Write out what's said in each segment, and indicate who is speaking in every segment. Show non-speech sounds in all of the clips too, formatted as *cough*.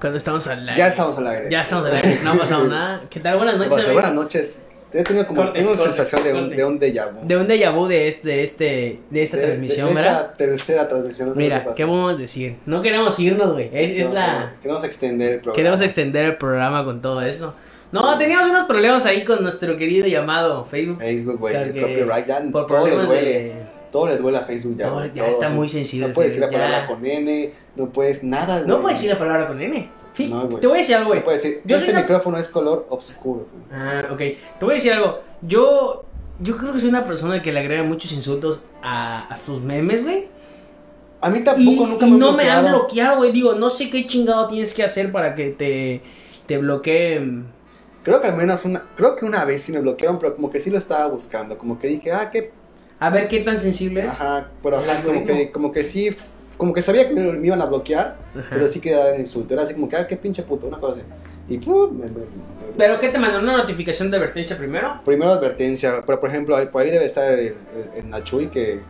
Speaker 1: Cuando estamos al aire.
Speaker 2: Ya estamos al aire.
Speaker 1: Ya estamos al aire. No ha pasado nada. ¿Qué tal? Buenas noches.
Speaker 2: Buenas,
Speaker 1: amigo.
Speaker 2: buenas noches. He tenido como
Speaker 1: Corte,
Speaker 2: tengo una
Speaker 1: corte,
Speaker 2: sensación de un,
Speaker 1: corte.
Speaker 2: de un déjà vu.
Speaker 1: De un déjà vu de, este, de, este, de esta
Speaker 2: De- de-
Speaker 1: transmisión,
Speaker 2: de
Speaker 1: ¿verdad?
Speaker 2: Esta tercera transmisión. no sé
Speaker 1: Mira,
Speaker 2: lo que
Speaker 1: ¿qué vamos a decir? No queremos irnos, güey. Es, es
Speaker 2: No,
Speaker 1: la...
Speaker 2: no, Queremos extender el programa.
Speaker 1: Queremos extender el programa con todo eso. No, teníamos unos problemas ahí con nuestro querido llamado Facebook.
Speaker 2: Facebook, güey.
Speaker 1: Claro
Speaker 2: el
Speaker 1: que-
Speaker 2: copyright. Ya
Speaker 1: Por
Speaker 2: todo les
Speaker 1: problemas
Speaker 2: duele.
Speaker 1: de...
Speaker 2: Todo les duele a Facebook ya.
Speaker 1: No,
Speaker 2: güey,
Speaker 1: ya
Speaker 2: todo,
Speaker 1: está
Speaker 2: sí.
Speaker 1: muy sensible.
Speaker 2: No puedes decir la
Speaker 1: Facebook,
Speaker 2: palabra
Speaker 1: ya.
Speaker 2: con N. No puedes nada, güey.
Speaker 1: No puedes decir la palabra con N. Fi-
Speaker 2: No, güey.
Speaker 1: te voy a decir algo, güey.
Speaker 2: No puedes decir.
Speaker 1: Yo soy
Speaker 2: este
Speaker 1: una-
Speaker 2: micrófono es color oscuro, güey.
Speaker 1: Ah, ok. Te voy a decir algo. Yo, yo creo que soy una persona que le agrega muchos insultos a, a sus memes, güey.
Speaker 2: A mí tampoco
Speaker 1: Y,
Speaker 2: nunca
Speaker 1: y
Speaker 2: me
Speaker 1: no
Speaker 2: han
Speaker 1: me han
Speaker 2: bloqueado.
Speaker 1: bloqueado, güey. Digo, no sé qué chingado tienes que hacer para que te, te bloqueen.
Speaker 2: Creo que al menos una, creo que una vez sí me bloquearon, pero como que sí lo estaba buscando, como que dije, ah, qué
Speaker 1: A ver qué tan sensible es.
Speaker 2: Ajá, pero ajá,
Speaker 1: Ay,
Speaker 2: como,
Speaker 1: bueno.
Speaker 2: que, como que sí, f- como que sabía que me me iban a bloquear,
Speaker 1: Ajá.
Speaker 2: pero sí que era el insulto. Era así como que, ah, qué pinche puto, una cosa así. Y pum, me- me- me-
Speaker 1: ¿Pero qué te mandaron? ¿Una notificación de advertencia primero?
Speaker 2: Primero advertencia, pero por ejemplo, ahí- por ahí debe estar el, el, el Nachuy que,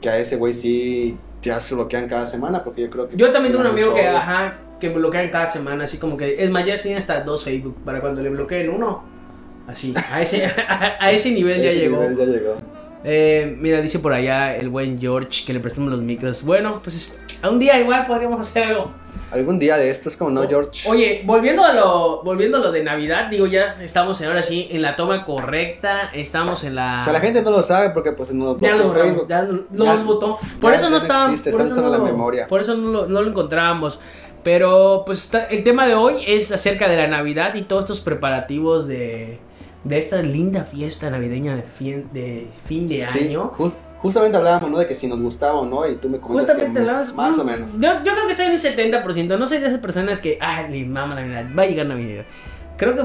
Speaker 2: que a ese güey sí ya se bloquean cada semana, porque yo creo que.
Speaker 1: Yo también tengo un
Speaker 2: tiene
Speaker 1: amigo que,
Speaker 2: mucho odio.
Speaker 1: ajá, que bloquean cada semana, así como que, es más, ya tiene hasta dos Facebook para cuando le bloqueen uno. Así, a ese, *laughs* a, a ese nivel ya
Speaker 2: Ese
Speaker 1: llegó.
Speaker 2: nivel Ya llegó.
Speaker 1: Eh, mira, dice por allá el buen George que le prestamos los micros. Bueno, pues es- a un día igual podríamos hacer algo.
Speaker 2: Algún día de estos, como no,
Speaker 1: O-
Speaker 2: George.
Speaker 1: Oh, Oye, volviendo a lo, volviendo a lo de Navidad, digo, ya estamos en- ahora sí en la toma correcta, estamos en la...
Speaker 2: O sea, la gente no lo sabe porque pues no lo
Speaker 1: Ya
Speaker 2: bloqueó
Speaker 1: lo borramos,
Speaker 2: Facebook.
Speaker 1: ya lo- lo
Speaker 2: Ya-
Speaker 1: nos votó. Por
Speaker 2: ya-
Speaker 1: eso
Speaker 2: ya
Speaker 1: no
Speaker 2: no
Speaker 1: estaba.
Speaker 2: existe,
Speaker 1: por
Speaker 2: está
Speaker 1: eso
Speaker 2: solo
Speaker 1: no
Speaker 2: la
Speaker 1: lo-
Speaker 2: memoria.
Speaker 1: Por eso no lo, no lo encontrábamos. Pero pues está- el tema de hoy es acerca de la Navidad y todos estos preparativos de, de esta linda fiesta navideña de fin de, fin de
Speaker 2: Sí,
Speaker 1: año.
Speaker 2: jus- justamente hablábamos, ¿no? De que si nos gustaba o no, y tú me comentas que
Speaker 1: Justamente hablabas-
Speaker 2: más o
Speaker 1: mm,
Speaker 2: menos.
Speaker 1: Yo, yo creo que estoy en un 70%. No soy de esas personas que, ay, mi mamá Navidad, va a llegar Navidad. Creo que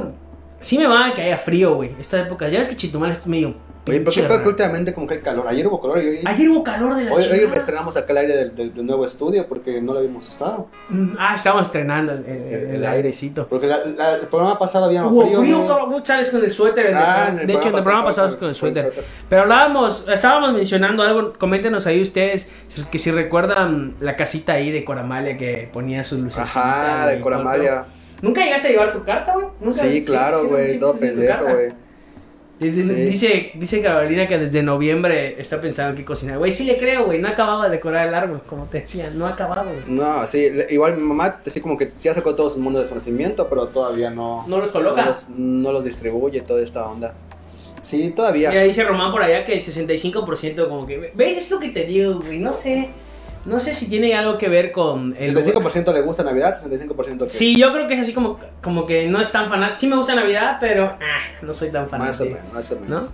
Speaker 1: sí me va a que haya frío, güey. Esta época, ya ves que Chitumal es medio.
Speaker 2: Oye, pero
Speaker 1: pinche
Speaker 2: qué pedo que
Speaker 1: raro.
Speaker 2: últimamente como que hay calor. Ayer hubo calor y hoy.
Speaker 1: Ayer hubo calor de la
Speaker 2: Hoy, hoy
Speaker 1: chingada.
Speaker 2: estrenamos acá el aire del, del- del nuevo estudio porque no lo habíamos usado.
Speaker 1: Mm, Ah, estábamos estrenando el, el-
Speaker 2: El-
Speaker 1: el
Speaker 2: el
Speaker 1: airecito.
Speaker 2: Porque la- la- el programa pasado había
Speaker 1: Hubo frío,
Speaker 2: frío. ¿no?
Speaker 1: cabrón, sales con el suéter.
Speaker 2: Ah,
Speaker 1: de hecho, en el programa pasado es
Speaker 2: estaba
Speaker 1: con el suéter. Pero hablábamos, estábamos mencionando algo, coméntenos ahí ustedes, si- que si recuerdan la casita ahí de Coramalia que ponía sus luces.
Speaker 2: Ajá, de Coramalia.
Speaker 1: ¿Nunca llegaste a llevar tu carta, güey? ¿Nunca-
Speaker 2: Sí, claro, güey,
Speaker 1: sí
Speaker 2: todo
Speaker 1: pusiste tu
Speaker 2: pendejo,
Speaker 1: carta?
Speaker 2: güey.
Speaker 1: Dice,
Speaker 2: Sí.
Speaker 1: dice, dice Carolina que desde noviembre está pensando en qué cocinar. Güey, sí le creo, güey, no acababa de decorar el árbol, como te decía, no ha acabado, güey.
Speaker 2: No, sí, le- igual mi mamá, así como que ya sacó todo su mundo de su nacimiento, pero todavía no,
Speaker 1: No los coloca.
Speaker 2: no los, no los distribuye toda esta onda. Sí, todavía.
Speaker 1: Mira, dice Román por allá que el 65% como que... ¿Ves? Es lo que te digo, güey. No sé. No sé si tiene algo que ver con... El...
Speaker 2: 65% le gusta Navidad, 65% que
Speaker 1: Sí, yo creo que es así como, como que no es tan fanático. Sí me gusta Navidad, pero ah, no soy tan
Speaker 2: más o
Speaker 1: fanático.
Speaker 2: menos, más o
Speaker 1: ¿No?
Speaker 2: menos.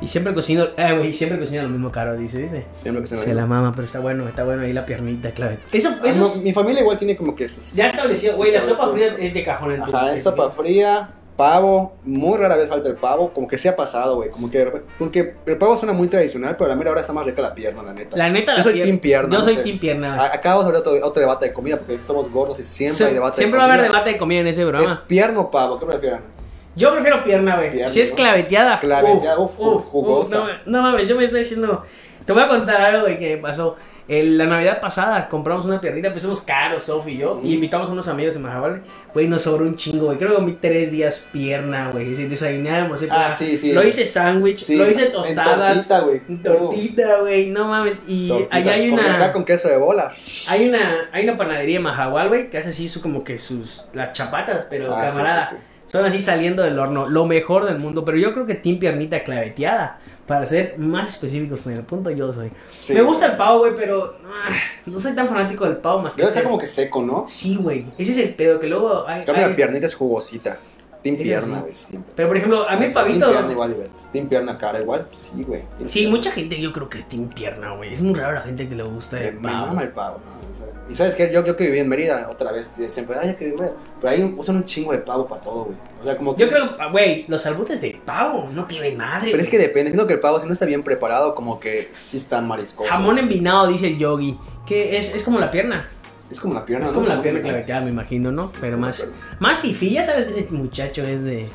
Speaker 1: Y siempre cocino... Eh, güey, y siempre cocino lo mismo caro, dice, ¿viste?
Speaker 2: Siempre que se me
Speaker 1: Se la mama, pero está bueno, está bueno ahí la piernita, clave. Eso,
Speaker 2: Ah,
Speaker 1: eso...
Speaker 2: no, mi familia igual tiene como que sus...
Speaker 1: Ya establecido, güey, la
Speaker 2: sus-
Speaker 1: sopa
Speaker 2: sus-
Speaker 1: fría es de cajón en tu-
Speaker 2: Ajá, es sopa fría, pavo, muy rara vez falta el pavo, como que se ha pasado, güey, como que de repente- porque el pavo suena muy tradicional, pero a la mera hora está más rica la pierna, la neta.
Speaker 1: La neta,
Speaker 2: Yo
Speaker 1: la
Speaker 2: soy
Speaker 1: pier-
Speaker 2: team pierna,
Speaker 1: Yo
Speaker 2: no
Speaker 1: soy
Speaker 2: sé.
Speaker 1: team pierna. güey.
Speaker 2: A- acá vamos a ver otro, otro debate de comida, porque somos gordos y siempre
Speaker 1: Sie-
Speaker 2: hay debate
Speaker 1: siempre
Speaker 2: de
Speaker 1: va a
Speaker 2: comida.
Speaker 1: haber debate de comida en ese programa.
Speaker 2: ¿Es pierna o pavo? ¿Qué prefieren?
Speaker 1: Yo prefiero pierna, güey.
Speaker 2: Pierna,
Speaker 1: Si es
Speaker 2: ¿no?
Speaker 1: claveteada.
Speaker 2: Claveteada, uf, uf, jugosa.
Speaker 1: no, no mames, yo me estoy diciendo. Te voy a contar algo de que pasó. El- la Navidad pasada compramos una piernita, pues somos caros, Sofi y yo,
Speaker 2: Ujú.
Speaker 1: y invitamos a unos amigos en Majabal. Güey, nos sobró un chingo, güey. Creo que comí tres días pierna, güey. Es decir, Desayunábamos, eh,
Speaker 2: Ah,
Speaker 1: pues,
Speaker 2: sí, sí.
Speaker 1: Lo hice sándwich,
Speaker 2: Sí,
Speaker 1: lo hice
Speaker 2: en
Speaker 1: tostadas.
Speaker 2: tortita, güey.
Speaker 1: en Tortita, güey, no mames. Y
Speaker 2: Uh, tortita,
Speaker 1: allá hay
Speaker 2: con-
Speaker 1: una,
Speaker 2: Acá con queso de bola.
Speaker 1: hay una hay una panadería en Mahahual, güey, que hace así su, como que sus las chapatas, pero
Speaker 2: Ah, sí,
Speaker 1: camarada.
Speaker 2: sí, sí.
Speaker 1: Son así saliendo del horno, lo mejor del mundo, pero yo creo que Team Piernita claveteada, para ser más específicos en el punto, yo soy.
Speaker 2: Sí.
Speaker 1: Me gusta el pavo, güey, pero ah, no soy tan fanático del pavo más que
Speaker 2: Debe estar
Speaker 1: ser-
Speaker 2: como que seco, ¿no?
Speaker 1: Sí, güey, ese es el pedo, que luego hay...
Speaker 2: En cambio,
Speaker 1: hay-
Speaker 2: la piernita es jugosita. Team
Speaker 1: Eso
Speaker 2: pierna,
Speaker 1: sí.
Speaker 2: güey, siempre.
Speaker 1: Pero, por ejemplo, a mí el
Speaker 2: Este,
Speaker 1: pavito...
Speaker 2: Team pierna igual, igual. Team pierna cara igual, pues sí, güey. Team
Speaker 1: Sí,
Speaker 2: pierna.
Speaker 1: mucha gente yo creo que es Team Pierna, güey. Es muy raro la gente que le gusta
Speaker 2: Me
Speaker 1: el
Speaker 2: me
Speaker 1: pavo.
Speaker 2: mama el pavo. ¿no? Y sabes que yo, yo que viví en Mérida otra vez, siempre, ay, yo que viví, güey. Pero ahí usan un chingo de pavo para todo, güey. O sea, como que.
Speaker 1: Yo creo, ah, güey, los albutes de pavo no tienen madre.
Speaker 2: Pero es
Speaker 1: güey.
Speaker 2: que depende, siento que el pavo, si no está bien preparado, como que sí está mariscoso.
Speaker 1: Jamón envinado, dice el yogi, que es, es como la pierna.
Speaker 2: Es como la pierna,
Speaker 1: Es
Speaker 2: ¿no?
Speaker 1: como la pierna claveteada, me imagino, ¿no?
Speaker 2: Sí, es
Speaker 1: Pero
Speaker 2: como
Speaker 1: más,
Speaker 2: la pierna.
Speaker 1: más fifí, ya sabes que ese muchacho es de...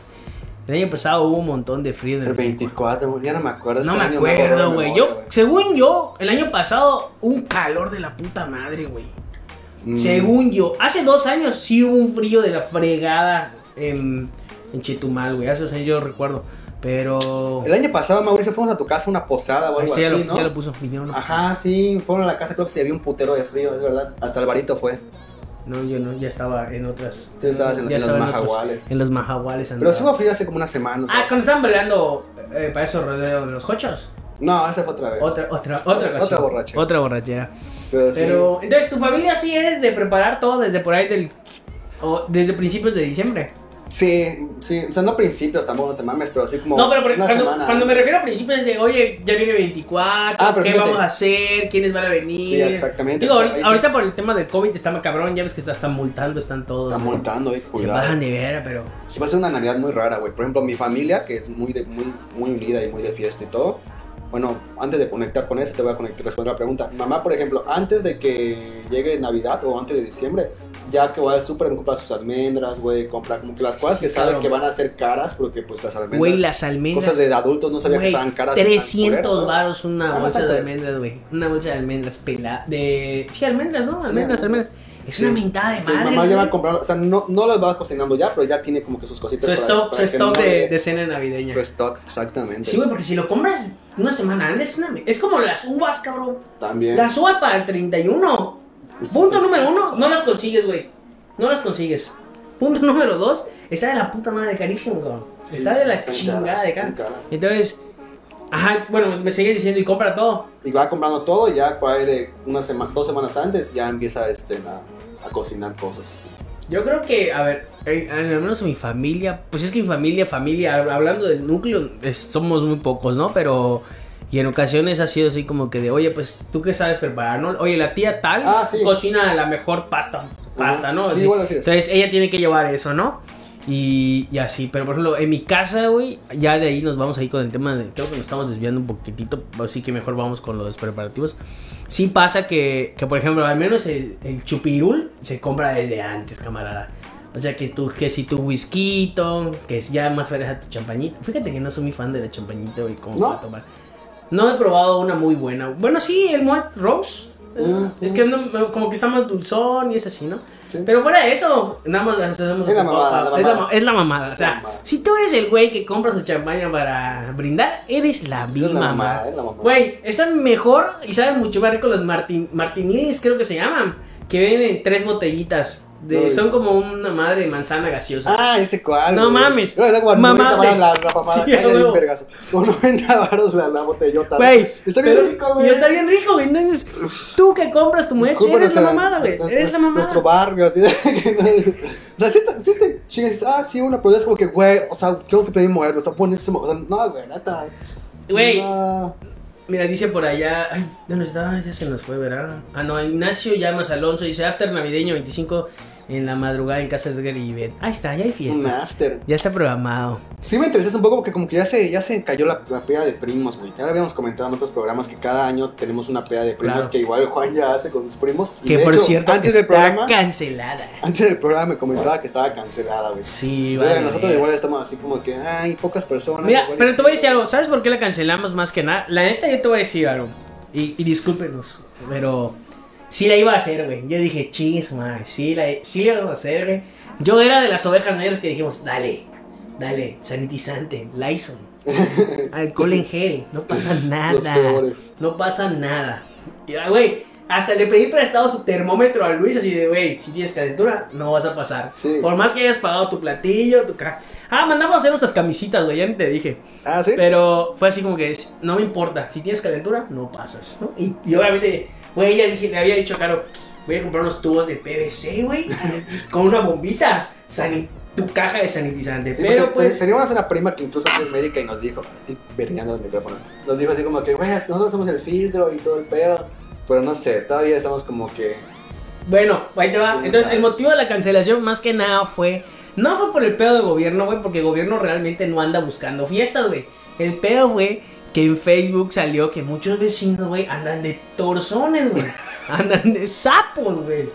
Speaker 1: El año pasado hubo un montón de frío. en
Speaker 2: El 24, güey, ya no me acuerdo.
Speaker 1: No
Speaker 2: este
Speaker 1: me
Speaker 2: año borro de
Speaker 1: acuerdo, güey.
Speaker 2: memoria,
Speaker 1: Yo, según yo, el año pasado, un calor de la puta madre, güey.
Speaker 2: Mm.
Speaker 1: Según yo, hace dos años sí hubo un frío de la fregada en, en Chetumal, güey. Hace dos años yo recuerdo. Pero.
Speaker 2: El año pasado, Mauricio, fuimos a tu casa a una posada o algo
Speaker 1: Este ya,
Speaker 2: así,
Speaker 1: lo,
Speaker 2: ¿no?
Speaker 1: ya lo puso. vinieron a-
Speaker 2: Ajá, sí, fueron a la casa, creo que se había un putero de frío, es verdad. Hasta Alvarito fue.
Speaker 1: No, yo no, ya estaba en otras.
Speaker 2: Tú estabas en-
Speaker 1: Mm, ya
Speaker 2: en los
Speaker 1: estaba otros-
Speaker 2: mahahuales.
Speaker 1: En los mahahuales.
Speaker 2: Pero
Speaker 1: andaba.
Speaker 2: sí hubo frío hace como una semana. o sea.
Speaker 1: Ah, cuando estaban bailando eh, para esos rodeos de los cochos.
Speaker 2: No, esa fue otra vez.
Speaker 1: Otra, otra,
Speaker 2: Pues, Otra-
Speaker 1: otra ocasión.
Speaker 2: otra borrachera.
Speaker 1: Otra borrachera.
Speaker 2: Pero, sí.
Speaker 1: Pero, entonces, tu familia sí es de preparar todo desde por ahí del. O desde principios de diciembre.
Speaker 2: sí, sí. O sea, no principios tampoco, no te mames, pero así como.
Speaker 1: no, pero por-
Speaker 2: una
Speaker 1: cuando,
Speaker 2: semana.
Speaker 1: cuando me refiero a principios es de, oye, ya viene 24,
Speaker 2: Ah, pero
Speaker 1: ¿qué
Speaker 2: fíjate.
Speaker 1: vamos a hacer? ¿Quiénes van a venir?
Speaker 2: Sí, exactamente.
Speaker 1: Digo,
Speaker 2: o sea,
Speaker 1: ahorita,
Speaker 2: ahí sí
Speaker 1: ahorita por el tema del COVID está más cabrón, ya ves que está, están multando, están todos.
Speaker 2: Están
Speaker 1: ¿no?
Speaker 2: montando, eh,
Speaker 1: pues, Se
Speaker 2: cuidado.
Speaker 1: bajan de vera, pero.
Speaker 2: Sí, va a ser una Navidad muy rara, güey. Por ejemplo, mi familia, que es muy, de, muy, muy unida y muy de fiesta y todo. Bueno, antes de conectar con eso, te voy a conectar, responder la pregunta. Mamá, por ejemplo, antes de que llegue Navidad o antes de diciembre, ya que va al súper, me compra sus almendras, güey, compra como que las cosas
Speaker 1: Sí,
Speaker 2: que sabe
Speaker 1: claro.
Speaker 2: que van a ser caras, porque pues las almendras.
Speaker 1: Güey, las almendras.
Speaker 2: Cosas de adultos, no sabía
Speaker 1: Güey,
Speaker 2: que estaban caras. y estaban
Speaker 1: 300
Speaker 2: culeras, ¿no?
Speaker 1: varos una
Speaker 2: Ah, no
Speaker 1: bolsa
Speaker 2: está
Speaker 1: de
Speaker 2: culero.
Speaker 1: almendras, güey. Una bolsa de almendras pelada. De... Sí, almendras, ¿no?
Speaker 2: Sí,
Speaker 1: Almendras,
Speaker 2: almendras.
Speaker 1: almendras. Es
Speaker 2: Sí.
Speaker 1: una mentada de
Speaker 2: Entonces,
Speaker 1: madre.
Speaker 2: mamá ya va
Speaker 1: güey.
Speaker 2: a comprar, o sea, no, no las va cocinando ya, pero ya tiene como que sus cositas.
Speaker 1: Su
Speaker 2: para-
Speaker 1: stock,
Speaker 2: para
Speaker 1: su
Speaker 2: que
Speaker 1: stock
Speaker 2: no
Speaker 1: de,
Speaker 2: le-
Speaker 1: de cena navideña.
Speaker 2: Su stock, exactamente.
Speaker 1: Sí, güey, porque si lo compras una semana antes, es, una men- es como las uvas, cabrón.
Speaker 2: También. Este,
Speaker 1: Las uvas para el 31.
Speaker 2: Pues
Speaker 1: Punto número uno, no las consigues, güey. No las consigues. Punto número dos, está de la puta madre carísimo, cabrón.
Speaker 2: Sí,
Speaker 1: está
Speaker 2: sí,
Speaker 1: de la
Speaker 2: están
Speaker 1: chingada
Speaker 2: caras,
Speaker 1: de
Speaker 2: están
Speaker 1: cara.
Speaker 2: caras.
Speaker 1: Entonces, ajá, bueno, me sigues diciendo y compra todo.
Speaker 2: Y va comprando todo y ya por ahí de una semana, dos semanas antes ya empieza este, a, a cocinar cosas así.
Speaker 1: Yo creo que, a ver, eh, al menos mi familia, pues es que mi familia, familia, hab- hablando del núcleo, es- somos muy pocos, ¿no? Pero, y en ocasiones ha sido así como que de, oye, pues tú qué sabes preparar, ¿no? Oye, la tía tal
Speaker 2: Ah, sí.
Speaker 1: cocina la mejor pasta, pasta, ¿no?
Speaker 2: Sí,
Speaker 1: Así.
Speaker 2: igual así es.
Speaker 1: Entonces ella tiene que llevar eso, ¿no? Y, y así, pero por ejemplo, en mi casa, güey, ya de ahí nos vamos ahí con el tema de, creo que nos estamos desviando un poquitito, así que mejor vamos con los preparativos. Sí pasa que, que por ejemplo, al menos el, el chupirul se compra desde antes, camarada. O sea, que tú, que si tu whisky, que si ya más fuera a tu champañita. Fíjate que no soy muy fan de la champañita, güey, como
Speaker 2: ¿No?
Speaker 1: para tomar. No he probado una muy buena. Bueno, sí, el Moet Rose.
Speaker 2: Mm,
Speaker 1: Es
Speaker 2: mm.
Speaker 1: que no- como que está más dulzón y es así, ¿no?
Speaker 2: Sí.
Speaker 1: Pero fuera de eso, nada más nos hacemos
Speaker 2: Es la
Speaker 1: un
Speaker 2: mamada,
Speaker 1: pop-up.
Speaker 2: la
Speaker 1: es, la,
Speaker 2: mamada.
Speaker 1: ma- es la mamada. O
Speaker 2: Es
Speaker 1: sea,
Speaker 2: la mamada.
Speaker 1: si tú eres el güey que compra su champaña para brindar, eres la
Speaker 2: Es
Speaker 1: vil
Speaker 2: la mamada,
Speaker 1: mamada.
Speaker 2: es la mamada.
Speaker 1: Güey, están mejor y saben mucho más rico los martin, martinilis, creo que se llaman, que vienen en tres botellitas. de-
Speaker 2: Uy.
Speaker 1: son como una madre manzana gaseosa.
Speaker 2: Ah, ese cual.
Speaker 1: No
Speaker 2: güey.
Speaker 1: mames.
Speaker 2: Creo que está como a
Speaker 1: Mamá
Speaker 2: 90 varos
Speaker 1: de-
Speaker 2: la, la papada.
Speaker 1: Sí, a
Speaker 2: Cállate,
Speaker 1: huevo.
Speaker 2: vergazo. Con 90 varos la, la botellota.
Speaker 1: Güey,
Speaker 2: Está bien
Speaker 1: pero-
Speaker 2: rico,
Speaker 1: Y
Speaker 2: güey.
Speaker 1: está bien rico, güey. Entonces, tú que compras tu mujer,
Speaker 2: Disculpa
Speaker 1: eres la
Speaker 2: nuestra-
Speaker 1: mamada, güey.
Speaker 2: nuestra-
Speaker 1: Eres la mamada.
Speaker 2: Nuestro barrio, así. de que no- o sea, sí, está- sí, te chingas, dices, ah, sí, una, pero es como que, güey, o sea, tengo que pedir modelo, está buenísimo. O sea, no, güey, neta.
Speaker 1: Güey,
Speaker 2: No.
Speaker 1: Mira, dice por allá. Ay, ¿dónde está? Ya se nos fue, ¿verdad? Ah, no, Ignacio Llamas Alonso dice After Navideño 25 en la madrugada en casa de Edgar y Ben. Ahí está, ya hay
Speaker 2: Un
Speaker 1: fiesta.
Speaker 2: after.
Speaker 1: Ya está programado.
Speaker 2: Sí me interesa un poco porque como que ya se, ya se cayó la, la pega de primos, güey. Ya lo habíamos comentado en otros programas que cada año tenemos una pega de primos
Speaker 1: Claro.
Speaker 2: que igual Juan ya hace con sus primos. Y
Speaker 1: que
Speaker 2: de
Speaker 1: por
Speaker 2: hecho,
Speaker 1: cierto,
Speaker 2: antes
Speaker 1: está
Speaker 2: del programa,
Speaker 1: cancelada.
Speaker 2: antes del programa me comentaba que estaba cancelada, güey.
Speaker 1: Sí,
Speaker 2: Entonces,
Speaker 1: vale.
Speaker 2: nosotros igual estamos así como que, ay, pocas personas.
Speaker 1: Mira,
Speaker 2: igual y
Speaker 1: pero
Speaker 2: sí.
Speaker 1: te voy a decir algo. ¿Sabes por qué la cancelamos más que nada? La neta, yo te voy a decir algo. Y, y discúlpenos, pero sí la iba a hacer, güey. Yo dije, chis, madre, sí la, sí la iba a hacer, güey. Yo era de las ovejas negras que dijimos, dale, dale, sanitizante,
Speaker 2: *laughs*
Speaker 1: Lyson, alcohol en gel, no pasa
Speaker 2: Los
Speaker 1: nada.
Speaker 2: peores.
Speaker 1: No pasa nada. Y, ah, güey, hasta le pedí prestado su termómetro a Luis, así de, güey, si tienes calentura, no vas a pasar.
Speaker 2: Sí.
Speaker 1: Por más que hayas pagado tu platillo, tu ca... Ah, mandamos a hacer nuestras camisitas, güey, ya ni te dije.
Speaker 2: Ah, ¿sí?
Speaker 1: Pero fue así como que, es, no me importa, si tienes calentura, no pasas, ¿no? Y, y obviamente, güey, ya dije, le había dicho a Caro, voy a comprar unos tubos de PVC, güey, *laughs* con una bombita, sani- tu caja de sanitizante.
Speaker 2: Sí,
Speaker 1: pero
Speaker 2: pero
Speaker 1: pues...
Speaker 2: teníamos una prima que incluso es médica y nos dijo, estoy verdeando los micrófonos, nos dijo así como que, güey, nosotros somos el filtro y todo el pedo, pero no sé, todavía estamos como que,
Speaker 1: Bueno, ahí te va. Entonces, el motivo de la cancelación más que nada fue. No fue por el pedo de gobierno, güey, porque el gobierno realmente no anda buscando fiestas, güey. El pedo, güey, que en Facebook salió que muchos vecinos, güey, andan de torsones,
Speaker 2: *laughs*
Speaker 1: güey. Andan de sapos, güey.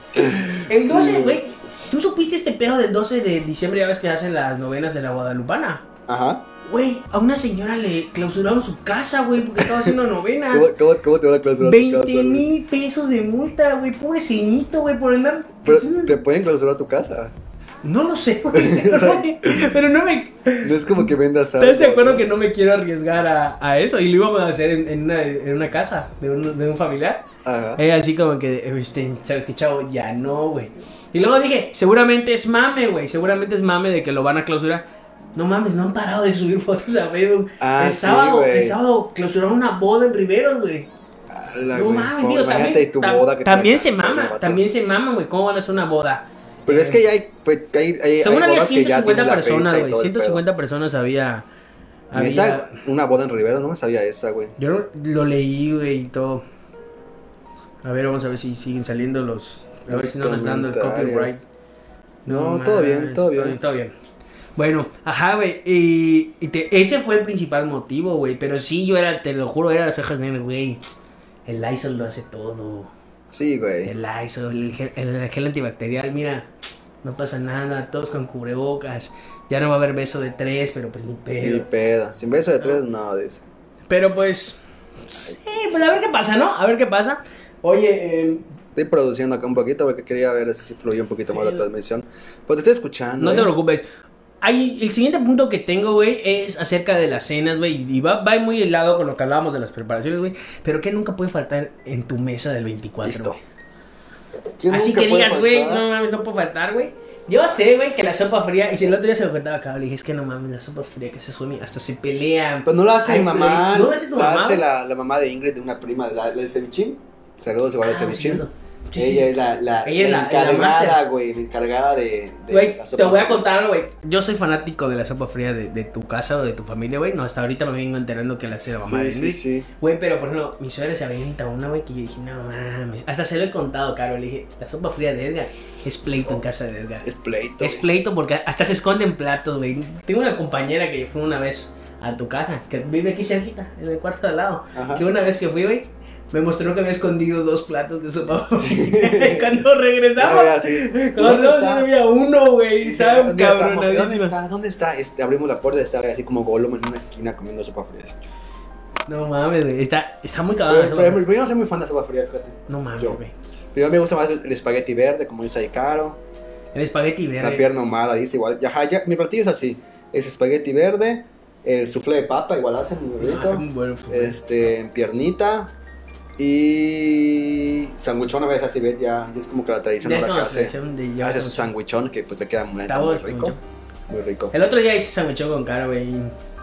Speaker 1: El 12,
Speaker 2: Sí,
Speaker 1: güey.
Speaker 2: güey.
Speaker 1: ¿Tú supiste este pedo del 12 de diciembre? Ya ves que hacen las novenas de la Guadalupana.
Speaker 2: ajá,
Speaker 1: Güey, a una señora le clausuraron su casa, güey, porque estaba
Speaker 2: *laughs*
Speaker 1: haciendo novenas.
Speaker 2: ¿Cómo, cómo, cómo te van a clausurar tu
Speaker 1: 20
Speaker 2: casa, güey?
Speaker 1: mil pesos de multa, güey. Pobre ceñito, güey, por andar.
Speaker 2: Pero te pueden clausurar tu casa.
Speaker 1: No lo
Speaker 2: *laughs*
Speaker 1: sé, *laughs* güey. pero no me- Pero no me.
Speaker 2: No es como que vendas algo.
Speaker 1: ¿Estás de acuerdo
Speaker 2: ¿no?
Speaker 1: que no me quiero arriesgar a, a eso? Y lo íbamos a hacer en, en una, en una casa de un, de un familiar.
Speaker 2: Ajá.
Speaker 1: Era así como que, eh, este, ¿sabes qué, chavo? Ya no, güey. Y luego dije, seguramente es mame, güey. Seguramente es mame de que lo van a clausurar. No mames, no han parado de subir fotos a Facebook.
Speaker 2: Ah,
Speaker 1: el
Speaker 2: sí,
Speaker 1: sábado,
Speaker 2: güey.
Speaker 1: el sábado clausuraron una boda en Riveros, güey.
Speaker 2: Ala,
Speaker 1: No
Speaker 2: güey,
Speaker 1: mames,
Speaker 2: pobre,
Speaker 1: digo,
Speaker 2: imagínate
Speaker 1: también,
Speaker 2: tu
Speaker 1: tam-
Speaker 2: boda que
Speaker 1: también se
Speaker 2: tengas que hacer,
Speaker 1: mama,
Speaker 2: vato.
Speaker 1: también se mama, güey. ¿Cómo van a hacer una boda?
Speaker 2: Pero es que ya hay, pues, hay, hay, hay
Speaker 1: Según había
Speaker 2: bodas que ya
Speaker 1: 150
Speaker 2: tienen la
Speaker 1: personas,
Speaker 2: fecha
Speaker 1: güey.
Speaker 2: y todo el pedo.
Speaker 1: 150 personas había.
Speaker 2: Neta,
Speaker 1: había
Speaker 2: una boda en Rivera, no me sabía esa, güey.
Speaker 1: yo lo, lo leí, güey, y todo. A ver, vamos a ver si siguen saliendo los. A ver
Speaker 2: Los
Speaker 1: si no nos están dando el
Speaker 2: comentarios.
Speaker 1: copyright.
Speaker 2: No, todo bien, todo bien.
Speaker 1: Todo bien. Bueno, ajá, güey. Y, y te- ese fue el principal motivo, güey. Pero sí, yo era, te lo juro, era las cejas negras, güey. El Lysol lo hace todo.
Speaker 2: Sí, güey.
Speaker 1: El Lysol, el gel, el gel antibacterial, mira, no pasa nada, todos con cubrebocas. Ya no va a haber beso de tres, pero pues ni
Speaker 2: Ni
Speaker 1: pedo.
Speaker 2: pedo. Sin beso de tres, no, dice.
Speaker 1: Pero pues, sí, pues a ver qué pasa, ¿no? A ver qué pasa. Oye, eh,
Speaker 2: Estoy produciendo acá un poquito porque quería ver si fluyó un poquito más
Speaker 1: Sí.
Speaker 2: la transmisión. Pues te estoy escuchando.
Speaker 1: no te
Speaker 2: ¿eh?
Speaker 1: preocupes. Hay- el siguiente punto que tengo, güey, es acerca de las cenas, güey. Y va, va muy helado con lo que hablábamos de las preparaciones, güey. Pero que nunca puede faltar en tu mesa del 24.
Speaker 2: Listo.
Speaker 1: güey?
Speaker 2: ¿Quién
Speaker 1: Así
Speaker 2: nunca
Speaker 1: que
Speaker 2: puede
Speaker 1: digas, güey,
Speaker 2: faltar?
Speaker 1: no mames, no puedo faltar, güey. Yo sé, güey, que la sopa fría, y si el otro día se lo contaba acá, le dije, es que no mames, la sopa fría que se suena, hasta se pelean.
Speaker 2: Pues no la hace
Speaker 1: Ay,
Speaker 2: mi mamá.
Speaker 1: güey, ¿no la hace tu mamá?
Speaker 2: hace la, la mamá de Ingrid, de una prima, la, la del cevichín. Saludos igual
Speaker 1: Ah,
Speaker 2: al cevichín.
Speaker 1: cierto. Sí, sí.
Speaker 2: Ella es la, la,
Speaker 1: Ella es la-
Speaker 2: la
Speaker 1: la
Speaker 2: encargada,
Speaker 1: máster.
Speaker 2: güey, la encargada de, de
Speaker 1: Güey,
Speaker 2: la
Speaker 1: te
Speaker 2: sopa.
Speaker 1: voy a contar, algo, güey. Yo soy fanático de la sopa fría de, de tu casa o de tu familia, güey. No, hasta ahorita me vengo enterando que la hace la mamá de
Speaker 2: Sí,
Speaker 1: Ingrid.
Speaker 2: sí, sí.
Speaker 1: Güey, pero por ejemplo, mi suegra se había inventado una, güey, que yo dije, no mames. Hasta se lo he contado, Caro. Le dije, la sopa fría de Edgar es pleito en casa de Edgar.
Speaker 2: Oh, Es pleito.
Speaker 1: Es pleito porque hasta se esconden platos, güey. Tengo una compañera que fue una vez a tu casa, que vive aquí cerquita, en el cuarto de al lado.
Speaker 2: Ajá.
Speaker 1: Que una vez que fui, güey, me mostró que había escondido dos platos de sopa. Y *laughs* Cuando regresamos,
Speaker 2: Ah, sí.
Speaker 1: cuando
Speaker 2: ¿Dónde
Speaker 1: no,
Speaker 2: está?
Speaker 1: había uno, güey, ¿sabes?
Speaker 2: ¿Dónde estamos? ¿Dónde
Speaker 1: Cabronadísima.
Speaker 2: está? ¿Dónde está? Este, abrimos la puerta, estaba así como Gollum en una esquina comiendo sopa fría.
Speaker 1: No mames, güey. Está, está muy cabrón.
Speaker 2: pero,
Speaker 1: esa
Speaker 2: pero-
Speaker 1: madre.
Speaker 2: pero yo no soy muy fan de sopa fría, fíjate.
Speaker 1: No mames,
Speaker 2: yo-
Speaker 1: güey.
Speaker 2: Pero a mí me gusta más el, el espagueti verde, como dice Caro.
Speaker 1: El espagueti
Speaker 2: La
Speaker 1: verde.
Speaker 2: pierna ahumada, dice igual. Ya, ya, mi platillo es así: es espagueti verde, el soufflé de papa, igual hacen muy
Speaker 1: No, Ah, está
Speaker 2: bonito.
Speaker 1: muy bueno, güey.
Speaker 2: este, piernita y sanguichón a veces así ves ya, ya es como que la tradición
Speaker 1: Ya
Speaker 2: de Ah,
Speaker 1: es
Speaker 2: la
Speaker 1: como la
Speaker 2: casa
Speaker 1: tradición de llevar
Speaker 2: hace su
Speaker 1: sándwich.
Speaker 2: sanguichón que pues le queda muy,
Speaker 1: Está
Speaker 2: muy
Speaker 1: bueno, Eh,
Speaker 2: rico muy rico
Speaker 1: El otro día hice sandwichón con cara, güey. y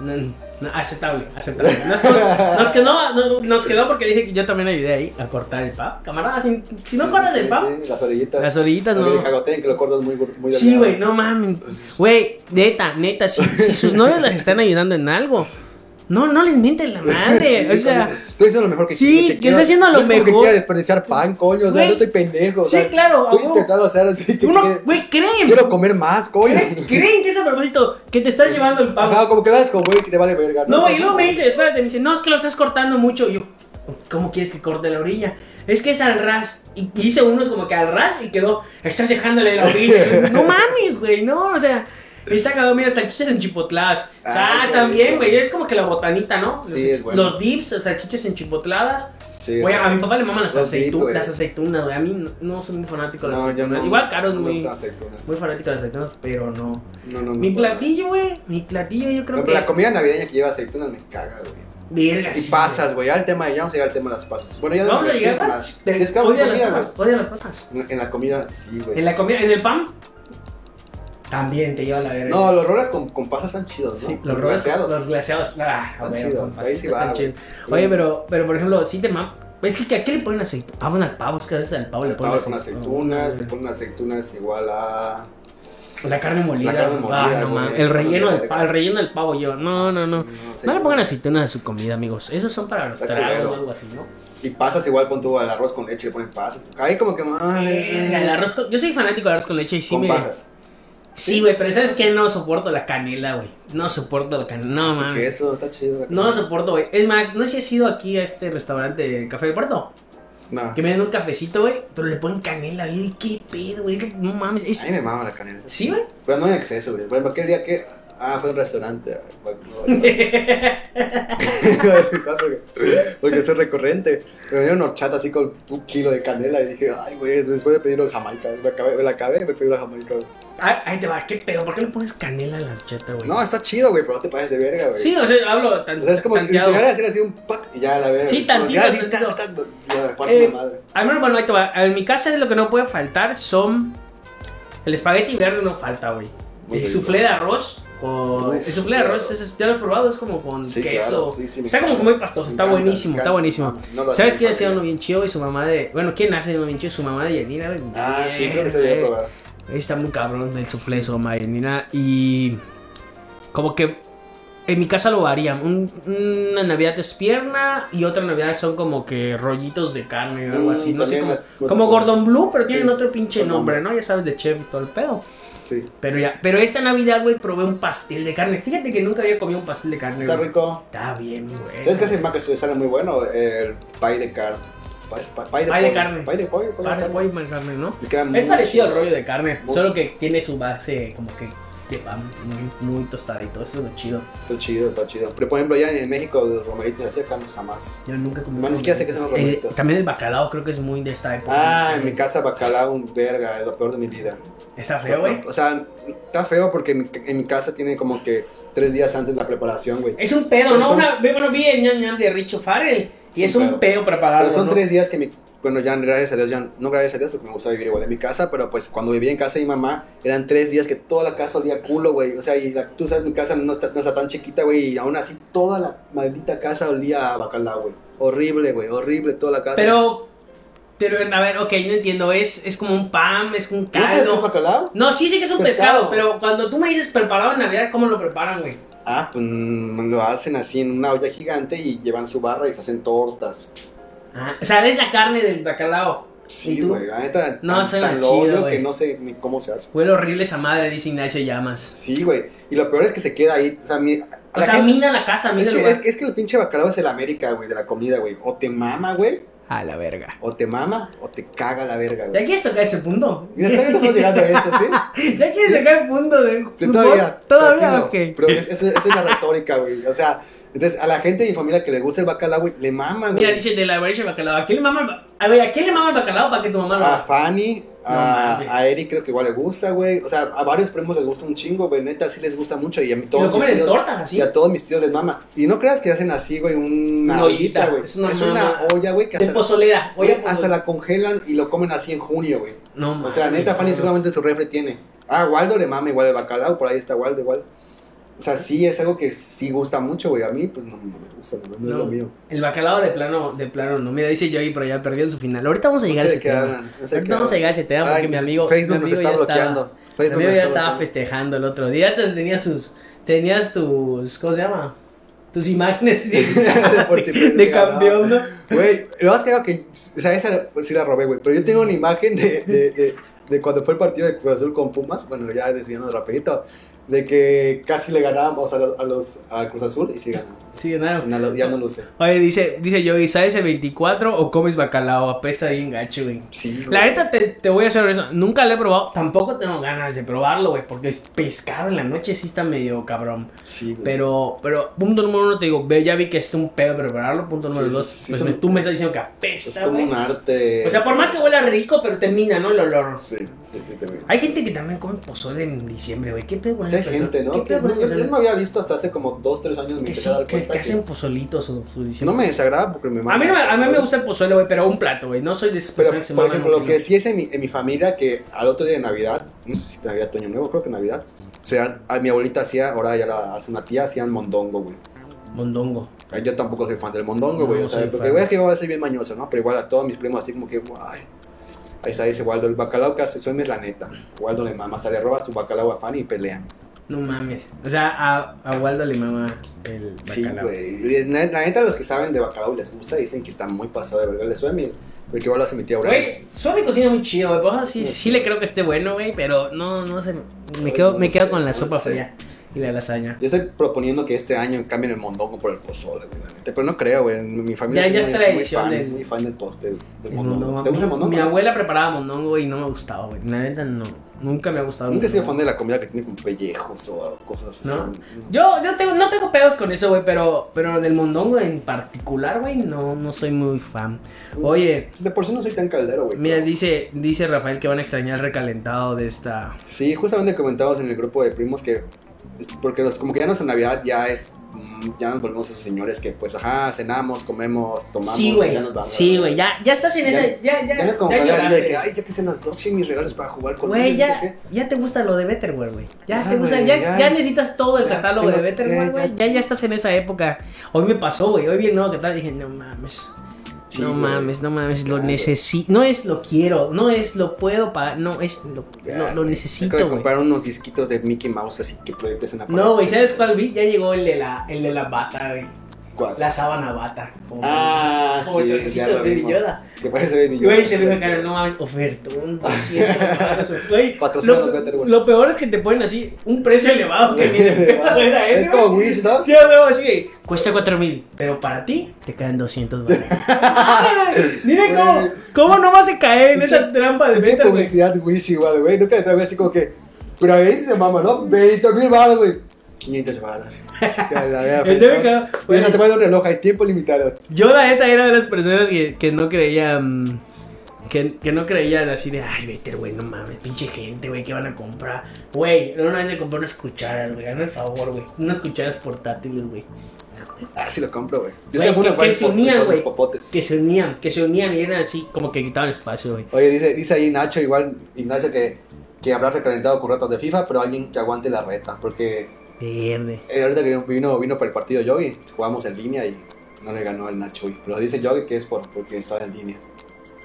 Speaker 1: no- no, aceptable,
Speaker 2: *laughs*
Speaker 1: aceptable. Nos, quedó- nos quedó, no- nos quedó porque dije que yo también ayudé ahí a cortar el pap. Camarada, si, si no
Speaker 2: Sí,
Speaker 1: cortas
Speaker 2: sí,
Speaker 1: el
Speaker 2: sí,
Speaker 1: pap,
Speaker 2: sí, las orillitas
Speaker 1: las orillitas
Speaker 2: Porque
Speaker 1: no.
Speaker 2: el jagoteen que lo cortas muy gor- muy
Speaker 1: Sí,
Speaker 2: delgado. *laughs*
Speaker 1: güey, no mames. Güey, neta, neta, si, si sus novios las están ayudando en algo, no, no les mienten la madre.
Speaker 2: Sí,
Speaker 1: o sea,
Speaker 2: coño, estoy haciendo lo mejor que
Speaker 1: sí,
Speaker 2: que
Speaker 1: yo
Speaker 2: quiero.
Speaker 1: estoy haciendo lo
Speaker 2: no es como que
Speaker 1: mejor.
Speaker 2: quiera desperdiciar pan, coño. O sea,
Speaker 1: Güey.
Speaker 2: no estoy pendejo. o
Speaker 1: Sí,
Speaker 2: sea,
Speaker 1: claro, a
Speaker 2: Estoy
Speaker 1: huevo.
Speaker 2: intentando hacer así que
Speaker 1: uno,
Speaker 2: quede-
Speaker 1: güey, creen.
Speaker 2: quiero comer más, coño.
Speaker 1: creen- creen que es a propósito que te estás llevando el pap.
Speaker 2: Ajá, como que das con güey que te vale verga.
Speaker 1: No, y luego me dice, espérate, me dice, no, es que lo estás cortando mucho. Y yo, ¿cómo quieres que corte la orilla? Es que es al ras. Y y hice unos como que al ras y quedó, estás dejándole la orilla. Y yo,
Speaker 2: *laughs*
Speaker 1: no mames, güey, no, o sea, está cagado, mira, salchichas en chipotlás. Ah,
Speaker 2: Ah, qué
Speaker 1: también,
Speaker 2: rico.
Speaker 1: güey, es como que la botanita, ¿no?
Speaker 2: Sí,
Speaker 1: los,
Speaker 2: es bueno.
Speaker 1: Los dips, o salchichas en chipotladas.
Speaker 2: Sí,
Speaker 1: Güey, a mi papá le maman las,
Speaker 2: Los
Speaker 1: aceitu-
Speaker 2: dips, güey.
Speaker 1: las aceitunas, güey. A mí no, no soy muy fanático de las
Speaker 2: No, yo
Speaker 1: aceitunas.
Speaker 2: no.
Speaker 1: Igual Caro es
Speaker 2: no me
Speaker 1: muy,
Speaker 2: gustan aceitunas.
Speaker 1: muy fanático de las aceitunas, pero no.
Speaker 2: No, no, no.
Speaker 1: Mi
Speaker 2: puedo.
Speaker 1: platillo, güey, mi platillo yo creo
Speaker 2: Pero
Speaker 1: que...
Speaker 2: La comida navideña que lleva aceitunas me caga, güey.
Speaker 1: Verga,
Speaker 2: Y
Speaker 1: sí,
Speaker 2: pasas, güey. Ya el tema, ya vamos a llegar al tema de las pasas. Bueno, ya
Speaker 1: Vamos a
Speaker 2: no-
Speaker 1: llegar
Speaker 2: sí,
Speaker 1: a
Speaker 2: más. Es que vamos
Speaker 1: odia
Speaker 2: a
Speaker 1: las
Speaker 2: comida,
Speaker 1: pasas, odia las pasas.
Speaker 2: güey. En la comida, sí,
Speaker 1: En
Speaker 2: güey.
Speaker 1: la comida, en el pan también te lleva la verga.
Speaker 2: No, los roles con, con pasas están chidos, ¿no?
Speaker 1: Sí, los rollos,
Speaker 2: glaseados.
Speaker 1: los glaseados. Ah,
Speaker 2: Están
Speaker 1: güey,
Speaker 2: chidos,
Speaker 1: con
Speaker 2: ahí sí
Speaker 1: pasita,
Speaker 2: va,
Speaker 1: están
Speaker 2: güey.
Speaker 1: chidos. Oye, pero, pero por ejemplo, sí te mam. Es que ¿a qué le ponen aceite? Ah, bueno, al pavo, es que a veces al pavo le
Speaker 2: Al
Speaker 1: ponen
Speaker 2: pavo con aceitunas, le
Speaker 1: No,
Speaker 2: ponen aceitunas igual a.
Speaker 1: La carne molida.
Speaker 2: La carne molida,
Speaker 1: ah, no
Speaker 2: güey,
Speaker 1: mames.
Speaker 2: eso
Speaker 1: El
Speaker 2: no
Speaker 1: relleno
Speaker 2: me
Speaker 1: del
Speaker 2: verga.
Speaker 1: pavo, el relleno del pavo yo. No, no, no.
Speaker 2: Sí,
Speaker 1: No le pongan
Speaker 2: aceitunas.
Speaker 1: aceitunas a su comida, amigos. Esos son para los
Speaker 2: Está
Speaker 1: tragos o
Speaker 2: culero.
Speaker 1: algo así, ¿no?
Speaker 2: Y pasas igual con tu al arroz con leche, le ponen pasas. Ahí como que más.
Speaker 1: Verga, El arroz con... Yo soy fanático del arroz con leche y sí
Speaker 2: con
Speaker 1: me...
Speaker 2: pasas.
Speaker 1: Sí, güey, pero ¿sabes qué? No soporto la canela, güey. No soporto la canela. No,
Speaker 2: Que
Speaker 1: mames.
Speaker 2: eso está chido. la
Speaker 1: No
Speaker 2: comida.
Speaker 1: lo soporto, güey. Es más, no sé si has ido aquí a este restaurante de Café de Puerto.
Speaker 2: No.
Speaker 1: Que me dan un cafecito, güey, pero le ponen canela, güey. ¿Qué pedo, güey? No mames.
Speaker 2: A mí
Speaker 1: Es...
Speaker 2: me mama la canela.
Speaker 1: Sí, güey. *laughs*
Speaker 2: Pero no en exceso, güey. Por ejemplo, aquel día que Ah, fue un restaurante. Ay,
Speaker 1: *laughs*
Speaker 2: bueno, no, no. Iba a decir cuál, porque- Porque eso es recurrente. Me dieron horchata así con un kilo de canela y dije, ay, güey, después de pedirlo de Jamaica. Me, acabé, me la acabé y me pedí la Jamaica. güey.
Speaker 1: Ah, Ahí te va, ¿qué pedo? ¿Por qué le pones canela a la horchata, güey?
Speaker 2: No, está chido, güey, pero no te pases de verga, güey.
Speaker 1: Sí, o sea, hablo tan,
Speaker 2: O sea, es como si te
Speaker 1: tanteado.
Speaker 2: van a hacer así un pack y ya la verga.
Speaker 1: Sí,
Speaker 2: Es como si "Ah, ya
Speaker 1: tantito, tantito.
Speaker 2: así, ta, ta, ta, ya, parte
Speaker 1: Eh,
Speaker 2: de madre.
Speaker 1: Al menos, bueno, ahí te va. En mi casa lo que no puede faltar son. El espagueti verde no falta, güey.
Speaker 2: Muy
Speaker 1: Pues El
Speaker 2: rico.
Speaker 1: soufflé de arroz. o-
Speaker 2: Uf,
Speaker 1: el soufflé de arroz,
Speaker 2: claro.
Speaker 1: ese es- ya lo has probado, es como con
Speaker 2: Sí,
Speaker 1: queso.
Speaker 2: claro, sí, sí, me
Speaker 1: está como
Speaker 2: encanta.
Speaker 1: muy pastoso,
Speaker 2: Me
Speaker 1: está
Speaker 2: encanta,
Speaker 1: buenísimo,
Speaker 2: me
Speaker 1: está
Speaker 2: encanta.
Speaker 1: buenísimo.
Speaker 2: No, no lo
Speaker 1: ¿Sabes
Speaker 2: hacen
Speaker 1: quién
Speaker 2: en
Speaker 1: hacía uno
Speaker 2: familia.
Speaker 1: bien chido y su mamá de. Bueno, ¿quién hace uno bien chido? Su mamá de Yanina, güey.
Speaker 2: Ah, sí,
Speaker 1: Eh,
Speaker 2: creo que se debe probar.
Speaker 1: Ahí está muy cabrón el soufflé de su mamá de Yanina. Y. Como que. En mi casa lo varían. Un- una Navidad es pierna y otra Navidad son como que rollitos de carne o algo
Speaker 2: Mm,
Speaker 1: así. No sé
Speaker 2: también
Speaker 1: cómo.
Speaker 2: la-
Speaker 1: Como Gordon Blue, pero tienen
Speaker 2: Sí,
Speaker 1: otro pinche
Speaker 2: otro
Speaker 1: nombre, ¿no? Ya sabes, de chef y todo el pedo.
Speaker 2: Sí.
Speaker 1: Pero ya, pero esta Navidad, güey, probé un pastel de carne. Fíjate que nunca había comido un pastel de carne.
Speaker 2: Está
Speaker 1: güey.
Speaker 2: rico.
Speaker 1: Está bien, güey.
Speaker 2: ¿Sabes qué hace más que se sale muy bueno? El pie de carne. Pie
Speaker 1: Pie de
Speaker 2: pollo.
Speaker 1: carne.
Speaker 2: Pie de pollo.
Speaker 1: Carne,
Speaker 2: pollo de carne.
Speaker 1: güey, más carne, ¿no?
Speaker 2: Le queda
Speaker 1: Es
Speaker 2: muy
Speaker 1: parecido al
Speaker 2: chido.
Speaker 1: rollo de carne,
Speaker 2: Mm. Mucho.
Speaker 1: solo que tiene su base como que de pan muy, muy tostadito. Eso es lo chido.
Speaker 2: Está chido, está chido. Pero por ejemplo, allá en México, los romeritos así acá jamás.
Speaker 1: Yo nunca comí.
Speaker 2: Bueno, ni siquiera sé qué son los
Speaker 1: El-
Speaker 2: romeritos.
Speaker 1: También el bacalao creo que es muy de esta época.
Speaker 2: Ah, en mi casa bacalao, un verga, es lo peor de mi vida.
Speaker 1: Está feo, güey.
Speaker 2: O sea, está feo porque en mi, en mi casa tiene como que tres días antes la preparación, güey.
Speaker 1: Es un pedo,
Speaker 2: Pero
Speaker 1: ¿no?
Speaker 2: son-
Speaker 1: Una, bueno, vi el ñan ñan de Richo Farrell y es
Speaker 2: Es
Speaker 1: un
Speaker 2: un
Speaker 1: pedo, prepararlo.
Speaker 2: Pero son
Speaker 1: ¿no?
Speaker 2: tres días que mi. Bueno, ya gracias a Dios, ya no gracias a Dios porque me gusta vivir igual en mi casa, pero pues cuando vivía en casa de mi mamá, eran tres días que toda la casa olía a culo, güey. O sea, y la- tú sabes, mi casa no está, no está tan chiquita, güey, y aún así toda la maldita casa olía a bacalao, güey. Horrible, güey, horrible toda la casa.
Speaker 1: Pero, pero, a ver, ok, no entiendo. Es, es como un pan, es un
Speaker 2: ¿No sabes qué es
Speaker 1: caldo.
Speaker 2: bacalao?
Speaker 1: No, sí sé que es un pescado,
Speaker 2: Pescado.
Speaker 1: pero cuando tú me dices preparado en Navidad, ¿cómo lo preparan, güey?
Speaker 2: Ah, pues mm, lo hacen así en una olla gigante y llevan su barra y se hacen tortas.
Speaker 1: Ah, o sea, es la carne del bacalao. ¿Y
Speaker 2: Sí,
Speaker 1: tú?
Speaker 2: güey, la neta,
Speaker 1: No,
Speaker 2: tan,
Speaker 1: suena
Speaker 2: tan lo
Speaker 1: chido,
Speaker 2: odio
Speaker 1: güey.
Speaker 2: que no sé ni cómo se hace.
Speaker 1: Huele horrible esa madre, dice Ignacio Llamas.
Speaker 2: Sí, güey. Y lo peor es que se queda ahí. O sea, mi- a
Speaker 1: O
Speaker 2: la
Speaker 1: sea,
Speaker 2: gente-
Speaker 1: mina la casa, mina
Speaker 2: es,
Speaker 1: el
Speaker 2: que,
Speaker 1: lugar.
Speaker 2: es, que- es que el pinche bacalao es el América, güey, de la comida, güey. O te mama, güey.
Speaker 1: A la verga.
Speaker 2: O te mama, o te caga la verga,
Speaker 1: ¿Ya
Speaker 2: güey.
Speaker 1: quieres tocar ese punto?
Speaker 2: Mira, todavía no estamos llegando a eso, ¿sí?
Speaker 1: *laughs* ¿Ya quieres tocar el punto del fútbol?
Speaker 2: Todavía.
Speaker 1: Todavía,
Speaker 2: tranquilo.
Speaker 1: ok.
Speaker 2: Pero es- es- esa es la retórica, güey. O sea, entonces a la gente de mi familia que le gusta el bacalao, güey, le mama,
Speaker 1: Mira,
Speaker 2: güey.
Speaker 1: dice de la variedad de bacalao. ¿A quién le mama el ba- a ver, ¿a quién le mama el bacalao para que tu mamá lo
Speaker 2: A
Speaker 1: haga?
Speaker 2: Fanny, a,
Speaker 1: mames.
Speaker 2: a Eric creo que igual le gusta, güey. O sea, a varios primos les gusta un chingo, güey. Neta, sí les gusta mucho. Y a mí
Speaker 1: Y
Speaker 2: todos.
Speaker 1: lo
Speaker 2: mis
Speaker 1: comen en
Speaker 2: tíos-
Speaker 1: tortas, así.
Speaker 2: Y a todos mis tíos les mama. Y no creas que hacen así, güey, una
Speaker 1: Una ollita,
Speaker 2: ollita, güey.
Speaker 1: es
Speaker 2: Es
Speaker 1: una
Speaker 2: una,
Speaker 1: mamá.
Speaker 2: olla, güey, que
Speaker 1: De
Speaker 2: hasta,
Speaker 1: pozolera.
Speaker 2: güey,
Speaker 1: Oye, pues,
Speaker 2: hasta la congelan y lo comen así en junio, güey.
Speaker 1: No,
Speaker 2: O sea, neta, Fanny seguramente en su refri tiene. Ah, Waldo le mama igual el bacalao, por ahí está Waldo igual. O sea, sí, es algo que sí gusta mucho, güey. A mí, pues no, no me gusta, no, no es lo mío.
Speaker 1: El bacalao de plano, de plano no. Mira, dice Joey, pero ya perdieron su final. Ahorita vamos a
Speaker 2: No
Speaker 1: llegar
Speaker 2: sé
Speaker 1: a
Speaker 2: Pues de
Speaker 1: ese
Speaker 2: qué
Speaker 1: tema.
Speaker 2: hablan. No sé de
Speaker 1: Ahorita vamos
Speaker 2: qué
Speaker 1: a
Speaker 2: hablan.
Speaker 1: llegar a ese tema porque
Speaker 2: Ay, pues,
Speaker 1: mi amigo.
Speaker 2: Facebook
Speaker 1: mi
Speaker 2: nos
Speaker 1: amigo
Speaker 2: está
Speaker 1: ya
Speaker 2: bloqueando.
Speaker 1: Estaba, mi
Speaker 2: Facebook
Speaker 1: amigo ya
Speaker 2: nos está
Speaker 1: estaba
Speaker 2: bloqueando.
Speaker 1: festejando el otro día. Antes tenías sus. Tenías tus. ¿Cómo se llama? Tus imágenes de,
Speaker 2: *laughs* Por si
Speaker 1: de,
Speaker 2: perdí, ¿no?
Speaker 1: campeón, ¿no?
Speaker 2: Güey, lo más que hago que. O sea, esa pues, sí la robé, güey. Pero yo tengo una imagen de, de, de, de cuando fue el partido de Cruz Azul con Pumas. Bueno, ya desviando rapidito. De que casi le ganábamos a los, a los a Cruz Azul y sí ganamos.
Speaker 1: Sí, ganaron.
Speaker 2: No lo- ya no lo sé.
Speaker 1: Oye, dice, dice Joey, ¿sabes el 24 o comes bacalao? Apesta bien gacho, güey.
Speaker 2: Sí,
Speaker 1: La neta, te, te voy a hacer eso. Nunca lo he probado. Tampoco tengo ganas de probarlo, güey. Porque pescado en la noche sí está medio cabrón.
Speaker 2: Sí, güey.
Speaker 1: Pero, pero, punto número uno, te digo, ve, ya vi que es un pedo prepararlo. Punto
Speaker 2: Sí,
Speaker 1: número
Speaker 2: sí,
Speaker 1: dos,
Speaker 2: sí,
Speaker 1: pues,
Speaker 2: son-
Speaker 1: me- tú me estás diciendo que
Speaker 2: Es
Speaker 1: apesta,
Speaker 2: como
Speaker 1: güey.
Speaker 2: un arte.
Speaker 1: O sea, por más que huela rico, pero termina, ¿no? El olor.
Speaker 2: Sí, sí, sí, también.
Speaker 1: Hay gente que también come pozole en diciembre, güey. ¿Qué pedo con
Speaker 2: Sí, hay
Speaker 1: esas personas?
Speaker 2: gente, ¿no?
Speaker 1: ¿Qué
Speaker 2: Que
Speaker 1: pedo con
Speaker 2: no- yo,
Speaker 1: esas
Speaker 2: yo no
Speaker 1: personas?
Speaker 2: había visto hasta hace como 2, 3 años me
Speaker 1: Que
Speaker 2: empecé
Speaker 1: sí,
Speaker 2: a dar
Speaker 1: que,
Speaker 2: cuenta.
Speaker 1: que
Speaker 2: Que
Speaker 1: hacen pozolitos o su
Speaker 2: No
Speaker 1: diciembre.
Speaker 2: me desagrada porque me
Speaker 1: A mí, no me-
Speaker 2: mama
Speaker 1: a mí
Speaker 2: eso,
Speaker 1: me
Speaker 2: güey.
Speaker 1: gusta el pozole, güey, pero un plato, güey. No soy de esas
Speaker 2: Pero,
Speaker 1: personas que se
Speaker 2: por
Speaker 1: maman
Speaker 2: ejemplo,
Speaker 1: un
Speaker 2: lo que
Speaker 1: plato.
Speaker 2: sí es en mi, en mi familia, que al otro día de Navidad, no sé si Navidad, Toño Nuevo, creo que Navidad, o sea, a mi abuelita hacía, ahora ya la hace una tía, hacían mondongo, güey.
Speaker 1: Mondongo.
Speaker 2: Ay, Yo tampoco soy fan del mondongo, güey,
Speaker 1: No,
Speaker 2: o sea,
Speaker 1: soy
Speaker 2: porque
Speaker 1: fan.
Speaker 2: güey, es que yo soy bien mañoso, ¿no? Pero igual a todos mis primos así como que, guay. Ahí está, dice Waldo, el bacalao que hace suena es la neta. Waldo le mama, se le roba su bacalao a Fanny y pelean.
Speaker 1: No mames. O sea, a, a Waldo le mama el
Speaker 2: Sí,
Speaker 1: bacalao.
Speaker 2: güey. Y La, la neta, los que saben de bacalao les gusta, dicen que está muy pasado de verga el de Suemi, porque igual lo hace mi tía Aurelia.
Speaker 1: Güey, suave cocina muy chido, güey. Por eso sí,
Speaker 2: Sí,
Speaker 1: sí le creo que esté bueno, güey, pero no, no sé. Me
Speaker 2: Ay,
Speaker 1: quedo,
Speaker 2: no
Speaker 1: me quedo
Speaker 2: sé,
Speaker 1: con la
Speaker 2: no
Speaker 1: sopa
Speaker 2: sé.
Speaker 1: fría. Y la lasaña.
Speaker 2: Yo estoy proponiendo que este año cambien el mondongo por el pozole, güey, la neta, Pero no creo, güey. Mi familia
Speaker 1: Ya-
Speaker 2: es
Speaker 1: ya es
Speaker 2: muy, muy
Speaker 1: tradición
Speaker 2: fan,
Speaker 1: del-
Speaker 2: muy fan del, poz- del, del
Speaker 1: El
Speaker 2: mondongo.
Speaker 1: mondongo.
Speaker 2: ¿Te gusta el
Speaker 1: Mi-
Speaker 2: mondongo?
Speaker 1: Mi abuela preparaba mondongo, güey, y no me gustaba, güey. La neta, no. Nunca me ha gustado. el
Speaker 2: Nunca he sido fan
Speaker 1: mondongo.
Speaker 2: de la comida que tiene como pellejos o cosas así.
Speaker 1: No. Yo, yo tengo, no tengo pedos con eso, güey, pero, pero del mondongo en particular, güey, no, no soy muy fan. Oye,
Speaker 2: Pues de por sí Pues no soy tan caldero, güey.
Speaker 1: mira,
Speaker 2: pero-
Speaker 1: dice, dice Rafael que van a extrañar el recalentado de esta.
Speaker 2: Sí, justamente comentábamos en el grupo de primos que. es- Porque los, como que ya nuestra Navidad ya es. mm, Ya nos volvemos esos señores que, pues, ajá, cenamos, comemos, tomamos.
Speaker 1: sí,
Speaker 2: y
Speaker 1: güey.
Speaker 2: ya nos vamos.
Speaker 1: Sí, güey. Ya, ya estás en
Speaker 2: Ya-
Speaker 1: ese. Ya, ya.
Speaker 2: Ya no es como
Speaker 1: ya
Speaker 2: que hablar de
Speaker 1: lloraste.
Speaker 2: que, ay, ya que se nos dos mis regalos para jugar con
Speaker 1: Güey,
Speaker 2: ellos, no
Speaker 1: ya,
Speaker 2: sé qué".
Speaker 1: ya te gusta lo de Betterware, güey. Ya,
Speaker 2: Ya,
Speaker 1: te gusta,
Speaker 2: güey,
Speaker 1: ya,
Speaker 2: ya.
Speaker 1: ya necesitas todo el
Speaker 2: Ya,
Speaker 1: catálogo
Speaker 2: tengo-
Speaker 1: de Betterware,
Speaker 2: ya,
Speaker 1: güey.
Speaker 2: ya.
Speaker 1: Ya, ya estás en esa época. Hoy me pasó, güey. Hoy vi el nuevo catálogo y dije, no mames.
Speaker 2: Sí,
Speaker 1: no
Speaker 2: güey.
Speaker 1: mames, no mames, lo
Speaker 2: Ya, güey.
Speaker 1: necesito. No es lo quiero, no es lo puedo pagar, no es lo,
Speaker 2: Ya,
Speaker 1: no, lo
Speaker 2: güey.
Speaker 1: necesito,
Speaker 2: Acabo de
Speaker 1: güey.
Speaker 2: comprar unos disquitos de Mickey Mouse así que proyectes en la pared.
Speaker 1: No, güey, ¿sabes cuál vi? Ya llegó el de la, el de la bata, güey.
Speaker 2: ¿Cuál?
Speaker 1: La sábana bata. como
Speaker 2: Ah,
Speaker 1: dicen. Como el
Speaker 2: sí,
Speaker 1: trajecito
Speaker 2: ya lo
Speaker 1: de Baby
Speaker 2: vimos.
Speaker 1: Yoda.
Speaker 2: Que parece Baby Yoda.
Speaker 1: Güey, se lo dije a Karen, no mames, ofertón,
Speaker 2: *laughs*
Speaker 1: 200 dólares, güey.
Speaker 2: Patrocina
Speaker 1: Lo-
Speaker 2: los Betterware.
Speaker 1: Lo peor es que te ponen así un precio elevado
Speaker 2: *laughs*
Speaker 1: que ni de pedo era ese,
Speaker 2: Es como
Speaker 1: güey.
Speaker 2: Wish, ¿no?
Speaker 1: Sí, güey, así, güey, cuesta 4 mil, pero para ti te caen 200 dólares. Ay,
Speaker 2: *laughs*
Speaker 1: *laughs* Miren cómo,
Speaker 2: Güey.
Speaker 1: cómo no vas a caer en esa
Speaker 2: Pinche-
Speaker 1: trampa de
Speaker 2: Pinche
Speaker 1: venta, güey.
Speaker 2: publicidad Wish igual, güey. Nunca le traigo así como que. Pero a veces se mama, ¿no? 20 mil balas, güey. 500
Speaker 1: *laughs*
Speaker 2: balas. pues,
Speaker 1: El debe caer, güey.
Speaker 2: te ponen un reloj, hay tiempo limitado.
Speaker 1: Yo la neta era de las personas que, que no creían. Que, que no creían así de, ay, Better, güey, no mames, pinche gente, güey, que van a comprar. Güey, una vez le compré unas cucharas, güey, hazme el favor, güey. Unas cucharas portátiles, güey.
Speaker 2: Ah, sí lo compro, güey. Yo
Speaker 1: Güey,
Speaker 2: soy muy
Speaker 1: que-
Speaker 2: guay
Speaker 1: que se unían,
Speaker 2: por los
Speaker 1: güey.
Speaker 2: popotes.
Speaker 1: Que se unían, que se unían y eran así, como que quitaban espacio, güey.
Speaker 2: Oye, dice, dice ahí Nacho, igual, Ignacio, que, que habrá recalentado con ratas de FIFA, pero alguien que aguante la reta. Porque
Speaker 1: Verde.
Speaker 2: eh, ahorita que vino, vino para el partido Yogi, jugamos en línea y no le ganó al Nacho. güey. Pero dice Yogi que es por, porque estaba en línea.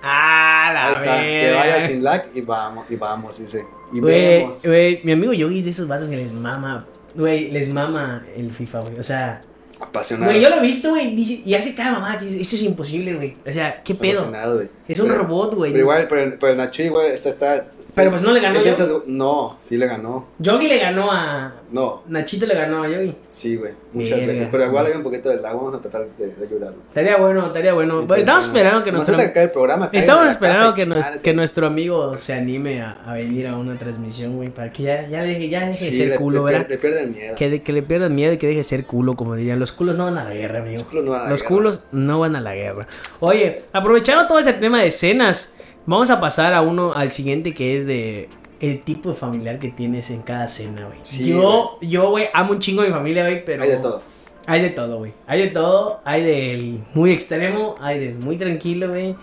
Speaker 1: Ah,
Speaker 2: Ahí
Speaker 1: la
Speaker 2: está, que vaya
Speaker 1: verga.
Speaker 2: sin lag y vamos, y vamos, dice. Y
Speaker 1: Güey,
Speaker 2: vemos.
Speaker 1: güey, mi amigo Yogi es de esos vatos que les mama, güey, les mama el FIFA, güey. O sea,
Speaker 2: Apasionado.
Speaker 1: güey, yo lo he visto, güey, dice- y hace cada mamá que dice, esto es imposible, güey. O sea, ¿qué pedo?
Speaker 2: Apasionado, güey.
Speaker 1: Es un
Speaker 2: Pero-
Speaker 1: robot, güey.
Speaker 2: Pero igual, pero, pero el Nacho igual está, está,
Speaker 1: Pero pues no le ganó
Speaker 2: es de
Speaker 1: yo.
Speaker 2: esas- No, sí le ganó.
Speaker 1: Yogi le ganó a.
Speaker 2: No,
Speaker 1: Nachito le ganó a Yogi.
Speaker 2: sí, güey. Muchas
Speaker 1: Verga.
Speaker 2: veces. Pero igual hay un poquito de lag, vamos a tratar de, de ayudarlo.
Speaker 1: Estaría bueno, estaría bueno. Pues, Estamos
Speaker 2: Interesante.
Speaker 1: esperando que
Speaker 2: Nos
Speaker 1: nuestro.
Speaker 2: trata de caer el programa. cae en
Speaker 1: Estamos
Speaker 2: la
Speaker 1: esperando
Speaker 2: casa,
Speaker 1: que, nos-
Speaker 2: chales,
Speaker 1: que nuestro amigo se anime a, a venir a una transmisión, güey. Para que ya, ya deje, ya deje
Speaker 2: Sí,
Speaker 1: de ser
Speaker 2: le,
Speaker 1: culo,
Speaker 2: le pier-
Speaker 1: ¿verdad?
Speaker 2: le pierde el miedo.
Speaker 1: Que, de- que le pierdan miedo y que deje de ser culo, como dirían. Los culos no van a la guerra, amigo.
Speaker 2: Los culos no van a la
Speaker 1: Los
Speaker 2: guerra.
Speaker 1: culos no van a la guerra. Oye, aprovechando todo este tema de cenas, vamos a pasar a uno, al siguiente que es de el tipo de familiar que tienes en cada cena, güey.
Speaker 2: Sí,
Speaker 1: yo, yo, güey, amo un chingo a mi familia, güey, pero.
Speaker 2: Hay de todo.
Speaker 1: Hay de todo, güey. Hay de todo. Hay del muy extremo, hay del muy tranquilo, güey.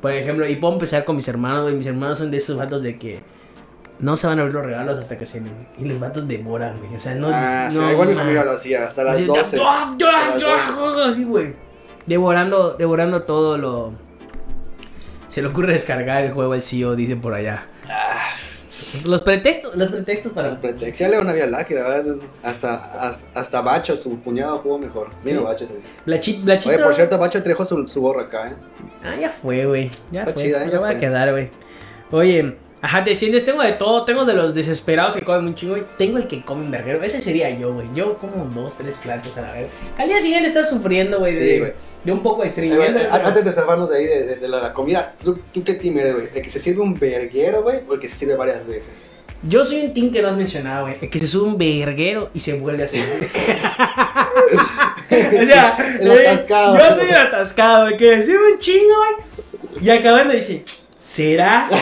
Speaker 1: Por ejemplo, y puedo empezar con mis hermanos, güey. Mis hermanos son de esos vatos de que no se van a abrir los regalos hasta que cenen. Y los vatos devoran, güey. O sea, no.
Speaker 2: ah, sí,
Speaker 1: no,
Speaker 2: igual mi
Speaker 1: ma.
Speaker 2: familia lo hacía hasta las
Speaker 1: Así,
Speaker 2: 12.
Speaker 1: ¡Ah, yo,
Speaker 2: hasta las
Speaker 1: yo, yo! Así, güey. Devorando, devorando todo lo. Se le ocurre descargar el juego al CEO, dice por allá.
Speaker 2: Ah.
Speaker 1: Los pretextos, los pretextos para.
Speaker 2: Pretexia le una vía lag, y la verdad. Hasta, hasta, hasta Bacho, su cuñado jugó mejor. Mira,
Speaker 1: Sí.
Speaker 2: Bacho. ese día.
Speaker 1: La, chi- la chica.
Speaker 2: Oye, por cierto, Bacho trajo su, su gorra acá, ¿eh?
Speaker 1: Ah, ya fue, güey. Ya
Speaker 2: Está
Speaker 1: fue.
Speaker 2: chida,
Speaker 1: no
Speaker 2: ya
Speaker 1: me va
Speaker 2: fue.
Speaker 1: a quedar, güey. Oye, ajá, te sientes, tengo de todo, tengo de los desesperados que comen un chingo y tengo el que come un verguero. Ese sería yo, güey. Yo como dos, tres platos a la vez. Al día siguiente estás sufriendo, güey,
Speaker 2: Sí, güey.
Speaker 1: de, de un poco de
Speaker 2: Eh, güey,
Speaker 1: estreñimiento.
Speaker 2: a-
Speaker 1: pero-
Speaker 2: Antes de salvarnos de ahí, de, de- de la, la comida, ¿tú, tú qué team eres, güey? ¿El que se sirve un verguero, güey? ¿O el que se sirve varias veces? *laughs*
Speaker 1: Yo soy un team que no has mencionado, güey. el Que se sube un verguero y se vuelve
Speaker 2: *laughs*
Speaker 1: así. *laughs* *laughs* o sea,
Speaker 2: El
Speaker 1: eh,
Speaker 2: atascado.
Speaker 1: yo soy el atascado, güey. Que se sube un chingo, güey. Y acabando dice, ¿será?
Speaker 2: *laughs*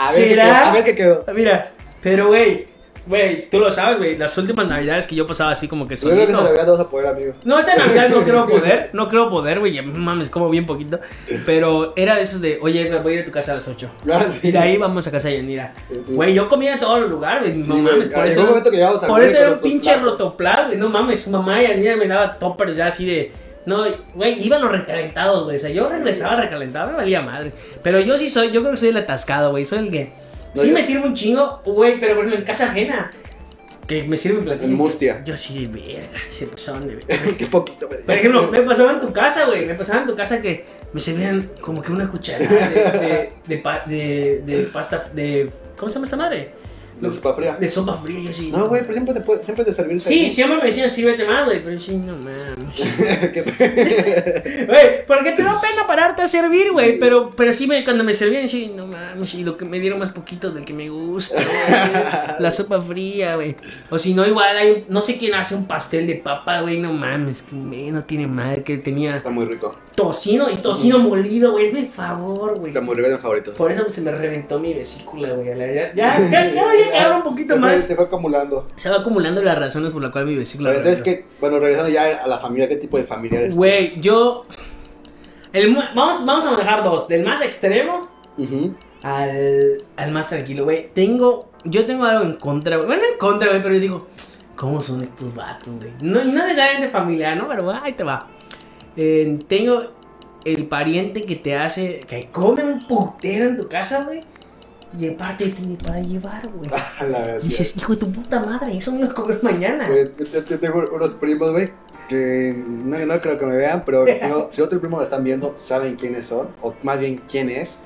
Speaker 2: A ver, qué
Speaker 1: ¿Será?
Speaker 2: quedó, a ver qué quedó.
Speaker 1: Mira, pero güey, güey, tú lo sabes, güey, las últimas navidades que yo pasaba así como que
Speaker 2: Yo creo que esa
Speaker 1: solito.
Speaker 2: Navidad vas a poder, amigo. *laughs*
Speaker 1: No, esta navidad no creo poder, no creo poder, güey, ya, mames, como bien poquito, pero era de esos de, oye, Edgar, voy a ir a tu casa a las 8.
Speaker 2: Ah,
Speaker 1: Y de ahí vamos a casa de Yanira. Güey, yo comía en todos los lugares, güey, no mames, por
Speaker 2: un
Speaker 1: eso,
Speaker 2: momento que llegamos al
Speaker 1: por
Speaker 2: güey
Speaker 1: eso
Speaker 2: con
Speaker 1: era un
Speaker 2: los dos
Speaker 1: pinche
Speaker 2: platos.
Speaker 1: rotoplar, güey, no mames, su mamá y Yanira me daba toppers ya así de... No, güey, iban los recalentados, güey. O sea, yo regresaba recalentado, me valía madre. Pero yo sí soy, yo creo que soy el atascado, güey. Soy el que.
Speaker 2: No,
Speaker 1: sí
Speaker 2: yo-
Speaker 1: me sirve un chingo, güey, pero bueno, en casa ajena. Que me sirve un platillo.
Speaker 2: En Mustia. *laughs*
Speaker 1: Yo sí, verga, se pasaban de verga.
Speaker 2: Qué poquito, güey.
Speaker 1: Por
Speaker 2: *laughs*
Speaker 1: ejemplo, me pasaba en tu casa, güey. Me pasaba en tu casa que me servían como que una cucharada de, de, de pa- de- de pasta. de ¿Cómo se llama esta madre?
Speaker 2: La sopa
Speaker 1: *laughs*
Speaker 2: fría.
Speaker 1: De sopa fría, yo sí.
Speaker 2: No, güey, pero siempre te, puede, siempre te servían.
Speaker 1: Sí, siempre me decían, sí, vete más, güey, pero sí, no mames.
Speaker 2: *laughs* Qué pe-
Speaker 1: Güey, porque te da pena pararte a servir, güey,
Speaker 2: Sí.
Speaker 1: pero, pero sí, me, cuando me servían, sí, no mames, y lo que me dieron más poquito del que me gusta, güey, la sopa fría, güey. O si no, igual hay, un- no sé quién hace un pastel de papa, güey, no mames, que güey, no tiene madre, que tenía
Speaker 2: Está muy rico.
Speaker 1: tocino y tocino molido, güey, es mi favor, güey.
Speaker 2: Está muy rico de mis favoritos.
Speaker 1: Por eso se me reventó mi vesícula, güey. a la- Ya, ya, ya, ya, ya que abra un poquito
Speaker 2: Te fue-
Speaker 1: más.
Speaker 2: Te fue acumulando.
Speaker 1: Se va acumulando las razones por las cuales mi vesícula.
Speaker 2: Pero entonces,
Speaker 1: reventó.
Speaker 2: que, bueno, regresando ya a la familia, ¿qué tipo de familia eres?
Speaker 1: Güey, yo. el mu- vamos, vamos a manejar dos: del más extremo
Speaker 2: Ujú. *laughs*
Speaker 1: al, al más tranquilo, güey. Tengo. Yo tengo algo en contra, güey. Bueno, en contra, güey, pero yo digo, ¿cómo son estos vatos, güey? No, y no necesariamente familiar, ¿no? Pero bueno, ahí te va. Eh, tengo el pariente que te hace. que come un putero en tu casa, güey. Y aparte tiene para llevar, güey.
Speaker 2: A Ah, la verdad,
Speaker 1: Y dices, "Ah". hijo de tu puta madre, eso no lo comes mañana.
Speaker 2: Güey, yo, yo- yo tengo unos primos, güey, que no, no creo que me vean,
Speaker 1: *laughs*
Speaker 2: pero si, no- si otro primo lo están viendo, saben quiénes son, o más bien quién es,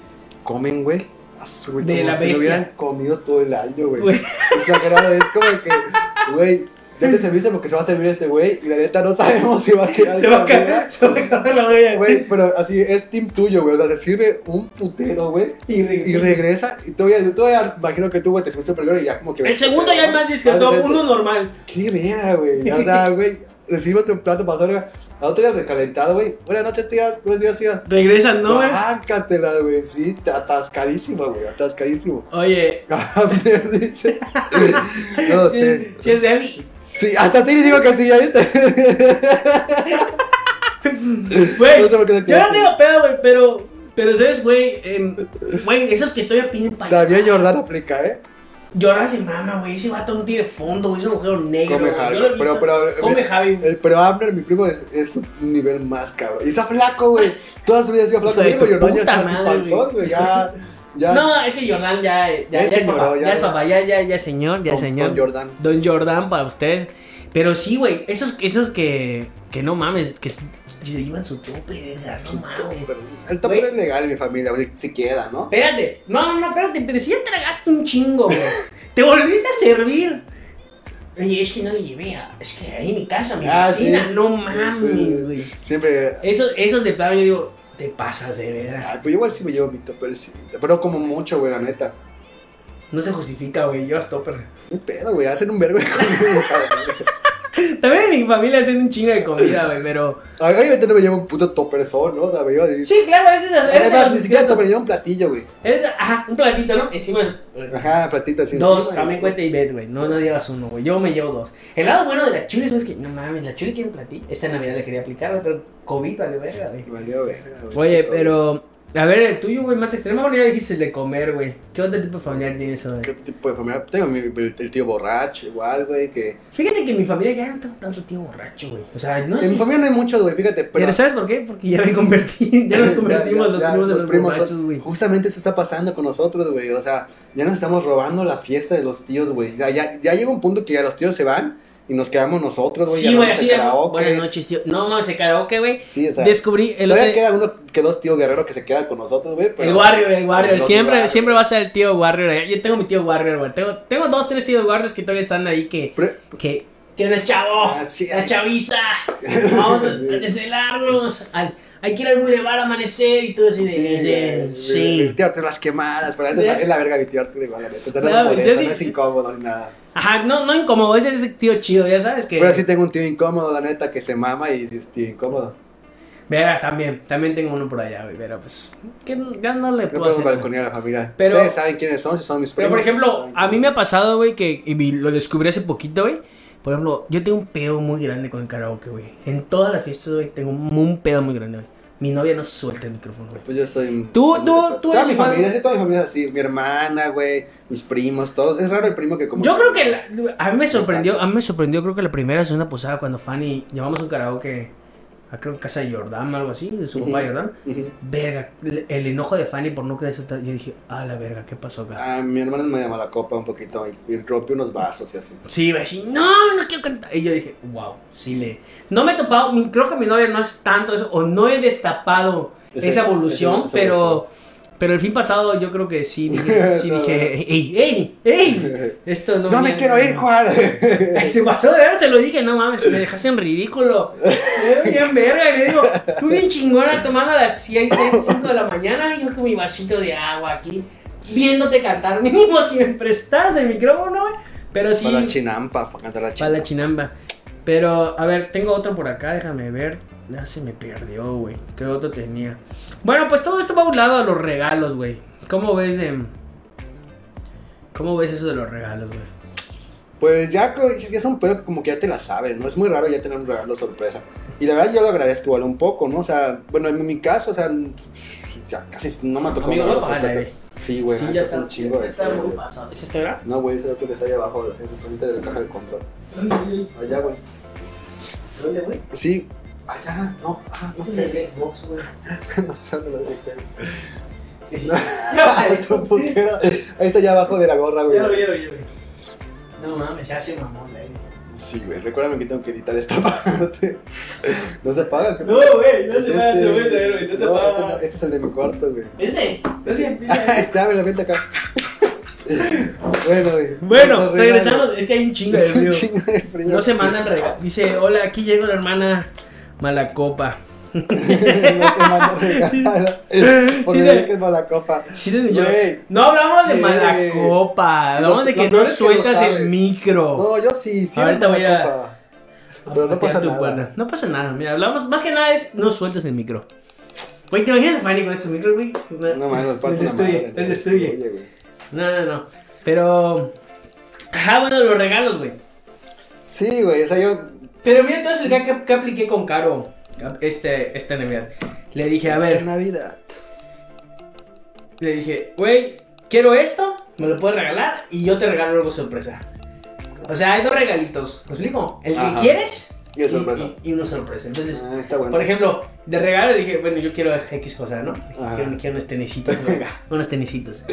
Speaker 2: comen, güey. azul,
Speaker 1: De
Speaker 2: como
Speaker 1: la
Speaker 2: si lo
Speaker 1: bestia.
Speaker 2: hubieran comido todo el año, güey.
Speaker 1: Güey.
Speaker 2: Exagerado, es como que, güey,
Speaker 1: *laughs*
Speaker 2: ya te serviste porque se va a servir este güey y la neta no sabemos si va a quedar.
Speaker 1: *laughs* Se va a
Speaker 2: comida.
Speaker 1: caer, se va a caer la olla.
Speaker 2: Güey, pero así es team tuyo, güey. O sea, se sirve un putero, güey.
Speaker 1: Y,
Speaker 2: Y regresa. Y todavía, yo todavía imagino que tú, güey, te subiste primero y ya como que.
Speaker 1: El segundo ya es más discreto,
Speaker 2: Más
Speaker 1: uno normal.
Speaker 2: Qué verga, güey. O
Speaker 1: *laughs*
Speaker 2: sea, güey, le sirvo tu plato para hacer la otra ya recalentado, güey. Buenas noches, tía. Buenos días, tía.
Speaker 1: Regresan, ¿no, güey?
Speaker 2: Bácatela, güey. Sí, te- atascadísima, güey. Atascadísimo. *laughs*
Speaker 1: Oye,
Speaker 2: Ah, mierda,
Speaker 1: *laughs*
Speaker 2: dice. No lo sé.
Speaker 1: si es él.
Speaker 2: Sí, hasta Siri digo que sí, ya viste.
Speaker 1: Güey,
Speaker 2: *laughs* No sé por qué te
Speaker 1: yo no
Speaker 2: quedaste.
Speaker 1: tengo pedo, güey, pero, pero ¿sabes, güey? Em, Güey, esos que todavía piden para
Speaker 2: También Jordán aplica, ¿eh?
Speaker 1: Lloran sin mama, güey. Ese vato no tiene fondo, güey. Es un agujero negro.
Speaker 2: Come
Speaker 1: güey, yo
Speaker 2: Javi.
Speaker 1: lo he visto.
Speaker 2: Pero, pero.
Speaker 1: Come Javi. güey.
Speaker 2: eh, Pero Abner, mi primo, es, es un nivel más cabrón. Y está flaco, güey. Toda su vida ha sido flaco.
Speaker 1: Hijo de
Speaker 2: Mi primo
Speaker 1: tu
Speaker 2: Jordán ya
Speaker 1: puta
Speaker 2: está así
Speaker 1: madre,
Speaker 2: panzón, güey. Ya. Ya.
Speaker 1: No, es que Jordan ya, ya,
Speaker 2: Ya
Speaker 1: ya, es
Speaker 2: señoró,
Speaker 1: papá,
Speaker 2: ya-
Speaker 1: ya, es papá, ya, ya, ya es señor, ya es
Speaker 2: Don-
Speaker 1: señor.
Speaker 2: Don Jordán.
Speaker 1: Don Jordán para usted. Pero sí, güey, esos, esos que, que no mames, que se llevan su tope, verga, no mames.
Speaker 2: Pero El tope
Speaker 1: Güey.
Speaker 2: es legal en mi familia, güey, si queda, ¿no?
Speaker 1: Espérate, no, no, no, espérate, pero si ya tragaste un chingo, güey. Te volviste a servir. Oye, es que no le llevé a, es que ahí en mi casa, mi
Speaker 2: Ah,
Speaker 1: vecina,
Speaker 2: sí.
Speaker 1: no mames, güey.
Speaker 2: Siempre.
Speaker 1: Esos, esos de plano yo digo, te pasas de verdad.
Speaker 2: Ay, pues igual sí me llevo mi topper, sí. Pero como mucho, güey, la neta.
Speaker 1: No se justifica, güey, llevas topper.
Speaker 2: Un pedo, güey, *laughs* hacen un vergo de comida.
Speaker 1: También en mi familia hacen un chingo de comida, güey, pero...
Speaker 2: Ay, Obviamente no me llevo un puto topper solo, ¿no? O sea, me llevo. así-
Speaker 1: Sí, claro, a veces. a veces-
Speaker 2: Además, ni siquiera topper, llevo un platillo, güey.
Speaker 1: es- ajá, un platito, ¿no? Encima.
Speaker 2: Ajá, platito así.
Speaker 1: Dos,
Speaker 2: encima,
Speaker 1: también
Speaker 2: güey.
Speaker 1: cuenta y bet, güey. No, no llevas uno, güey. Yo me llevo dos. El lado bueno de la chuli es que, no mames, la chuli quiere un platillo. Esta Navidad le quería aplicar, güey, pero COVID vale verga, güey.
Speaker 2: Valió verga, güey,
Speaker 1: Oye,
Speaker 2: chico,
Speaker 1: pero. A ver, el tuyo, güey, más extremo. Bueno, ya dijiste el de comer, güey. ¿Qué otro tipo de familiar tienes, güey?
Speaker 2: güey. ¿Qué otro tipo de familia? Tengo mi, el, el tío borracho, igual, güey, que.
Speaker 1: Fíjate que en mi familia ya no tengo tanto tío borracho, güey. O sea, no
Speaker 2: en mi
Speaker 1: sé.
Speaker 2: familia no hay muchos, güey, fíjate, pero.
Speaker 1: Pero ¿sabes por qué? Porque ya me
Speaker 2: *laughs*
Speaker 1: convertí, ya nos convertimos
Speaker 2: Ya,
Speaker 1: los
Speaker 2: ya,
Speaker 1: primos de
Speaker 2: los
Speaker 1: los
Speaker 2: primos
Speaker 1: borrachos,
Speaker 2: son-
Speaker 1: güey.
Speaker 2: Justamente eso está pasando con nosotros, güey. O sea, ya nos estamos robando la fiesta de los tíos, güey. Ya, ya, ya llega un punto que ya los tíos se van y nos quedamos nosotros, güey.
Speaker 1: Sí,
Speaker 2: ya
Speaker 1: güey,
Speaker 2: vamos
Speaker 1: así
Speaker 2: al
Speaker 1: de-
Speaker 2: karaoke.
Speaker 1: Buenas noches, tío. No mames, el karaoke, güey.
Speaker 2: Sí, o sea,
Speaker 1: Descubrí el otro
Speaker 2: todavía
Speaker 1: día-
Speaker 2: queda uno que dos tíos guerreros que se quedan con nosotros, güey. pero-
Speaker 1: el Warrior, el Warrior.
Speaker 2: Los
Speaker 1: Siempre,
Speaker 2: Warriors.
Speaker 1: siempre va a ser el tío Warrior. Yo tengo mi tío Warrior, güey. Tengo, tengo dos, tres tíos Warriors que todavía están ahí que.
Speaker 2: Pero-
Speaker 1: que ¿Qué onda, chavo?
Speaker 2: Ah, sí,
Speaker 1: Oh, la
Speaker 2: ay.
Speaker 1: chaviza. Vamos a
Speaker 2: *laughs* Sí.
Speaker 1: a desvelarnos. Al- hay que ir al bulevar a amanecer y todo así de.
Speaker 2: Sí, güey,
Speaker 1: Sí.
Speaker 2: sí. El tío Arturo, las quemadas, pero antes
Speaker 1: Ya.
Speaker 2: también la verga mi tío Arturo igual, la neta, no,
Speaker 1: Claro,
Speaker 2: me
Speaker 1: güey,
Speaker 2: molesta,
Speaker 1: yo sí-
Speaker 2: no es incómodo ni nada.
Speaker 1: Ajá, no, no incómodo. Ese es el tío chido, ya sabes que.
Speaker 2: Pero sí tengo un tío incómodo, la neta, que se mama y sí es tío incómodo.
Speaker 1: Verá, también. También tengo uno por allá, güey. Pero pues. Que, ya no le
Speaker 2: No
Speaker 1: puedo
Speaker 2: podemos
Speaker 1: hacer. güey.
Speaker 2: balconear a la familia.
Speaker 1: Pero-
Speaker 2: Ustedes saben quiénes son, si son mis
Speaker 1: Pero
Speaker 2: primos.
Speaker 1: por ejemplo,
Speaker 2: saben
Speaker 1: a mí
Speaker 2: quiénes
Speaker 1: me ha pasado, güey, que y vi- lo descubrí hace poquito, güey. Por ejemplo, yo tengo un pedo muy grande con el karaoke, güey. En todas las fiestas, güey, tengo un un pedo muy grande, güey. Mi novia no suelta el micrófono, güey.
Speaker 2: Pues yo soy.
Speaker 1: Tú-
Speaker 2: soy
Speaker 1: tú-
Speaker 2: muy separado.
Speaker 1: tú
Speaker 2: Toda
Speaker 1: eres
Speaker 2: mi
Speaker 1: igual.
Speaker 2: familia, sí, toda mi familia es así. Mi hermana, güey, mis primos, todos. Es raro el primo que como.
Speaker 1: Yo creo que la- a mí me sorprendió, a mí me sorprendió creo que la primera o segunda posada cuando Fanny llevamos un karaoke a creo en casa de Jordán o algo así, de su
Speaker 2: Ujú.
Speaker 1: papá Jordán.
Speaker 2: Ujú.
Speaker 1: Verga, le- el enojo de Fanny por no querer soltar, yo dije, ah la verga, ¿qué pasó acá?
Speaker 2: Ah, mi hermana me llama la copa un poquito y, y rompe unos vasos y así.
Speaker 1: Sí, iba a decir, no, no quiero cantar. Y yo dije, wow, sí le. No me he topado, mi- creo que mi novia no es tanto eso, o no he destapado
Speaker 2: Ese-
Speaker 1: esa evolución,
Speaker 2: esa- esa
Speaker 1: pero Pero el fin pasado yo creo que sí
Speaker 2: *laughs*
Speaker 1: dije, sí
Speaker 2: No.
Speaker 1: dije ¡Ey, ey, ey! Esto no,
Speaker 2: *laughs* No me quiero ir, Juan.
Speaker 1: *laughs* Ay, Se pasó de ver, se lo dije, no mames, me dejaste en ridículo. Me veo bien verga, y le digo, tú bien chingona tomando a las 6, 5 de la mañana y yo con mi vasito de agua aquí, viéndote cantar. Mínimo si me prestas el micrófono, güey. Pero sí,
Speaker 2: Para la chinampa, para cantar la
Speaker 1: para la
Speaker 2: chinampa.
Speaker 1: chinamba. Pero, a ver, tengo otro por acá, déjame ver. Ya se me perdió, güey. ¿Qué otro tenía? Bueno, pues todo esto va a un lado a los regalos, güey. ¿Cómo ves, em, ¿Cómo ves eso de los regalos, güey?
Speaker 2: Pues ya co- es es un pedo que como que ya te la sabes, ¿no? Es muy raro ya tener un regalo sorpresa. Y la verdad yo lo agradezco igual un poco, ¿no? O sea, bueno, en mi caso, o sea, ya casi no me tocó
Speaker 1: Amigo,
Speaker 2: regalos
Speaker 1: no vale,
Speaker 2: sorpresas. Sí, güey,
Speaker 1: Sí,
Speaker 2: neta,
Speaker 1: ya
Speaker 2: es
Speaker 1: está.
Speaker 2: un chingo de...
Speaker 1: está muy pasado. ¿Es este, verdad?
Speaker 2: No, güey, ese otro que está ahí abajo, enfrente de la caja de control. Allá, güey.
Speaker 1: ¿Dónde, güey?
Speaker 2: Sí. Allá, no, ah, no sé.
Speaker 1: El Xbox, *laughs* güey.
Speaker 2: *laughs* no sé dónde lo dejé.
Speaker 1: *laughs* No,
Speaker 2: Otro putero. Ahí está allá abajo de la gorra,
Speaker 1: Ya lo vi,
Speaker 2: güey.
Speaker 1: ya lo vi, ya lo vi. No mames, ya se mamón, güey.
Speaker 2: Sí, güey, recuérdame que tengo que editar esta *laughs* parte. No se apaga, ¿qué
Speaker 1: No,
Speaker 2: pedo?
Speaker 1: güey, no se
Speaker 2: Es
Speaker 1: va, te
Speaker 2: ese,
Speaker 1: lo voy a traer, güey, no se
Speaker 2: No,
Speaker 1: va.
Speaker 2: ese eh, no, Este es el de mi
Speaker 1: *laughs*
Speaker 2: cuarto, güey.
Speaker 1: ¿Este? No se empieza.
Speaker 2: *laughs* Dame, vente acá. bueno, güey.
Speaker 1: Bueno,
Speaker 2: Nos regalan.
Speaker 1: regresamos. Es que hay un chingo de
Speaker 2: Es *laughs* un
Speaker 1: frío.
Speaker 2: chingo de frío. *laughs*
Speaker 1: No se mandan regalos. Dice, hola, aquí llegó la hermana Malacopa.
Speaker 2: no se
Speaker 1: *laughs*
Speaker 2: manda *laughs* regalo. Por
Speaker 1: Sí,
Speaker 2: decir
Speaker 1: de-
Speaker 2: que es mala copa.
Speaker 1: Sí, desde yo-
Speaker 2: Güey.
Speaker 1: No hablamos de
Speaker 2: Sí, güey.
Speaker 1: Malacopa. Hablamos
Speaker 2: Los-
Speaker 1: de
Speaker 2: lo
Speaker 1: que no
Speaker 2: peor es que lo
Speaker 1: sueltas el
Speaker 2: sabes.
Speaker 1: micro.
Speaker 2: No, yo sí, sí
Speaker 1: Oh. Ahorita
Speaker 2: era
Speaker 1: voy a-
Speaker 2: mala copa. Pero no pasa
Speaker 1: Patea tu
Speaker 2: nada.
Speaker 1: cuerda. No pasa nada. Mira, hablamos más que nada es no sueltes el micro. Güey, ¿te imaginas a Fanny con este micro, güey?
Speaker 2: No mames, parte
Speaker 1: Les destruye,
Speaker 2: la madre,
Speaker 1: les
Speaker 2: les
Speaker 1: destruye.
Speaker 2: destruye, güey.
Speaker 1: No, no, no. Pero. Ajá, bueno, los regalos, güey.
Speaker 2: Sí, güey, o sea, yo.
Speaker 1: Pero mira, te voy a explicar qué, qué apliqué con Caro este, esta Navidad. Le dije, a
Speaker 2: Esta
Speaker 1: ver,
Speaker 2: Navidad.
Speaker 1: le dije, güey, quiero esto, me lo puedes regalar y yo te regalo algo sorpresa. O sea, hay dos regalitos. ¿Me explico? El que
Speaker 2: Ajá.
Speaker 1: quieres
Speaker 2: Y el sorpresa.
Speaker 1: y, y una sorpresa. Entonces,
Speaker 2: Ah, está bueno.
Speaker 1: Por ejemplo, de regalo dije, bueno, yo quiero X cosa, ¿no?
Speaker 2: Ajá.
Speaker 1: Quiero, quiero unos tenisitos,
Speaker 2: *laughs*
Speaker 1: ¿no? Acá, unos tenisitos.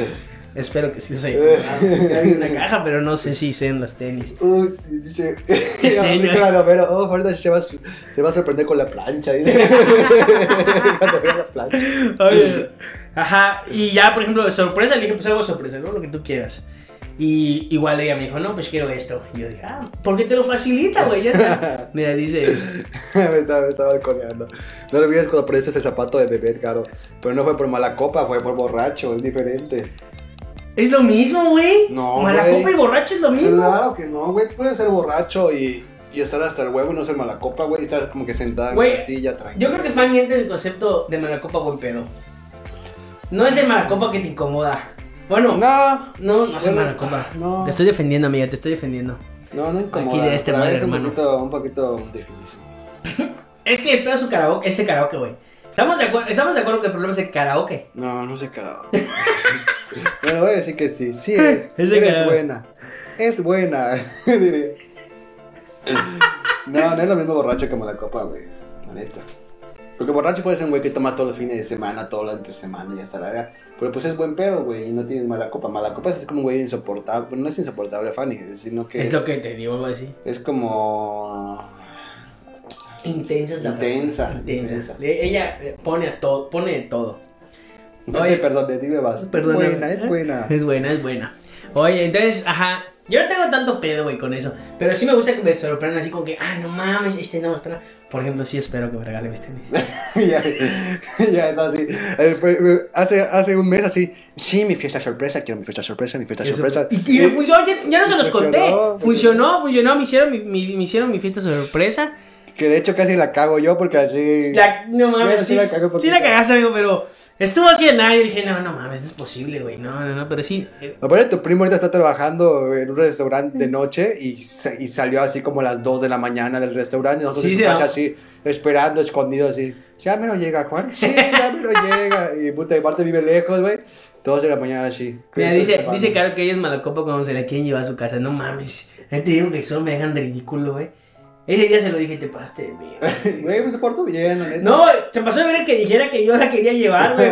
Speaker 1: Espero que sí los haya
Speaker 2: Eh.
Speaker 1: encontrado. Hay una caja, pero no sé si sean los tenis.
Speaker 2: Uy, dice. *laughs*
Speaker 1: Este, no.
Speaker 2: Claro, pero oh, ahorita se va, a su- se va a sorprender con la plancha. Dice.
Speaker 1: *laughs*
Speaker 2: Cuando vea la plancha. *laughs*
Speaker 1: Oye, Ajá, y ya, por ejemplo, de sorpresa, le dije, pues algo sorpresa, ¿no? Lo que tú quieras. Y igual ella me dijo, no, pues quiero esto. Y yo dije, ah, ¿por qué te lo facilita, güey? Ya
Speaker 2: *laughs*
Speaker 1: está. Mira, dice,
Speaker 2: me, estaba, me estaba balconeando. No lo olvides cuando perdiste ese zapato de bebé, caro. Pero no fue por mala copa, fue por borracho, es diferente.
Speaker 1: es lo mismo, güey.
Speaker 2: No,
Speaker 1: Malacopa
Speaker 2: güey.
Speaker 1: y borracho es lo mismo.
Speaker 2: Claro que no, güey. Puedes ser borracho y, y estar hasta el huevo y no ser mala copa, güey. Y estar como que sentado en
Speaker 1: Güey,
Speaker 2: una silla tranquila.
Speaker 1: Yo creo que Fanny entra en el concepto de malacopa buen pedo. No es el malacopa que te incomoda. Bueno, no,
Speaker 2: No,
Speaker 1: no, es el
Speaker 2: Bueno,
Speaker 1: malacopa.
Speaker 2: no.
Speaker 1: Te estoy defendiendo, amiga, te estoy defendiendo.
Speaker 2: no, no incomoda.
Speaker 1: Aquí de este
Speaker 2: pero
Speaker 1: madre,
Speaker 2: es un
Speaker 1: hermano.
Speaker 2: poquito, un poquito difícil.
Speaker 1: Es que el pedo es su karaoke, ese karaoke, güey. Estamos de, acuerdo, estamos de acuerdo que el problema es el karaoke.
Speaker 2: No, no sé, carajo. *laughs* bueno, voy a decir que sí,
Speaker 1: *laughs*
Speaker 2: sí es.
Speaker 1: Es de
Speaker 2: eres
Speaker 1: carajo.
Speaker 2: buena. Es buena, *laughs* diré. No, no es lo mismo borracho que mala copa, güey. La neta. Porque borracho puede ser un güey que toma todos los fines de semana, todo la antes semana y hasta la verga. Pero pues es buen pedo, güey, y no tienes mala copa. Mala copa es como un güey insoportable. Bueno, no es insoportable, Fanny, sino que
Speaker 1: Es lo que te digo, algo así.
Speaker 2: es como.
Speaker 1: Intensa es la
Speaker 2: Intensa,
Speaker 1: palabra. Intensa.
Speaker 2: intensa.
Speaker 1: Le- Ella eh, pone a todo, pone de todo.
Speaker 2: No
Speaker 1: Oye.
Speaker 2: te perdoné, dime vas.
Speaker 1: Perdóname.
Speaker 2: Ah, Es buena, es buena.
Speaker 1: *laughs* Es buena, es buena. Oye, entonces, ajá. Yo no tengo tanto pedo, güey, con eso. Pero sí me gusta que me sorprendan así como que, ah, no mames, este no, este no. Por ejemplo, sí espero que me regalen mis
Speaker 2: *laughs*
Speaker 1: tenis.
Speaker 2: ya, ya está así. Eh, fue- Hace, hace un mes así. Sí, mi fiesta sorpresa, quiero mi fiesta sorpresa, mi fiesta sorpresa. Eh,
Speaker 1: Y, y me funcionó, ya, ya no se los conté.
Speaker 2: Funcionó,
Speaker 1: Funcionó, funcionó, me hicieron mi, mi- me hicieron mi fiesta sorpresa.
Speaker 2: Que de hecho casi la cago yo porque así.
Speaker 1: La- no mames,
Speaker 2: Bueno,
Speaker 1: sí,
Speaker 2: sí la cagué un
Speaker 1: sí la
Speaker 2: poquito.
Speaker 1: cagaste, amigo, pero estuvo así de nadie. Dije, no, no mames, no es posible, güey. No, no, no, pero sí. eh,
Speaker 2: Aparte, tu primo ahorita está trabajando en un restaurante de noche y, sa- y salió así como a las 2 de la mañana del restaurante. Y nosotros
Speaker 1: Sí,
Speaker 2: en su
Speaker 1: sí,
Speaker 2: casa
Speaker 1: ¿no?
Speaker 2: así, esperando, escondidos, así. Ya me lo llega, Juan. Sí, ya me lo llega. Y puta, y aparte vive lejos, güey. 2 de la mañana así.
Speaker 1: Mira,
Speaker 2: Entonces,
Speaker 1: dice,
Speaker 2: van.
Speaker 1: dice Caro que ella es malacopa cuando se la quieren llevar a su casa. No mames. Ya te digo que eso me dejan ridículo, güey. Ese día se lo dije, te pasaste de mierda. *laughs*
Speaker 2: *laughs* Güey, me soporto pues, bien, la neta.
Speaker 1: No, te pasó de ver que dijera que yo la quería llevar, güey.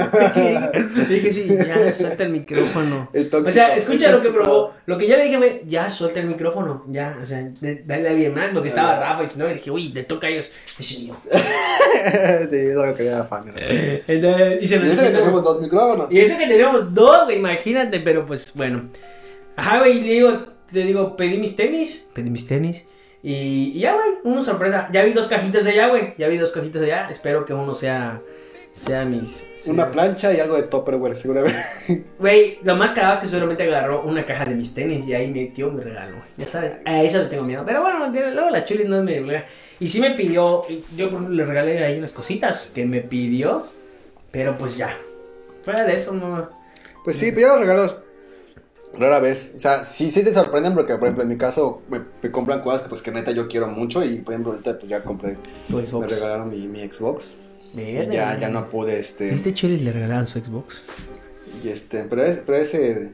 Speaker 1: *laughs* dije, sí, ya suelta el micrófono.
Speaker 2: El tóxico,
Speaker 1: O sea,
Speaker 2: el
Speaker 1: escucha *laughs* lo que
Speaker 2: tóxico.
Speaker 1: probó. Lo que yo le dije, güey, ya suelta el micrófono. Ya, o sea, de- dale a alguien más. Porque estaba
Speaker 2: Ah.
Speaker 1: Rafa y no, le dije, uy, le toca a ellos. Ese mío.
Speaker 2: *laughs* sí, es lo que quería la familia.
Speaker 1: *laughs* Entonces, y se lo
Speaker 2: Y
Speaker 1: dije,
Speaker 2: eso que
Speaker 1: Eh, no.
Speaker 2: tenemos dos micrófonos.
Speaker 1: Y eso que tenemos dos, güey, imagínate, pero pues bueno. Ajá, güey, y le digo, te digo, pedí mis tenis. Pedí mis tenis. Y, y ya, güey, una sorpresa. Ya vi dos cajitas allá, güey. Ya vi dos cajitas allá. Espero que uno sea. Sea mis. sea-
Speaker 2: Una plancha y algo de topperware, seguramente.
Speaker 1: Güey, lo más cagado es que seguramente agarró una caja de mis tenis y ahí metió mi regalo, güey. Ya sabes, a eso le tengo miedo. Pero bueno, de- luego la chuli no me regala. Y sí me pidió, yo por ejemplo, le regalé ahí unas cositas que me pidió, pero pues ya. Fuera de eso, no.
Speaker 2: Pues sí, pero yo los regalos rara vez. O sea, sí, sí te sorprenden porque, por ejemplo, en mi caso me, me compran cosas que, pues, que neta yo quiero mucho y, por ejemplo, ahorita pues, ya compré,
Speaker 1: Tu
Speaker 2: me
Speaker 1: Xbox.
Speaker 2: regalaron mi, mi Xbox.
Speaker 1: Verga.
Speaker 2: Ya, ya no pude, este,
Speaker 1: ¿Este Chuli le regalaron su Xbox?
Speaker 2: y este, pero es, pero es el,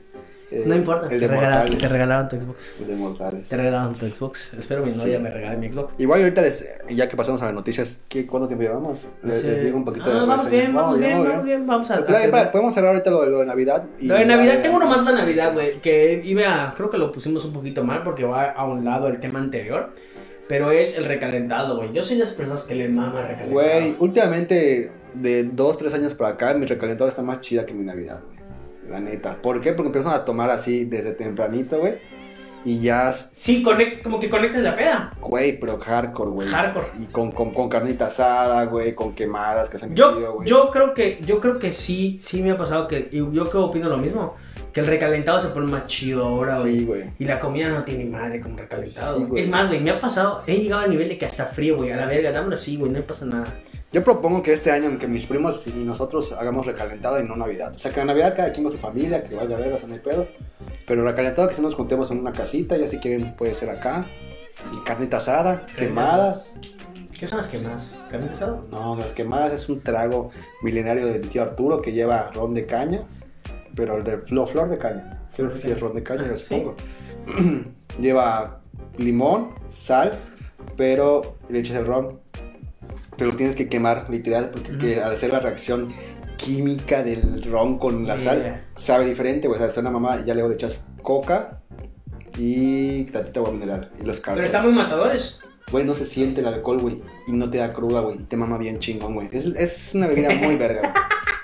Speaker 2: eh,
Speaker 1: no importa,
Speaker 2: el
Speaker 1: te,
Speaker 2: de
Speaker 1: regala-
Speaker 2: Mortales.
Speaker 1: te regalaron tu Xbox.
Speaker 2: El de Mortales.
Speaker 1: Te regalaron tu Xbox. Espero mi
Speaker 2: Sí.
Speaker 1: novia me regale mi Xbox.
Speaker 2: Igual ahorita les, ya que pasamos a las noticias, ¿qué, ¿cuánto tiempo llevamos? Les,
Speaker 1: Sí.
Speaker 2: les digo un poquito
Speaker 1: Ah,
Speaker 2: de
Speaker 1: Vamos
Speaker 2: reseña.
Speaker 1: bien, vamos bien, vamos bien. Vamos a.
Speaker 2: Espera, espera, podemos cerrar ahorita lo, de- lo de Navidad. y
Speaker 1: Lo de
Speaker 2: ya
Speaker 1: Navidad,
Speaker 2: de-
Speaker 1: tengo uno más de Navidad, güey, que iba, a- creo que lo pusimos un poquito mal porque va a un lado el tema anterior, pero es el recalentado, güey. Yo soy de las personas que le mama el recalentado.
Speaker 2: Güey, últimamente, de dos, tres años para acá, mi recalentado está más chida que mi Navidad, güey. La neta. ¿Por qué? Porque empiezan a tomar así desde tempranito, güey. Y ya,
Speaker 1: Sí, conect- como que conectas la peda.
Speaker 2: güey, pero hardcore, güey.
Speaker 1: Hardcore.
Speaker 2: Y con, con, con carnita asada, güey, con quemadas que se me
Speaker 1: Yo, yo creo que, yo creo que sí, sí me ha pasado que, y yo que opino lo mismo, que el recalentado se pone más chido ahora, güey.
Speaker 2: Sí, güey.
Speaker 1: Y la comida no tiene madre como recalentado.
Speaker 2: Sí,
Speaker 1: güey.
Speaker 2: güey.
Speaker 1: es más, güey, me ha pasado, he llegado al nivel de que hasta frío, güey, a la verga, dámelo así, güey, no me pasa nada.
Speaker 2: Yo propongo que este año, aunque mis primos y nosotros hagamos recalentado y no Navidad. O sea, que la Navidad cada quien con su familia, que vaya a ver, o sea, no hay pedo. Pero recalentado que si nos juntemos en una casita, ya si quieren puede ser acá. Y carnita asada, quemadas.
Speaker 1: ¿Qué son las que más? ¿Carne asada?
Speaker 2: No, las quemadas es un trago milenario de mi tío Arturo que lleva ron de caña, pero el de flo- flor de caña. Creo que sí es ron de caña, yo
Speaker 1: Sí.
Speaker 2: supongo. *clears throat* lleva limón, sal, pero le echas el ron. Te lo tienes que quemar, literal, porque
Speaker 1: Ujú.
Speaker 2: que al hacer la reacción química del ron con la sal,
Speaker 1: Yeah.
Speaker 2: sabe diferente. güey, O sea, suena mamá, ya luego le echas coca y tantita agua mineral y los
Speaker 1: Pero
Speaker 2: cartas.
Speaker 1: están muy matadores.
Speaker 2: Güey, no se siente el alcohol, güey. Y no te da cruda, güey. Y te mama bien chingón, güey. Es, es una bebida muy verga, güey.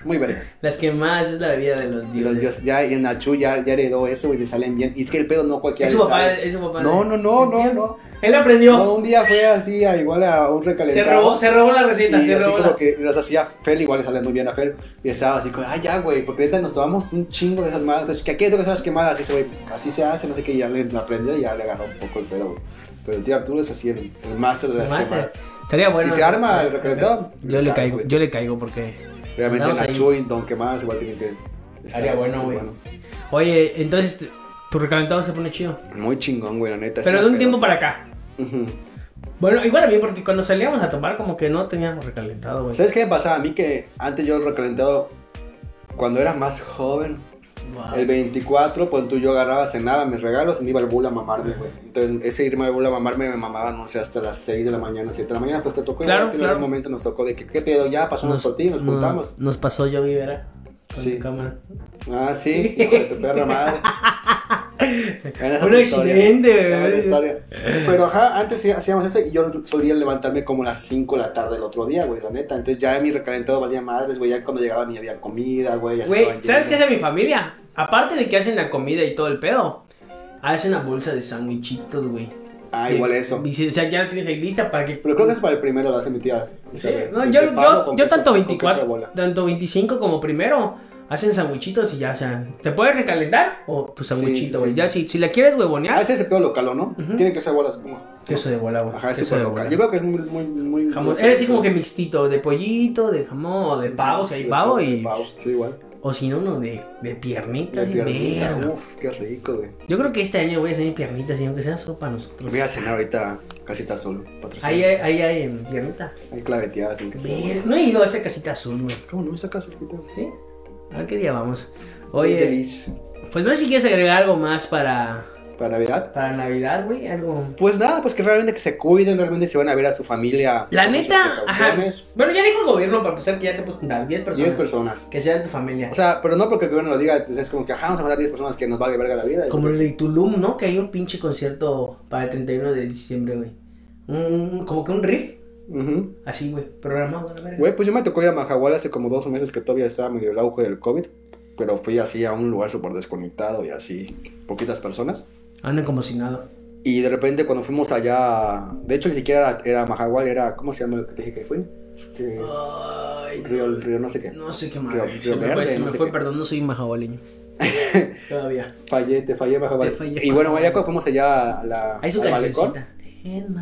Speaker 2: Muy verga.
Speaker 1: Las que más es la bebida de los
Speaker 2: Y
Speaker 1: dioses.
Speaker 2: los dios, ya y en Nachu ya, ya heredó eso, güey. Le salen bien. Y es que el pedo no cualquiera
Speaker 1: Es su
Speaker 2: le
Speaker 1: papá,
Speaker 2: sale.
Speaker 1: es su papá.
Speaker 2: No, no, no, no,
Speaker 1: ¿Entiendes?
Speaker 2: no.
Speaker 1: Él aprendió.
Speaker 2: No, un día fue así, a, igual a un
Speaker 1: se
Speaker 2: recalentado.
Speaker 1: robó, se robó la
Speaker 2: Y
Speaker 1: receta,
Speaker 2: así
Speaker 1: se robó
Speaker 2: como
Speaker 1: la...
Speaker 2: que las hacía Fel, igual le salía muy bien a Fel. Y estaba así como, ah, ya, güey, porque neta nos tomamos un chingo de esas malas. Entonces, que aquí le toca hacer las quemadas. Y ese güey, "Pues, así se hace, no sé qué, y ya le la aprendió y ya le agarró un poco el pedo, güey. Pero el tío Arturo es así, el, el máster de las
Speaker 1: Máster.
Speaker 2: quemadas.
Speaker 1: Estaría bueno.
Speaker 2: si se arma el recalentado,
Speaker 1: Yo le
Speaker 2: estás,
Speaker 1: caigo,
Speaker 2: güey.
Speaker 1: yo le caigo porque...
Speaker 2: Obviamente
Speaker 1: andamos
Speaker 2: Nacho y Don Quemadas igual tienen que. estar
Speaker 1: Estaría bueno,
Speaker 2: muy
Speaker 1: güey. Oye, entonces te- tu recalentado se pone chido.
Speaker 2: Muy chingón, güey, la neta. es
Speaker 1: Pero de
Speaker 2: una
Speaker 1: un
Speaker 2: pedo.
Speaker 1: tiempo para acá.
Speaker 2: Ujú.
Speaker 1: Bueno, igual a mí, porque cuando salíamos a tomar como que no teníamos recalentado, güey.
Speaker 2: ¿Sabes qué me pasaba? A mí que antes yo recalentado, cuando era más joven,
Speaker 1: Wow.
Speaker 2: El 24, pues tú yo agarraba, cenaba mis regalos y me iba al bula a mamarme, güey. Entonces, ese irme al bula a mamarme me mamaba, no sé, hasta las 6 de la mañana, 7 de la mañana, pues te tocó
Speaker 1: Claro,
Speaker 2: igual, en
Speaker 1: claro.
Speaker 2: algún momento nos tocó de que, ¿qué pedo? Ya pasamos por ti, nos
Speaker 1: no,
Speaker 2: juntamos.
Speaker 1: Nos pasó yo Vera. Con
Speaker 2: Sí.
Speaker 1: tu cámara.
Speaker 2: Ah, sí, hijo de tu perra madre. Bueno, esa
Speaker 1: Un
Speaker 2: es tu historia.
Speaker 1: accidente, güey.
Speaker 2: Ya, buena historia. Pero ajá, antes sí hacíamos eso y yo solía levantarme como a las 5 de la tarde el otro día, güey, la neta. Entonces ya mi recalentado valía madres, güey. Ya cuando llegaba ni había comida, güey. ya
Speaker 1: Güey,
Speaker 2: estaban
Speaker 1: ¿sabes qué es
Speaker 2: llenos.
Speaker 1: de mi familia? Aparte de que hacen la comida y todo el pedo, hacen una bolsa de sándwichitos, güey.
Speaker 2: Ah, igual eso.
Speaker 1: Y si- o sea, ya la tienes ahí lista para que.
Speaker 2: Pero creo que es para el primero, lo hace mi tía.
Speaker 1: Sí,
Speaker 2: Isabel.
Speaker 1: no,
Speaker 2: El
Speaker 1: yo,
Speaker 2: de pavo
Speaker 1: yo,
Speaker 2: con
Speaker 1: yo
Speaker 2: queso-
Speaker 1: tanto
Speaker 2: con queso de
Speaker 1: 24,
Speaker 2: bola.
Speaker 1: tanto 25 como primero, hacen sándwichitos y ya, o sea, ¿te puedes recalentar? O tu
Speaker 2: sí,
Speaker 1: sándwichito, güey.
Speaker 2: sí.
Speaker 1: Ya, si, si la quieres
Speaker 2: Ah,
Speaker 1: huevonear,
Speaker 2: ese es el pedo local, ¿no?
Speaker 1: Ujú.
Speaker 2: Tiene que ser bolas, supongo.
Speaker 1: queso de bola, güey.
Speaker 2: Ajá, ese es
Speaker 1: queso
Speaker 2: el
Speaker 1: de
Speaker 2: local.
Speaker 1: bola.
Speaker 2: Yo creo que es muy, muy, muy.
Speaker 1: Jamón.
Speaker 2: muy-
Speaker 1: Era así como que mixtito, de pollito, de jamón, o de pavo, si hay
Speaker 2: De
Speaker 1: pavo,
Speaker 2: si hay
Speaker 1: y.
Speaker 2: pavo, Sí, igual.
Speaker 1: O si no, uno de, de piernita,
Speaker 2: La
Speaker 1: de
Speaker 2: piernita, uh.
Speaker 1: verga.
Speaker 2: Uf, qué rico, güey.
Speaker 1: Yo creo que este año voy a hacer mi piernita, sino que sea sopa para nosotros.
Speaker 2: Voy a cenar pues, ahorita casita azul, patrocinado.
Speaker 1: Ahí hay, ahí hay em, piernita.
Speaker 2: Hay claveteada, tiene que ser.
Speaker 1: Ver- No he ido a esa casita azul, güey.
Speaker 2: ¿Cómo no me está casa, Pito?
Speaker 1: ¿Sí? A ver qué día vamos.
Speaker 2: Qué
Speaker 1: Oye,
Speaker 2: delish.
Speaker 1: pues no sé si quieres agregar algo más para.
Speaker 2: para Navidad.
Speaker 1: Para Navidad, güey, algo.
Speaker 2: Pues nada, pues que realmente que se cuiden, realmente se van a ver a su familia.
Speaker 1: La
Speaker 2: con sus
Speaker 1: neta, ajá.
Speaker 2: precauciones.
Speaker 1: Pero ya dijo el gobierno para empezar que ya te puedes juntar 10
Speaker 2: 10
Speaker 1: personas.
Speaker 2: personas.
Speaker 1: Que sean de tu familia.
Speaker 2: O sea, pero no porque el gobierno lo diga, pues, es como que ajá, vamos a matar 10 personas que nos vale verga la vida. y-
Speaker 1: Como el de Tulum, ¿no? Que hay un pinche concierto para el 31 de diciembre, güey. Un- como que un riff.
Speaker 2: Ujú.
Speaker 1: Así, güey. Programado, a la verga.
Speaker 2: Güey, pues yo me tocó ir a Mahahual hace como dos meses que todavía estaba medio el auge del COVID, pero fui así a un lugar súper desconectado y así, poquitas personas.
Speaker 1: Andan como si nada.
Speaker 2: Y de repente cuando fuimos allá, de hecho ni siquiera era, era Mahahual, era, ¿cómo se llama el que te dije que fue? Que es
Speaker 1: Ay,
Speaker 2: río,
Speaker 1: no.
Speaker 2: río no sé qué.
Speaker 1: No sé qué
Speaker 2: Río-
Speaker 1: madre.
Speaker 2: Río
Speaker 1: Se me
Speaker 2: Verde,
Speaker 1: fue, se
Speaker 2: no
Speaker 1: me
Speaker 2: sé
Speaker 1: fue,
Speaker 2: qué.
Speaker 1: perdón, no soy
Speaker 2: *laughs*
Speaker 1: majaboleño. Todavía.
Speaker 2: Fallé, te fallé Mahahual.
Speaker 1: Te fallé,
Speaker 2: y bueno,
Speaker 1: Mahahual.
Speaker 2: allá cuando fuimos allá a la,
Speaker 1: Hay su
Speaker 2: al malecón,
Speaker 1: cancioncita. En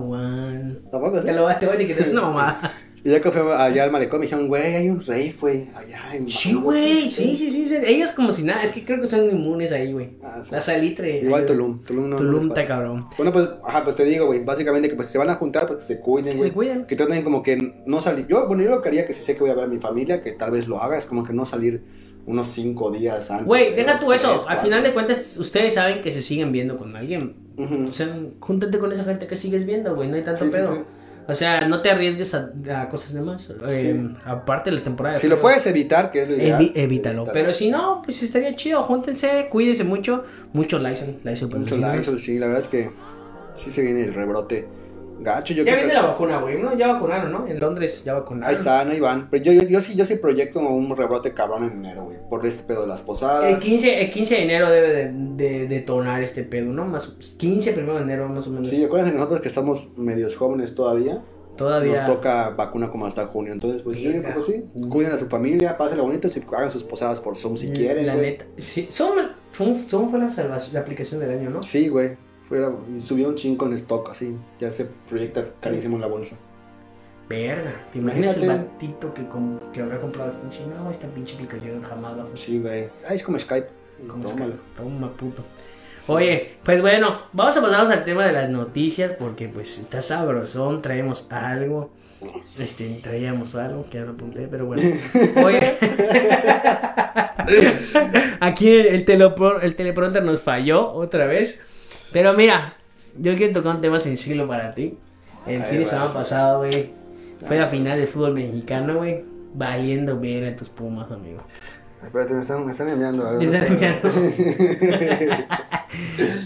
Speaker 1: Mahahual.
Speaker 2: tampoco
Speaker 1: Te lo voy a te voy a etiquetar, es una mamada.
Speaker 2: Y ya que fui allá al malecón me dijeron, güey, hay un rey, güey, allá en
Speaker 1: Sí,
Speaker 2: Mahahual".
Speaker 1: güey. Sí, sí, sí, sí. Ellos como si nada. Es que creo que son inmunes ahí, güey.
Speaker 2: Ah, sí.
Speaker 1: La salitre.
Speaker 2: Igual
Speaker 1: ahí,
Speaker 2: Tulum, Tulum no no les
Speaker 1: Tulum
Speaker 2: pasa.
Speaker 1: está cabrón.
Speaker 2: Bueno, pues, ajá, pues te digo, güey, básicamente que pues se van a juntar, pues que se cuiden,
Speaker 1: Se
Speaker 2: güey.
Speaker 1: cuidan.
Speaker 2: Que traten como que no salir. Yo, bueno, yo lo que haría que si sé que voy a ver a mi familia, que tal vez lo haga, es como que no salir unos cinco días antes.
Speaker 1: Güey,
Speaker 2: de-
Speaker 1: deja tú
Speaker 2: tres,
Speaker 1: eso. Al
Speaker 2: cuatro.
Speaker 1: final de cuentas, ustedes saben que se siguen viendo con alguien.
Speaker 2: Ujú.
Speaker 1: O sea, júntate con esa gente que sigues viendo, güey. No hay tanto
Speaker 2: Sí, sí,
Speaker 1: pedo.
Speaker 2: sí.
Speaker 1: O sea, no te arriesgues a, a cosas demás. Eh, aparte de la temporada. de
Speaker 2: Si lo
Speaker 1: frío.
Speaker 2: puedes evitar, que es lo ideal.
Speaker 1: Evi- evítalo. Pero si no, pues estaría chido. Júntense, cuídense mucho. Mucho Lyson. Lyson para
Speaker 2: Mucho
Speaker 1: los niños.
Speaker 2: Lysol, sí, la verdad es que sí se viene el rebrote. Gacho, yo
Speaker 1: Ya
Speaker 2: creo
Speaker 1: viene
Speaker 2: que.
Speaker 1: la vacuna, güey. ¿no? Ya vacunaron, ¿no? En Londres ya vacunaron.
Speaker 2: Ahí está, no Iván. Pero yo, yo, yo sí, yo sí proyecto un rebrote cabrón en enero, güey. Por este pedo de las
Speaker 1: El
Speaker 2: posadas.
Speaker 1: 15, el 15 de enero debe de, de detonar este pedo, ¿no? Más, 15 primero de enero, más o menos.
Speaker 2: Sí, acuérdense nosotros que estamos medios jóvenes todavía.
Speaker 1: Todavía.
Speaker 2: nos toca vacuna como hasta junio. Entonces, pues, yo digo que, pues, sí,
Speaker 1: Venga. Mm.
Speaker 2: cuiden a su familia, pásenlo bonito, si hagan sus posadas por Zoom pues, si quieren.
Speaker 1: La
Speaker 2: güey.
Speaker 1: neta. Sí, Zoom, Zoom- Zoom fue la salvación, la aplicación del año, ¿no?
Speaker 2: Sí, güey. Fuera- y subió un chingo en stock, así. Ya se proyecta carísimo en la bolsa.
Speaker 1: Verga. ¿Te imaginas el
Speaker 2: Imagínate.
Speaker 1: batito que, com- que habrá comprado esta pinche? No, esta pinche aplicación jamás va a funcionar.
Speaker 2: Sí, güey. Ah, es como Skype.
Speaker 1: Como es que-
Speaker 2: Tómala.
Speaker 1: Toma, puto.
Speaker 2: Sí.
Speaker 1: Oye, pues bueno, vamos a pasarnos al tema de las noticias porque pues está sabrosón, traemos algo. Este, traíamos algo, que ya lo apunté, pero
Speaker 2: *laughs*
Speaker 1: bueno. Oye. *laughs* Aquí el, el telopro- el teleprompter nos falló otra vez. Pero mira, yo quiero tocar un tema sencillo para ti. El
Speaker 2: Ahí Ah.
Speaker 1: fin de
Speaker 2: vas.
Speaker 1: semana pasado, güey. Fue la final del fútbol mexicano, güey. Valiendo ver a tus pumas, amigo.
Speaker 2: Espérate, me están, me están enviando.
Speaker 1: Me están
Speaker 2: *laughs*
Speaker 1: enviando.
Speaker 2: sí,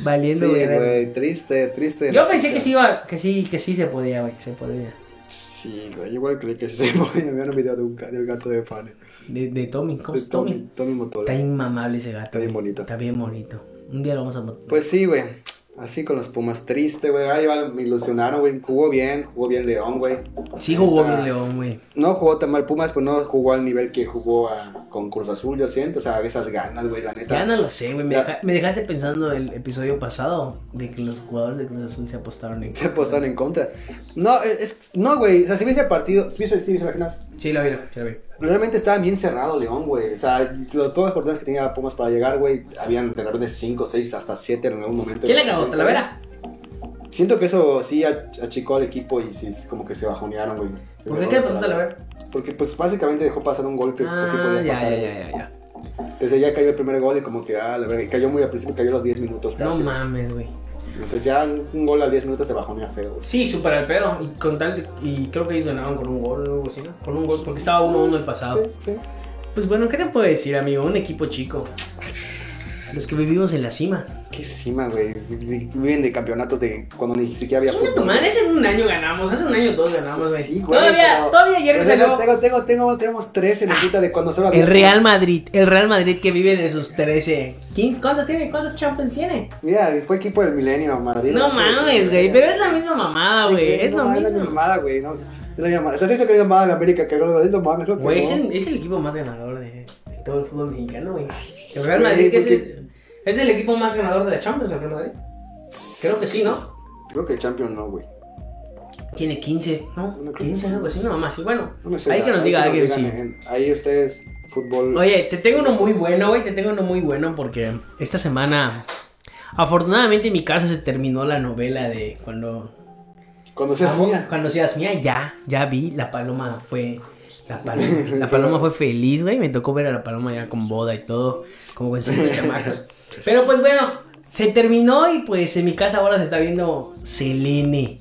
Speaker 1: Valiendo ver a-
Speaker 2: güey. Triste, triste.
Speaker 1: Yo
Speaker 2: noticia.
Speaker 1: pensé que sí iba, que sí, que sí se podía, güey, se podía.
Speaker 2: Sí, güey. Igual creí que sí se *laughs* movía. Vean un video de un, ga- del gato de Fanny.
Speaker 1: De, de Tommy, ¿cómo
Speaker 2: De
Speaker 1: es Tommy?
Speaker 2: Tommy, Tommy Motola.
Speaker 1: Está inmamable ese gato.
Speaker 2: Está bien
Speaker 1: güey.
Speaker 2: bonito.
Speaker 1: Está bien bonito. Un día lo vamos a matar.
Speaker 2: Pues sí, güey. Así con los Pumas triste, güey. Ahí va, me ilusionaron, güey. Jugó bien, jugó bien León, güey.
Speaker 1: sí jugó
Speaker 2: neta.
Speaker 1: bien León, güey.
Speaker 2: No jugó tan mal Pumas, pero no jugó al nivel que jugó a- con Cruz Azul, yo siento. O sea, esas ganas, güey, la
Speaker 1: Ya
Speaker 2: neta.
Speaker 1: no lo sé, güey. Me,
Speaker 2: Ya.
Speaker 1: deja- me dejaste pensando el episodio pasado de que los jugadores de Cruz Azul se apostaron en.
Speaker 2: *laughs* Se apostaron en contra. No, eh, es, no, güey. O sea, si viste el partido, si viste, si viste la final.
Speaker 1: Sí, lo vi, lo lo vi.
Speaker 2: Realmente estaba bien cerrado León, güey. O sea, los pocas oportunidades que tenía Pumas para llegar, güey, habían de repente 5, 6, hasta 7 en algún momento.
Speaker 1: ¿Quién le cagó? ¿Talavera?
Speaker 2: Siento que eso sí ach- achicó al equipo y sí, como que se bajonearon, güey.
Speaker 1: ¿Por qué te pasó Talavera?
Speaker 2: Porque pues básicamente dejó pasar un gol que, que sí
Speaker 1: Ah,
Speaker 2: podía
Speaker 1: ya,
Speaker 2: pasar.
Speaker 1: ya,
Speaker 2: güey.
Speaker 1: ya, ya, ya.
Speaker 2: Desde ya cayó el primer gol y como que, ah, la verdad, y cayó muy al principio, cayó a los 10 minutos
Speaker 1: No
Speaker 2: casi.
Speaker 1: mames, güey.
Speaker 2: Entonces ya un un gol a 10 minutos te bajonea feo, güey.
Speaker 1: Sí, super al pedo. Y con tal de- y creo que ellos ganaban con un gol o algo así, ¿no? Con un gol, porque estaba 1-1 el pasado.
Speaker 2: Sí, sí.
Speaker 1: Pues bueno, ¿qué te puedo decir, amigo? Un equipo chico. Los que vivimos en la cima.
Speaker 2: Qué cima, güey. Viven de campeonatos de cuando ni siquiera había
Speaker 1: Chinga tu
Speaker 2: fútbol.
Speaker 1: madre, hace un año ganamos, hace un año todos ganamos, güey.
Speaker 2: Sí, güey,
Speaker 1: todavía,
Speaker 2: pero- pues
Speaker 1: todavía ayer
Speaker 2: O
Speaker 1: me
Speaker 2: sea,
Speaker 1: salió Ah,
Speaker 2: Tengo, tengo, tengo, tenemos tres en la quita de cuando solo había.
Speaker 1: el Real Madrid, el Real Madrid que vive de sus 13, 15, ¿cuántos tiene? ¿Cuántos Champions tiene?
Speaker 2: Mira, fue equipo del milenio, Madrid.
Speaker 1: No mames, güey, pero es la misma mamada,
Speaker 2: pues, Sí,
Speaker 1: güey, es
Speaker 2: no
Speaker 1: lo
Speaker 2: mames, Es la
Speaker 1: mismo.
Speaker 2: mamada, güey. No, es la misma mamada. O sea, es lo que es la mamada de América, que no es lo mames, lo que
Speaker 1: Güey,
Speaker 2: no.
Speaker 1: es, el- es el equipo más ganador de, de todo el fútbol mexicano, güey. El Real
Speaker 2: güey,
Speaker 1: Madrid que es,
Speaker 2: porque-
Speaker 1: el, es el equipo más ganador de la Champions, el Real Madrid. Creo que sí, ¿no?
Speaker 2: Creo que Champions no, güey.
Speaker 1: Tiene 15, ¿no?
Speaker 2: No creo que
Speaker 1: 15,
Speaker 2: sí.
Speaker 1: algo así, no más. Y bueno,
Speaker 2: No me sé,
Speaker 1: ahí que nos diga alguien, sí.
Speaker 2: digan, eh, Ahí ustedes, fútbol.
Speaker 1: Oye, te tengo uno muy bueno, güey. Te tengo uno muy bueno porque esta semana, afortunadamente en mi casa se terminó la novela de cuando.
Speaker 2: Cuando seas mía.
Speaker 1: Cuando seas mía, ya, ya vi. La paloma fue.
Speaker 2: *laughs*
Speaker 1: La paloma, la paloma fue
Speaker 2: *laughs*
Speaker 1: feliz, güey. Me tocó ver a la paloma ya con boda y todo, como con cinco chamacos. Pero pues bueno, Se terminó y pues en mi casa ahora se está viendo Selene.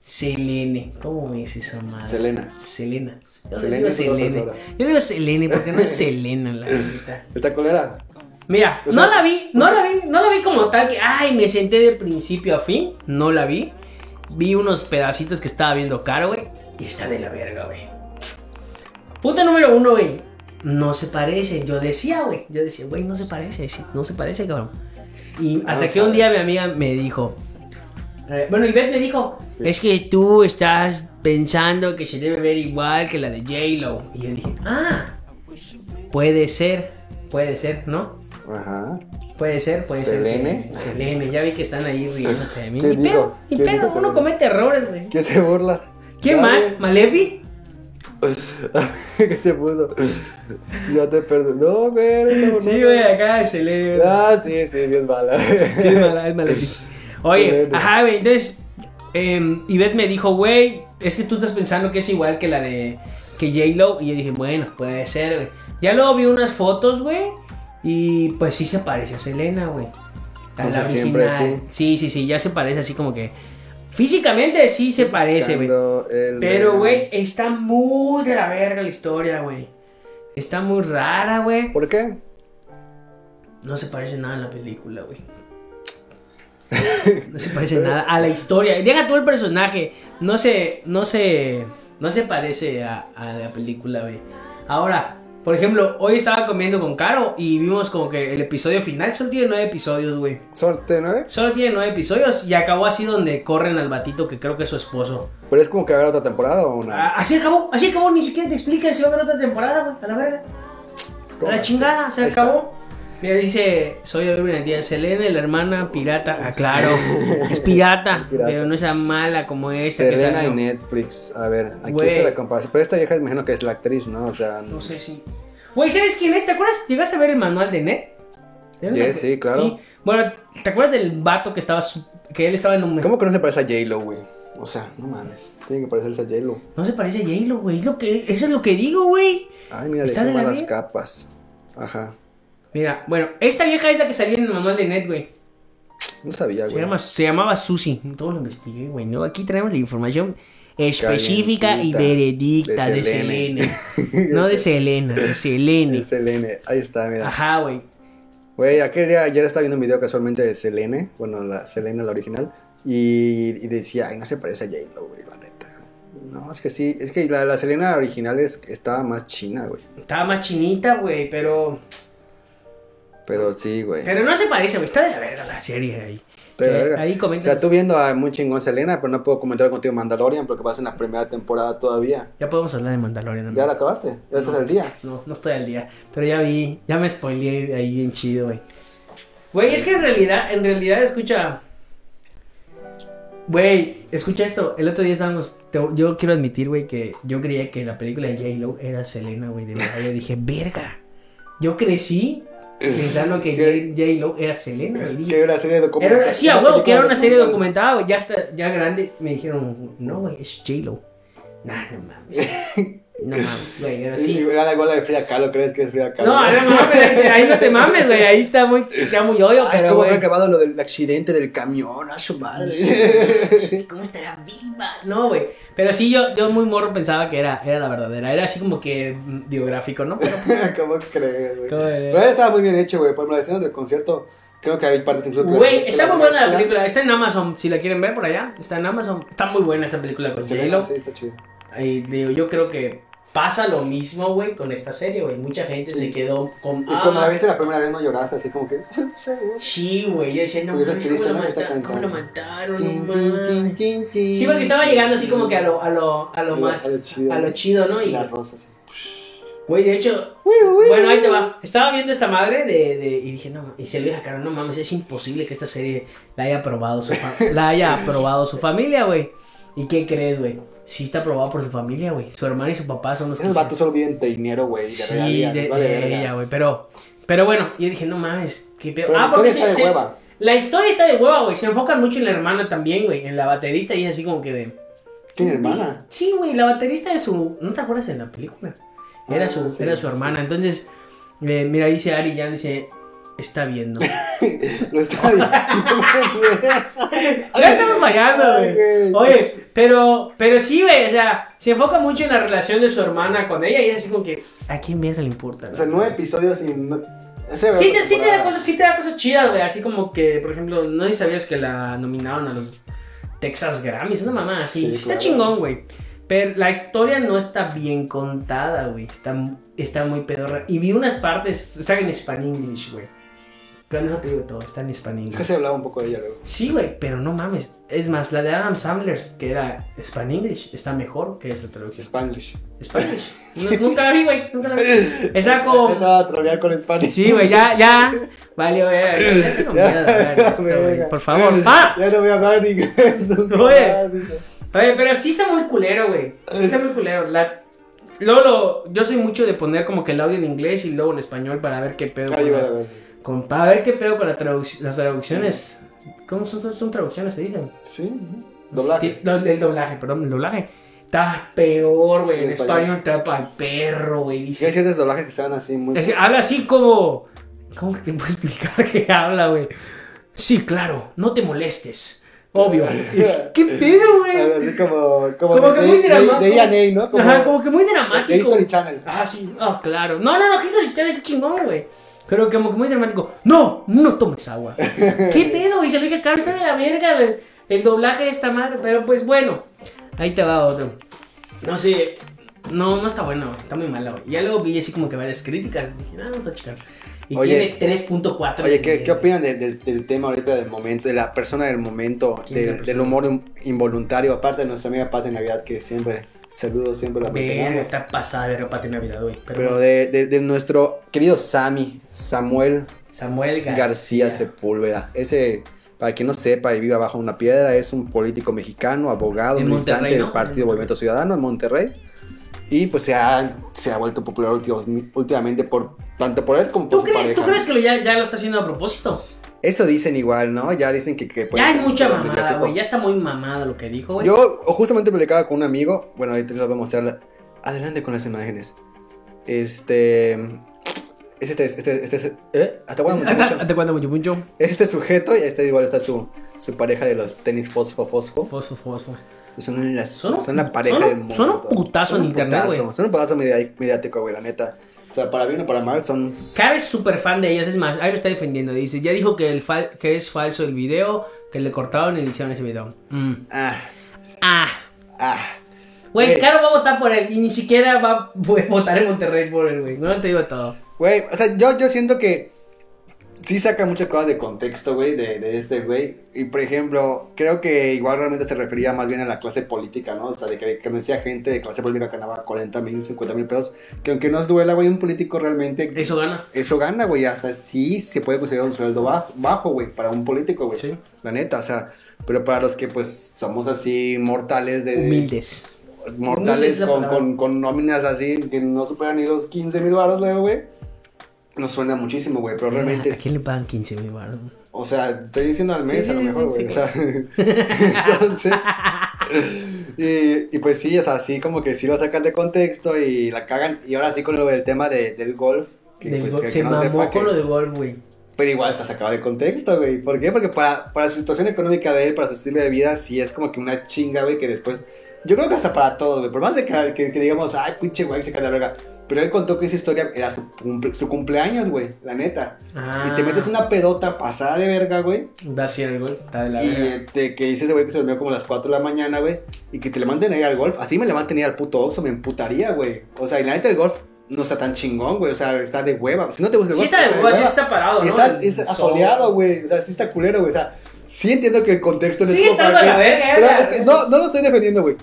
Speaker 1: Selene. ¿Cómo me dices esa madre?
Speaker 2: Selena.
Speaker 1: Selena. Yo le
Speaker 2: Selena
Speaker 1: digo
Speaker 2: es otra
Speaker 1: Selene.
Speaker 2: persona.
Speaker 1: Yo le digo Selene porque
Speaker 2: *laughs*
Speaker 1: no es Selena la neta.
Speaker 2: ¿Está colera?
Speaker 1: Mira,
Speaker 2: O
Speaker 1: no
Speaker 2: sea-
Speaker 1: la vi, no la vi, no la vi como tal que, ay, me senté de principio a fin, no la vi. Vi unos pedacitos que estaba viendo caro, güey, y está de la verga, güey. Punto número uno, güey. No se parece, yo decía, güey, yo decía, güey, no se parece, sí, no se parece, cabrón. Y hasta
Speaker 2: No
Speaker 1: que un
Speaker 2: sabe.
Speaker 1: día mi amiga me dijo, eh, bueno, Ivette me dijo,
Speaker 2: Sí.
Speaker 1: es que tú estás pensando que se debe ver igual que la de J-Lo. Y yo dije, ah, puede ser, puede ser, ¿no?
Speaker 2: Ajá.
Speaker 1: Puede ser, puede
Speaker 2: Selene.
Speaker 1: ser. que- Selene, ya vi que están ahí riéndose de mí.
Speaker 2: ¿Qué
Speaker 1: Ni
Speaker 2: digo?
Speaker 1: pedo, ni
Speaker 2: ¿Qué
Speaker 1: pedo,
Speaker 2: dijo
Speaker 1: uno
Speaker 2: Selene?
Speaker 1: comete errores, güey.
Speaker 2: ¿Quién se burla?
Speaker 1: ¿Quién
Speaker 2: Ya
Speaker 1: más? ¿Malevi?
Speaker 2: ve. *laughs* ¿Qué te puso? Ya te perdí. No, güey. no te burlas.
Speaker 1: Sí, güey, acá es Selene. güey.
Speaker 2: Ah, sí, sí, sí, es mala.
Speaker 1: Sí, es mala- es Malevi. Oye,
Speaker 2: Selene.
Speaker 1: ajá, güey, entonces, eh, Ivette me dijo, güey, es que tú estás pensando que es igual que la de que J-Lo. Y yo dije, bueno, puede ser, güey. Ya luego vi unas fotos, güey, y pues sí se parece a Selena, güey. A
Speaker 2: O
Speaker 1: la
Speaker 2: sea, siempre
Speaker 1: original. Sí, sí, sí, ya se parece así como que... Físicamente sí se parece, güey.
Speaker 2: Buscando el-
Speaker 1: Pero, güey, está muy de la verga la historia, güey. Está muy rara, güey.
Speaker 2: ¿Por qué?
Speaker 1: No se parece nada a la película, güey. No se parece nada a la historia. Deja tú el personaje. No se, no se, no se parece a, a la película, güey. Ahora, por ejemplo, hoy estaba comiendo con Caro y vimos como que el episodio final solo tiene nueve episodios, güey.
Speaker 2: Suerte, ¿no?
Speaker 1: Solo tiene nueve episodios y acabó así donde corren al batito que creo que es su esposo.
Speaker 2: Pero es como que habrá otra temporada o una.
Speaker 1: Ah, Así acabó, así acabó, ni siquiera te explican si va a haber otra temporada, güey, a la verga. A la chingada, se acabó. Mira, dice, soy Abril Buenadía, Selene, la hermana pirata. Ah,
Speaker 2: *laughs*
Speaker 1: claro, es pirata,
Speaker 2: Pirata.
Speaker 1: pero no es tan mala como esta que
Speaker 2: Serena y
Speaker 1: salió.
Speaker 2: Netflix. A ver, aquí
Speaker 1: Güey.
Speaker 2: está la comparación. Pero esta vieja imagino que es la actriz, ¿no? O sea,
Speaker 1: No sé si... Güey, ¿sabes quién es? ¿Te acuerdas? ¿Llegaste a ver el manual de Net? ¿Te acuerdas?
Speaker 2: Sí, sí, claro.
Speaker 1: Bueno, ¿te acuerdas del vato que estaba... su- que él estaba en un...
Speaker 2: ¿Cómo que no se parece a J-Lo, güey? O sea, no mames. Tiene que parecerse a J-Lo.
Speaker 1: No se parece a J-Lo, güey, es lo que... eso es lo que digo, güey.
Speaker 2: Ay, mira, le
Speaker 1: ¿Está de
Speaker 2: queman
Speaker 1: la
Speaker 2: las
Speaker 1: vida?
Speaker 2: capas. Ajá.
Speaker 1: Mira, bueno, esta vieja es la que salía en el manual de Net, güey.
Speaker 2: No sabía,
Speaker 1: Se,
Speaker 2: güey.
Speaker 1: llama- se llamaba Susi. Todo lo investigué, güey. ¿no? Aquí tenemos la información específica
Speaker 2: Calientita.
Speaker 1: y veredicta
Speaker 2: De
Speaker 1: de Selene.
Speaker 2: *laughs*
Speaker 1: no de Selena, de Selene.
Speaker 2: Selene. Ahí está, mira.
Speaker 1: Ajá, güey.
Speaker 2: Güey, aquel día ayer estaba viendo un video casualmente de Selene. Bueno, la Selena, la original. Y, y decía, ay, no se parece a J-Lo, güey, la neta. No, es que sí. Es que la, la Selena original es, estaba más china, güey.
Speaker 1: Estaba más chinita, güey, pero.
Speaker 2: Pero sí, güey.
Speaker 1: Pero no se parece, güey. Está de la verga la serie ahí.
Speaker 2: Pero,
Speaker 1: Que
Speaker 2: verga.
Speaker 1: ahí
Speaker 2: O
Speaker 1: comenta.
Speaker 2: sea, tú viendo a muy chingón Selena, pero no puedo comentar contigo Mandalorian porque vas en la primera temporada todavía.
Speaker 1: Ya podemos hablar de Mandalorian. ¿no?
Speaker 2: ¿Ya la acabaste? ¿Ya estás al día?
Speaker 1: No, no estoy al día. Pero ya vi, ya me spoileé ahí bien chido, güey. Güey, es que en realidad, en realidad, escucha. Güey, escucha esto. El otro día estábamos. te- yo quiero admitir, güey, que yo creía que la película de J-Lo era Selena, güey. De verdad, yo dije, verga. Yo crecí pensando que
Speaker 2: ¿Qué?
Speaker 1: J- J-Lo era Selena, güey. Dije,
Speaker 2: Que era una serie documental.
Speaker 1: era, sí, a huevo, que era una serie
Speaker 2: documental.
Speaker 1: documentada, güey. Ya está, ya grande. Me dijeron, no, güey, es J-Lo. Nah, no mames. No mames, güey, era así.
Speaker 2: Sí, era igual la de Frida Kahlo, ¿crees que es Frida Kahlo?
Speaker 1: No, no mames, ahí no te mames, güey. Ahí está muy, está muy hoyo,
Speaker 2: Ah, es
Speaker 1: pero.
Speaker 2: como
Speaker 1: güey,
Speaker 2: haber grabado lo del accidente del camión, a su madre.
Speaker 1: ¿Cómo estará viva? No, güey. Pero sí, yo, yo muy morro pensaba que era, era la verdadera. Era así como que mm, biográfico, ¿no? Pero,
Speaker 2: *laughs*
Speaker 1: pues,
Speaker 2: ¿Cómo crees, güey?
Speaker 1: ¿Cómo crees?
Speaker 2: Pero estaba muy bien hecho, güey. Por ejemplo, la escena del concierto, creo que hay partes incluso que-
Speaker 1: Güey,
Speaker 2: que
Speaker 1: está
Speaker 2: las
Speaker 1: muy buena la
Speaker 2: mezclan.
Speaker 1: película. Está en Amazon, si la quieren ver por allá. Está en Amazon. Está muy buena esa película con
Speaker 2: Selena,
Speaker 1: J-Lo.
Speaker 2: Sí, está chida.
Speaker 1: Y digo, yo creo que pasa lo mismo, güey, con esta serie, güey. Mucha gente
Speaker 2: Sí.
Speaker 1: se quedó con.
Speaker 2: Y cuando
Speaker 1: "Ah,
Speaker 2: la viste la primera vez no lloraste, así como que... *laughs*
Speaker 1: Sí, güey. Yo decía, no,
Speaker 2: Porque es
Speaker 1: mames,
Speaker 2: actriz,
Speaker 1: ¿cómo,
Speaker 2: ¿no?
Speaker 1: la
Speaker 2: Que está
Speaker 1: mata- ¿cómo la
Speaker 2: cantando.
Speaker 1: mataron?
Speaker 2: Tin,
Speaker 1: No
Speaker 2: tin,
Speaker 1: mames.
Speaker 2: tin, tin, tin.
Speaker 1: Sí, porque estaba llegando así como que a lo, a lo, a lo más,
Speaker 2: A lo chido.
Speaker 1: a lo chido, ¿no?
Speaker 2: Y
Speaker 1: Y,
Speaker 2: las rosas.
Speaker 1: güey, de hecho, bueno, ahí te va. Estaba viendo esta madre de, de- y dije, no, y se lo dije a Carol, no mames, es imposible que esta serie la haya aprobado su, fa- la haya
Speaker 2: *laughs*
Speaker 1: aprobado su familia, güey. ¿Y qué crees, güey? Sí está aprobado por su familia, güey. Su hermana y su papá son los
Speaker 2: Esos vatos solo viven de dinero, güey. De
Speaker 1: Sí,
Speaker 2: regalías,
Speaker 1: de,
Speaker 2: les vale
Speaker 1: de
Speaker 2: verga.
Speaker 1: ella, güey, pero, pero bueno, yo dije, no mames, qué pedo.
Speaker 2: Pero la
Speaker 1: Ah, porque
Speaker 2: historia está
Speaker 1: se-
Speaker 2: de
Speaker 1: se-
Speaker 2: hueva.
Speaker 1: la historia está de hueva, güey. Se enfocan mucho en la hermana también, güey, en la baterista y es así como que de...
Speaker 2: Tiene hermana. *laughs*
Speaker 1: Sí, güey, la baterista de su. ¿No te acuerdas en la película? Era
Speaker 2: Ah,
Speaker 1: su,
Speaker 2: sí,
Speaker 1: era su
Speaker 2: sí.
Speaker 1: hermana. Entonces, eh, mira, dice Ari, ya dice. está
Speaker 2: *laughs*
Speaker 1: viendo.
Speaker 2: Lo está bien.
Speaker 1: ya estamos fallando,
Speaker 2: Ay,
Speaker 1: güey.
Speaker 2: güey.
Speaker 1: Oye, pero, pero sí, güey, o sea, se enfoca mucho en la relación de su hermana con ella y es así como que, ¿a quién mierda le importa?
Speaker 2: o sea,
Speaker 1: no?
Speaker 2: nueve episodios y. No... ese
Speaker 1: Sí, te,
Speaker 2: temporada-
Speaker 1: sí te da cosas, sí te da cosas chidas, güey. Así como que, por ejemplo, no sé si sabías que la nominaron a los Texas Grammys, una mamá así. Sí,
Speaker 2: Sí,
Speaker 1: está
Speaker 2: claro.
Speaker 1: chingón, güey. Pero la historia no está bien contada, güey. Está, está muy pedorra. Y vi unas partes, está en Span English, güey. Pero no te digo todo, está en Span
Speaker 2: Es que
Speaker 1: English.
Speaker 2: se hablaba un poco de ella luego.
Speaker 1: Sí, güey, pero no mames. Es más, la de Adam Sandler, que era Span English, está mejor que esa traducción.
Speaker 2: Spanglish. *laughs*
Speaker 1: Spanish. No- nunca la vi, güey. Nunca la vi. Esa como-
Speaker 2: Estaba a trolear con Spanish.
Speaker 1: Sí, güey, ya, ya. Vale, güey. *laughs* ya tengo miedo de hablar de esto, güey, Por favor. Ah,
Speaker 2: *laughs* Ya no voy a hablar en inglés. *laughs* nunca
Speaker 1: Oye.
Speaker 2: más, dice.
Speaker 1: oye, pero sí está muy culero, güey. Sí está muy culero. La... Luego, lo- yo soy mucho de poner como que el audio en inglés y luego en español para ver qué pedo.
Speaker 2: Ay,
Speaker 1: con las-
Speaker 2: bueno, bueno.
Speaker 1: con- para ver qué pedo con la traduc- las traducciones. ¿Cómo son, son traducciones? Se dicen.
Speaker 2: Sí. Doblaje.
Speaker 1: Sí, no, el doblaje, perdón, el doblaje. Está peor, güey. En
Speaker 2: En español.
Speaker 1: español está para el perro, güey.
Speaker 2: Sí, hay
Speaker 1: Dice,
Speaker 2: ciertos doblajes que estaban así muy.
Speaker 1: Es- habla así como. ¿Cómo que te puedo explicar *laughs* que habla, güey? Sí, claro, no te molestes.
Speaker 2: *laughs*
Speaker 1: Obvio. Es- ¿Qué pedo, güey?
Speaker 2: Así como. Como,
Speaker 1: Como que
Speaker 2: de,
Speaker 1: muy
Speaker 2: de-
Speaker 1: dramático.
Speaker 2: De ENA, ¿no? Como,
Speaker 1: Ajá, como que muy
Speaker 2: de
Speaker 1: dramático.
Speaker 2: History Channel.
Speaker 1: Ah, sí, ah, claro. No, no, no, History Channel es chingón, güey. Pero como que muy dramático. No, no tomes
Speaker 2: *laughs*
Speaker 1: agua. ¿Qué pedo, güey? Se lo dije a Carlos, está de la verga güey, el doblaje de esta madre. Pero pues bueno, ahí te va otro. No sé, no, no está bueno, está muy malo. güey. Ya luego vi así como que varias críticas. Dije, no, vamos a checar. Y
Speaker 2: Oye.
Speaker 1: tiene 3.4.
Speaker 2: Oye, ¿qué,
Speaker 1: de-
Speaker 2: qué opinan de- del- del tema ahorita del momento, de la persona del momento,
Speaker 1: ¿Quién es la
Speaker 2: del,
Speaker 1: persona?
Speaker 2: del humor in- involuntario, aparte de nuestra amiga Pati Navidad, que siempre, saludos, siempre la
Speaker 1: Verga,
Speaker 2: mencionamos?
Speaker 1: está pasada de ropa de Navidad, güey. Pero,
Speaker 2: Pero de, de- de nuestro querido Sammy, Samuel
Speaker 1: Samuel García.
Speaker 2: García. Sepúlveda. Ese, para quien no sepa y viva bajo una piedra, es un político mexicano, abogado,
Speaker 1: En
Speaker 2: militante
Speaker 1: Monterrey, ¿no?
Speaker 2: del Partido Movimiento Ciudadano en Monterrey. Y pues se ha, se ha vuelto popular últimos- últimamente por tanto por él como por
Speaker 1: ¿Tú
Speaker 2: su
Speaker 1: crees,
Speaker 2: pareja.
Speaker 1: ¿Tú crees que lo- ya, ya lo está haciendo a propósito?
Speaker 2: Eso dicen igual, ¿no? Ya dicen que, pues, que puede
Speaker 1: ya es
Speaker 2: ser
Speaker 1: mucha
Speaker 2: un tema
Speaker 1: mamada,
Speaker 2: mediático.
Speaker 1: güey. Ya está muy mamada lo que dijo, güey.
Speaker 2: Yo o justamente platicaba con un amigo, bueno, ahorita les voy a mostrar. Adelante con las imágenes. Este. Este, este, este, este- ¿eh? Hasta cuándo mucho,
Speaker 1: *laughs*
Speaker 2: mucho.
Speaker 1: Te cuento mucho, mucho.
Speaker 2: Es este sujeto y ahí está igual está su, su pareja de los tenis fosfo fosfo.
Speaker 1: Fosfo, fosfo.
Speaker 2: Son, las,
Speaker 1: Son un-
Speaker 2: son, la pareja
Speaker 1: son un-
Speaker 2: del mundo.
Speaker 1: son un putazo en
Speaker 2: un
Speaker 1: internet,
Speaker 2: putazo,
Speaker 1: güey.
Speaker 2: Son un putazo media- mediático, güey, la neta. O sea, para bien o para mal, son.
Speaker 1: Cara es súper fan de ellos, es más, ahí lo está defendiendo. Dice, ya dijo que, el fal- que es falso el video, que le cortaron y le hicieron ese video. Mm.
Speaker 2: Ah,
Speaker 1: Ah.
Speaker 2: ah.
Speaker 1: Güey,
Speaker 2: Güey.
Speaker 1: Caro va a votar por él y ni siquiera va *laughs* a poder votar en Monterrey por él, güey. No te digo todo.
Speaker 2: Güey, o sea, yo, yo siento que sí saca muchas cosas de contexto, güey, de, de este güey. Y por ejemplo, creo que igual realmente se refería más bien a la clase política, ¿no? O sea, de que, que me decía gente de clase política que ganaba 40 mil, 50 mil pesos. Que aunque no es duela, güey, un político realmente.
Speaker 1: Eso gana.
Speaker 2: Eso gana, güey. Hasta sí se puede considerar un sueldo ba- bajo, güey, para un político, güey.
Speaker 1: Sí.
Speaker 2: La neta, o sea. Pero para los que, pues, somos así mortales de.
Speaker 1: Humildes. Humilde es
Speaker 2: Mortales
Speaker 1: la
Speaker 2: con,
Speaker 1: palabra.
Speaker 2: con, con nóminas así que no superan ni los 15 mil baros luego, güey. Nos suena muchísimo, güey, pero realmente.
Speaker 1: ¿A quién le pagan 15 mil baros?
Speaker 2: O sea, estoy diciendo al mes
Speaker 1: Sí,
Speaker 2: a lo
Speaker 1: sí,
Speaker 2: mejor,
Speaker 1: sí,
Speaker 2: güey. o sea, *laughs* entonces. Y, y pues sí, o sea, sí, como que sí lo sacan de contexto y la cagan. Y ahora sí con lo del tema de- del golf. Que,
Speaker 1: Del
Speaker 2: pues,
Speaker 1: gol-
Speaker 2: que-
Speaker 1: se
Speaker 2: que no
Speaker 1: mamó con
Speaker 2: sepa que-
Speaker 1: lo de golf, güey.
Speaker 2: Pero igual está sacado de contexto, güey. ¿Por qué? Porque para, para la situación económica de él, para su estilo de vida, sí es como que una chinga, güey, que después. Yo creo que hasta para todos, güey. Por más de que, que- que digamos, ay, pinche güey, se cae la verga. Pero él contó que esa historia era su, cumple- su cumpleaños, güey, la neta.
Speaker 1: Ah,
Speaker 2: Y te metes una pedota pasada de verga, güey.
Speaker 1: Va a ser el gol. Está de la
Speaker 2: Y
Speaker 1: verga.
Speaker 2: eh, te- que dices, güey, que se durmió como a las 4 de la mañana, güey. Y que te levanten ahí al golf. Así me levanten ahí al puto Oxxo, me emputaría, güey. O sea, y la neta, el golf no está tan chingón, güey. O sea, está de hueva. Si no te gusta el
Speaker 1: Sí
Speaker 2: golf,
Speaker 1: está de golf, ya está parado,
Speaker 2: y
Speaker 1: Ah, ¿no?
Speaker 2: está,
Speaker 1: El
Speaker 2: es
Speaker 1: sol.
Speaker 2: asoleado, güey. O sea, sí está culero, güey. O sea, sí entiendo que el contexto no
Speaker 1: Sigue
Speaker 2: como para
Speaker 1: estando a la
Speaker 2: que-
Speaker 1: verga,
Speaker 2: Pero
Speaker 1: ya.
Speaker 2: es que no, no lo estoy defendiendo, güey.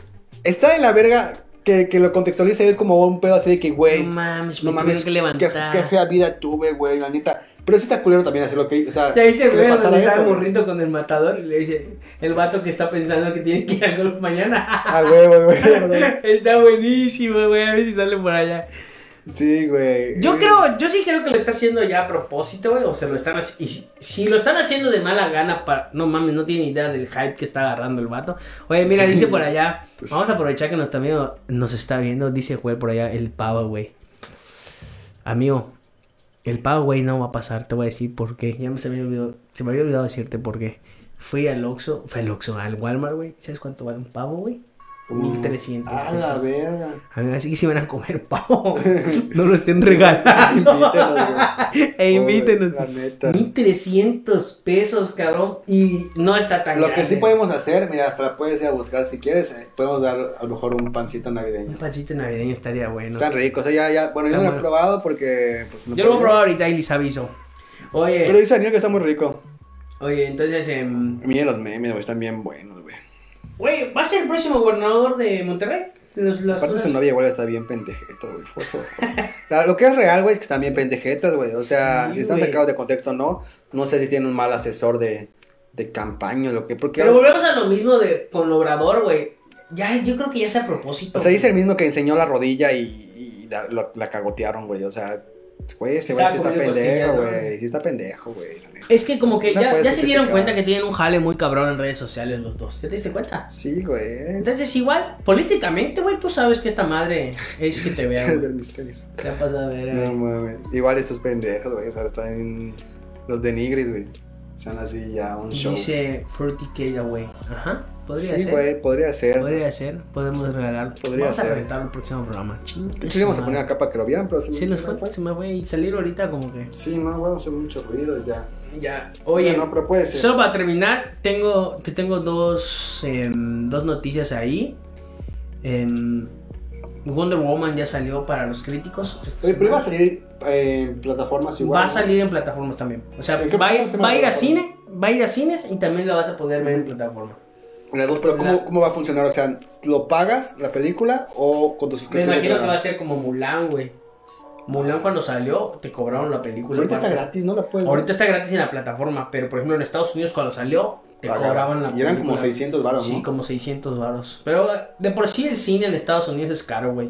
Speaker 2: Está en la verga que, que lo contextualice él como un pedo así de que, güey,
Speaker 1: No
Speaker 2: no,
Speaker 1: mames, me tuvieron
Speaker 2: mames,
Speaker 1: que
Speaker 2: qué,
Speaker 1: levantar.
Speaker 2: qué fea vida tuve, güey, la neta. Pero sí está culero también hacer lo que. O sea,
Speaker 1: Ya dice
Speaker 2: que
Speaker 1: el
Speaker 2: le
Speaker 1: güey
Speaker 2: pasara
Speaker 1: donde está
Speaker 2: eso,
Speaker 1: el
Speaker 2: güey.
Speaker 1: burrito con el matador y le dice, el vato que está pensando que tiene que ir al golf mañana.
Speaker 2: Ah, güey, güey,
Speaker 1: *laughs*
Speaker 2: güey, güey. *laughs*
Speaker 1: está buenísimo, güey, a ver si sale por allá.
Speaker 2: Sí, güey.
Speaker 1: Yo creo, yo sí creo que lo está haciendo ya a propósito, güey, o se lo están haciendo, si, si lo están haciendo de mala gana, para, no mames, no tiene idea del hype que está agarrando el vato. Oye, mira,
Speaker 2: Sí. Pues
Speaker 1: dice por allá, vamos a aprovechar que nos está viendo, nos está viendo, dice, güey, por allá el pavo, güey. Amigo, El pago, güey, no va a pasar, te voy a decir por qué. Ya me, se, me había olvidado, se me había olvidado decirte por qué. Fui al Oxxo, fue al Oxxo, al Walmart, güey. ¿Sabes cuánto vale un pavo, güey?
Speaker 2: Como-
Speaker 1: 1300
Speaker 2: Uh, A la
Speaker 1: pesos.
Speaker 2: verga.
Speaker 1: Así que si van a comer pavo, *laughs* güey, no lo estén regalando.
Speaker 2: *laughs* Invítenos, güey.
Speaker 1: *laughs* e invítenos.
Speaker 2: Pobre, la neta.
Speaker 1: 1300 pesos, cabrón. Y no está tan
Speaker 2: Lo que sí
Speaker 1: grande.
Speaker 2: podemos hacer, mira, hasta puedes ir a buscar si quieres, eh, podemos dar a lo mejor un pancito
Speaker 1: Un
Speaker 2: navideño.
Speaker 1: pancito navideño estaría bueno.
Speaker 2: Están ricos, o sea, ya, ya, bueno, yo
Speaker 1: Está
Speaker 2: no lo he
Speaker 1: bueno.
Speaker 2: probado porque, pues, no
Speaker 1: Yo lo voy a
Speaker 2: podía.
Speaker 1: probar ahorita y les aviso. Oye,
Speaker 2: Pero dice Daniel que está muy rico.
Speaker 1: oye, entonces, em,
Speaker 2: Miren los memes, güey, están bien buenos, güey.
Speaker 1: güey, ¿va a ser el próximo gobernador de Monterrey? Los, las
Speaker 2: Aparte su
Speaker 1: cosas-
Speaker 2: novia igual está bien pendejeta, güey. foso, foso. *laughs* La- Lo que es real, güey, es que están bien pendejetas, güey. O sea,
Speaker 1: Sí,
Speaker 2: si están
Speaker 1: güey.
Speaker 2: sacados de contexto o no, no sé si tienen un mal asesor de, de campaña o lo que, porque...
Speaker 1: Pero volvemos a lo mismo de con Obrador, güey. Ya, yo creo que ya es a propósito.
Speaker 2: o sea, dice el
Speaker 1: güey.
Speaker 2: mismo que enseñó la rodilla y, y la, lo- la cagotearon, güey. O sea, güey, este güey sí
Speaker 1: Estaba
Speaker 2: está
Speaker 1: comiendo costillas,
Speaker 2: pendejo,
Speaker 1: ¿no?
Speaker 2: güey. Sí está pendejo, güey. la neta.
Speaker 1: Es que como que
Speaker 2: No
Speaker 1: ya,
Speaker 2: puedes
Speaker 1: ya se dieron
Speaker 2: justificar.
Speaker 1: cuenta que tienen un jale muy cabrón en redes sociales los dos. ¿Te diste cuenta?
Speaker 2: Sí, güey.
Speaker 1: Entonces, igual, políticamente, güey, tú sabes que esta madre es que te
Speaker 2: *laughs*
Speaker 1: vea, güey.
Speaker 2: Ver mis tenis.
Speaker 1: Te ha pasado a ver,
Speaker 2: No
Speaker 1: güey.
Speaker 2: mames. Igual estos pendejos, güey. O sea, están los de Nigris, güey. Están así ya un show.
Speaker 1: Dice Fruity K güey. Ajá, podría
Speaker 2: sí,
Speaker 1: ser.
Speaker 2: güey, podría ser.
Speaker 1: Podría ser, podemos regalar.
Speaker 2: Podría
Speaker 1: Vamos
Speaker 2: ser.
Speaker 1: a reventar el próximo programa. Chingue
Speaker 2: Entonces
Speaker 1: su
Speaker 2: íbamos a
Speaker 1: madre.
Speaker 2: poner acá para que lo vieran, pero se,
Speaker 1: Se
Speaker 2: me-
Speaker 1: nos
Speaker 2: se me
Speaker 1: fue, se me fue y salir ahorita como que.
Speaker 2: Sí, no, güey, hace mucho ruido y ya.
Speaker 1: Ya. Oye,
Speaker 2: no, pero puede ser.
Speaker 1: solo para terminar, tengo, te tengo dos, em, dos noticias ahí. Em, Wonder Woman ya salió para los críticos. esta
Speaker 2: Oye, pero iba a
Speaker 1: semana.
Speaker 2: salir eh, en plataformas igual.
Speaker 1: Va a
Speaker 2: ¿no? Eh,
Speaker 1: salir en plataformas también. O sea,
Speaker 2: ¿En qué
Speaker 1: va, a ir-
Speaker 2: plataforma se
Speaker 1: va a ir a
Speaker 2: plataforma?
Speaker 1: cine, va a ir a cines y también la vas a poder ver en plataforma.
Speaker 2: Las dos, pero ¿cómo,
Speaker 1: La-
Speaker 2: ¿cómo va a funcionar? O sea, ¿lo pagas la película o con tu
Speaker 1: Me
Speaker 2: suscripción?
Speaker 1: imagino
Speaker 2: de
Speaker 1: que va a ser como Mulan, güey. Mulan cuando salió te cobraron la película.
Speaker 2: Ahorita está
Speaker 1: aparte.
Speaker 2: gratis, ¿no la puedes ver?
Speaker 1: Ahorita está gratis en la plataforma, pero por ejemplo en Estados Unidos cuando salió te
Speaker 2: Pagabas.
Speaker 1: cobraban la
Speaker 2: Y eran como
Speaker 1: película.
Speaker 2: 600 baros,
Speaker 1: Sí,
Speaker 2: ¿no?
Speaker 1: como 600 varos. Pero eh, de por sí el cine en Estados Unidos es caro, güey.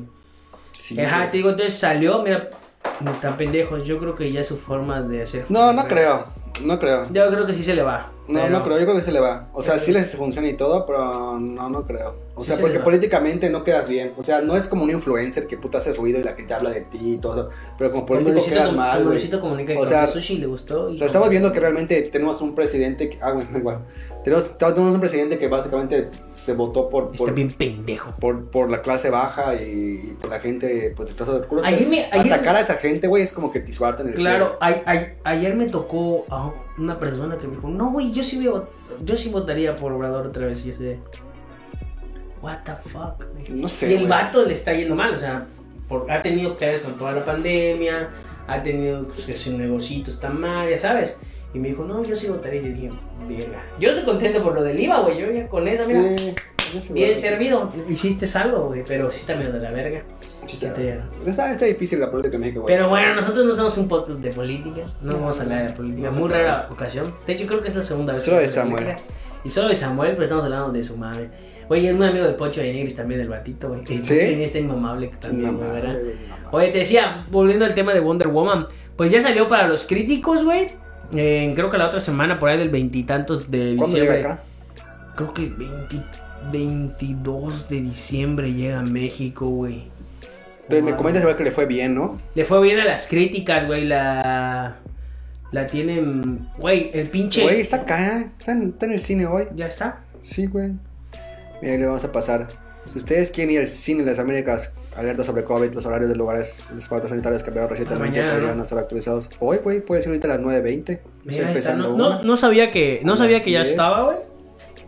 Speaker 2: Sí,
Speaker 1: Ajá,
Speaker 2: güey.
Speaker 1: te digo, entonces salió, mira, ni tan pendejos. Yo creo que ya es su forma de hacer.
Speaker 2: No, no creo. No creo.
Speaker 1: Yo creo que sí se le va.
Speaker 2: No,
Speaker 1: pero- Este-
Speaker 2: no creo, yo creo que se le va. O sea, sí les funciona y todo, pero no, no creo. O
Speaker 1: Sí
Speaker 2: sea,
Speaker 1: se
Speaker 2: porque
Speaker 1: les va.
Speaker 2: políticamente no quedas bien. O sea, no es como un influencer que puta haces ruido y la gente habla de ti y todo eso. Pero como
Speaker 1: Como
Speaker 2: político
Speaker 1: Luisito
Speaker 2: quedas
Speaker 1: Com-
Speaker 2: mal,
Speaker 1: como
Speaker 2: güey.
Speaker 1: Luisito comunica
Speaker 2: O
Speaker 1: que o
Speaker 2: sea,
Speaker 1: sushi le gustó. y
Speaker 2: O
Speaker 1: como-
Speaker 2: sea, estamos viendo que realmente tenemos un presidente que... Ah, bueno, *laughs* igual. Tenemos, tenemos un presidente que básicamente se votó por,
Speaker 1: Está
Speaker 2: por,
Speaker 1: bien pendejo.
Speaker 2: por, por la clase baja y, por la gente, pues, detrás del culo.
Speaker 1: Ayer me- ayer-
Speaker 2: Atacar a esa gente, güey, es como que tisuarte en el
Speaker 1: Claro, ay- ay- ayer me tocó a una persona que me dijo, no, güey, yo sí, voy a vot- yo sí votaría por Obrador otra vez. Y yo de, what the fuck, güey?"
Speaker 2: No sé,
Speaker 1: Y el
Speaker 2: güey.
Speaker 1: vato le está yendo mal, o sea, por- ha tenido pedos con toda la pandemia, ha tenido pues, que su negocito está mal, ya sabes. Y me dijo, no, yo sí votaría. Y yo dije, verga. Yo estoy contento por lo del IVA, güey, yo ya con eso,
Speaker 2: Sí,
Speaker 1: mira,
Speaker 2: yo sí,
Speaker 1: bien
Speaker 2: güey.
Speaker 1: servido. Hiciste algo, güey, pero sí está medio de la verga.
Speaker 2: Sí,
Speaker 1: que te
Speaker 2: está,
Speaker 1: dieron.
Speaker 2: está, está difícil la política en México, güey.
Speaker 1: Pero bueno, nosotros no somos un podcast de política. No, vamos a hablar de política.
Speaker 2: No,
Speaker 1: Muy
Speaker 2: no.
Speaker 1: rara ocasión. De hecho, creo que es la segunda vez.
Speaker 2: Solo
Speaker 1: que
Speaker 2: de
Speaker 1: hacemos
Speaker 2: Samuel.
Speaker 1: política. Y solo de Samuel, pero estamos hablando de su madre. Oye, es muy amigo de Pocho de Negris también, el batito, güey. El
Speaker 2: ¿Sí?
Speaker 1: Pocho de Negris está inmamable que también,
Speaker 2: No,
Speaker 1: güey, ¿verdad?
Speaker 2: güey, no, mames.
Speaker 1: Oye, te decía, volviendo al tema de Wonder Woman, pues ya salió para los críticos, güey. Eh, creo que la otra semana, por ahí del veintitantos de
Speaker 2: ¿Cuándo
Speaker 1: diciembre.
Speaker 2: llega acá?
Speaker 1: Creo que el 20 22 de diciembre llega a México, güey.
Speaker 2: Entonces me
Speaker 1: Wow.
Speaker 2: comentas igual que le fue bien, ¿no?
Speaker 1: Le fue bien a las críticas, güey. La. La tienen. Güey, el pinche.
Speaker 2: Güey, está acá, está en, está en el cine hoy.
Speaker 1: Ya está.
Speaker 2: Sí, güey. Mira, ahí le vamos a pasar. Si ustedes quieren ir al cine en las Américas, alerta sobre COVID, los horarios de lugares, los cuartos sanitarios cambiaron recientemente,
Speaker 1: Mañana,
Speaker 2: podrían
Speaker 1: ¿no?
Speaker 2: no estar actualizados. Hoy, güey, puede ser ahorita a las 9.20. Estoy
Speaker 1: Mira, ahí está.
Speaker 2: empezando
Speaker 1: No,
Speaker 2: una.
Speaker 1: no, no sabía que. No
Speaker 2: A
Speaker 1: sabía
Speaker 2: las
Speaker 1: que ya
Speaker 2: 10.
Speaker 1: estaba, güey.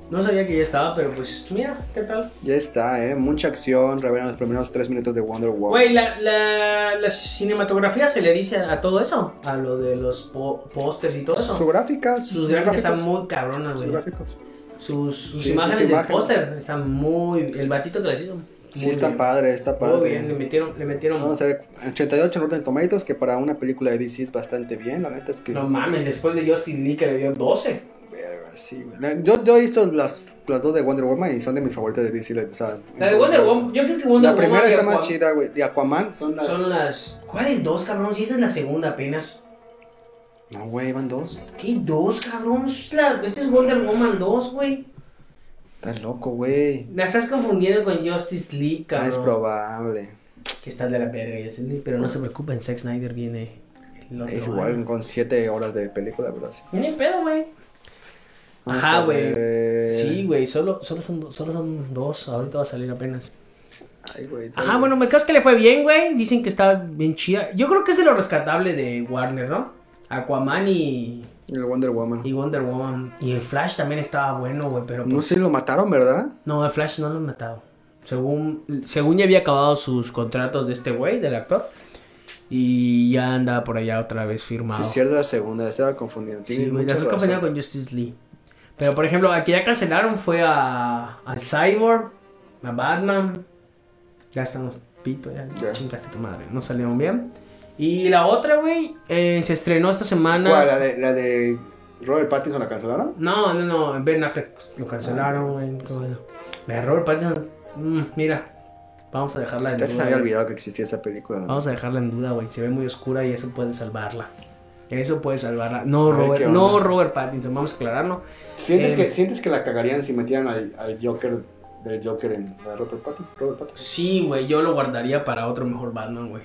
Speaker 1: No sabía que ya estaba, pero pues, mira, ¿qué tal?
Speaker 2: Ya está, eh. Mucha acción, revelan los primeros 3 minutos de Wonder Woman.
Speaker 1: Güey, la, la, la cinematografía se le dice a todo eso. A lo de los po- pósters y todo
Speaker 2: Sus
Speaker 1: eso.
Speaker 2: gráficas,
Speaker 1: Sus gráficas están muy cabronas,
Speaker 2: Sus
Speaker 1: güey.
Speaker 2: gráficos.
Speaker 1: Sus, sus
Speaker 2: Sí,
Speaker 1: imágenes
Speaker 2: sus
Speaker 1: de
Speaker 2: imágenes.
Speaker 1: póster están muy. El batito que les hizo.
Speaker 2: Sí,
Speaker 1: muy
Speaker 2: está
Speaker 1: bien.
Speaker 2: padre, está padre.
Speaker 1: Muy bien, le metieron. Le metieron
Speaker 2: Vamos a ver, 88 en Rotten Tomatoes, que para una película de DC es bastante bien, la neta es que...
Speaker 1: no mames, después de Justin Lee que le dio 12.
Speaker 2: Verga, sí, güey. La- Yo, yo he visto las, las dos de Wonder Woman y son de mis favoritas de DC. la- o sea,
Speaker 1: La de Wonder Woman, yo creo que Wonder Woman
Speaker 2: La primera
Speaker 1: y
Speaker 2: está más
Speaker 1: Aqua-
Speaker 2: chida, güey. Y Aquaman son las...
Speaker 1: Son las. ¿Cuáles dos, cabrón? Si esa es la segunda apenas.
Speaker 2: No, güey, van dos.
Speaker 1: ¿Qué dos, cabrón? Es la- Esta es Wonder Woman 2, güey.
Speaker 2: Estás loco, güey.
Speaker 1: La estás confundiendo con Justice League,
Speaker 2: Ah,
Speaker 1: cabrón.
Speaker 2: es probable.
Speaker 1: Que está de la verga Justice League, pero no se preocupen, Zack Snyder viene el el otro,
Speaker 2: Es
Speaker 1: güey.
Speaker 2: igual con 7 horas de película, pero así.
Speaker 1: Ni pedo, güey.
Speaker 2: Vamos
Speaker 1: Ajá,
Speaker 2: a
Speaker 1: güey.
Speaker 2: ver.
Speaker 1: Sí, güey, solo, solo, son, do- solo son dos, ahorita va a salir apenas.
Speaker 2: Ay, güey. tal
Speaker 1: Ajá, bueno,
Speaker 2: vez.
Speaker 1: me caso que le fue bien, güey. Dicen que está bien chida. Yo creo que es de lo rescatable de Warner, ¿no? Aquaman y,
Speaker 2: El Wonder Woman.
Speaker 1: y Wonder Woman. Y el Flash también estaba bueno, güey, pero... pues,
Speaker 2: No sé, lo mataron, ¿verdad?
Speaker 1: No, el Flash no lo han matado. Según, según ya había acabado sus contratos de este güey, del actor. Y ya andaba por allá otra vez firmado.
Speaker 2: Sí, sí, era la segunda, estaba confundido.
Speaker 1: Sí,
Speaker 2: Tienes
Speaker 1: güey, la
Speaker 2: mucha
Speaker 1: estoy confundiendo
Speaker 2: razón.
Speaker 1: con Justice League. Pero por ejemplo, al que ya cancelaron fue a, al Cyborg, a Batman. Ya están los pitos, ya,
Speaker 2: Ya.
Speaker 1: chingaste tu madre. No salieron bien. Y la otra, güey, eh, se estrenó esta semana.
Speaker 2: ¿Cuál? ¿La de, la de Robert Pattinson la cancelaron?
Speaker 1: No, no, no, Ben Affleck pues, lo cancelaron,
Speaker 2: Ah,
Speaker 1: güey.
Speaker 2: pues,
Speaker 1: qué bueno. Me erró el Pattinson. Mm, mira, vamos a dejarla en
Speaker 2: Ya se
Speaker 1: duda.
Speaker 2: había
Speaker 1: güey.
Speaker 2: olvidado que existía esa película. ¿no?
Speaker 1: Vamos a dejarla en duda, güey. Se ve muy oscura y eso puede salvarla. Eso puede salvarla. No,
Speaker 2: A ver,
Speaker 1: Robert,
Speaker 2: ¿qué
Speaker 1: no
Speaker 2: onda?
Speaker 1: Robert Pattinson, vamos a aclararlo.
Speaker 2: ¿Sientes,
Speaker 1: Eh,
Speaker 2: que, ¿Sientes que la cagarían si metían al, al Joker del Joker en a Robert Pattinson? Robert Pattinson?
Speaker 1: Sí, güey, yo lo guardaría para otro mejor Batman, güey.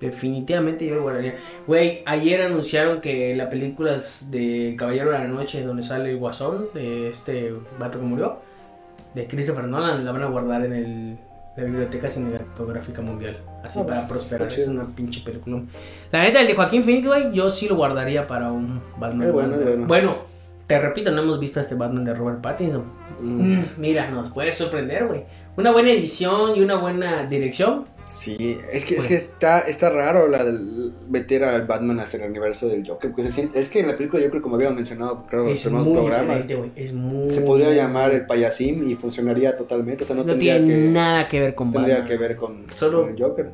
Speaker 1: Definitivamente yo lo guardaría. Güey, ayer anunciaron que la película es de Caballero de la Noche, donde sale el guasón de este vato que murió, de Christopher Nolan, la van a guardar en el, la Biblioteca Cinematográfica Mundial. Así
Speaker 2: Ah,
Speaker 1: para
Speaker 2: pues,
Speaker 1: prosperar.
Speaker 2: está
Speaker 1: Es
Speaker 2: chido.
Speaker 1: una pinche película. La neta, el de Joaquín Phoenix, güey, yo sí lo guardaría para un Batman.
Speaker 2: Es bueno, es
Speaker 1: bueno.
Speaker 2: bueno.
Speaker 1: te repito, no hemos visto a este Batman de Robert Pattinson.
Speaker 2: Mm,
Speaker 1: Mm, Mira, nos puede sorprender, güey. Una buena edición y una buena dirección.
Speaker 2: Sí, es que,
Speaker 1: Bueno.
Speaker 2: es que está, está raro la del meter al Batman hacia el universo del Joker. Porque se siente- es que en la película yo creo como habíamos mencionado, creo, en los
Speaker 1: es
Speaker 2: primeros
Speaker 1: muy
Speaker 2: programas,
Speaker 1: diferente, güey. Es muy.
Speaker 2: se podría llamar el payasín y funcionaría totalmente. O sea, no,
Speaker 1: No,
Speaker 2: tendría,
Speaker 1: tiene
Speaker 2: que,
Speaker 1: nada que ver con
Speaker 2: tendría
Speaker 1: Batman.
Speaker 2: que ver con,
Speaker 1: Solo-
Speaker 2: con el Joker.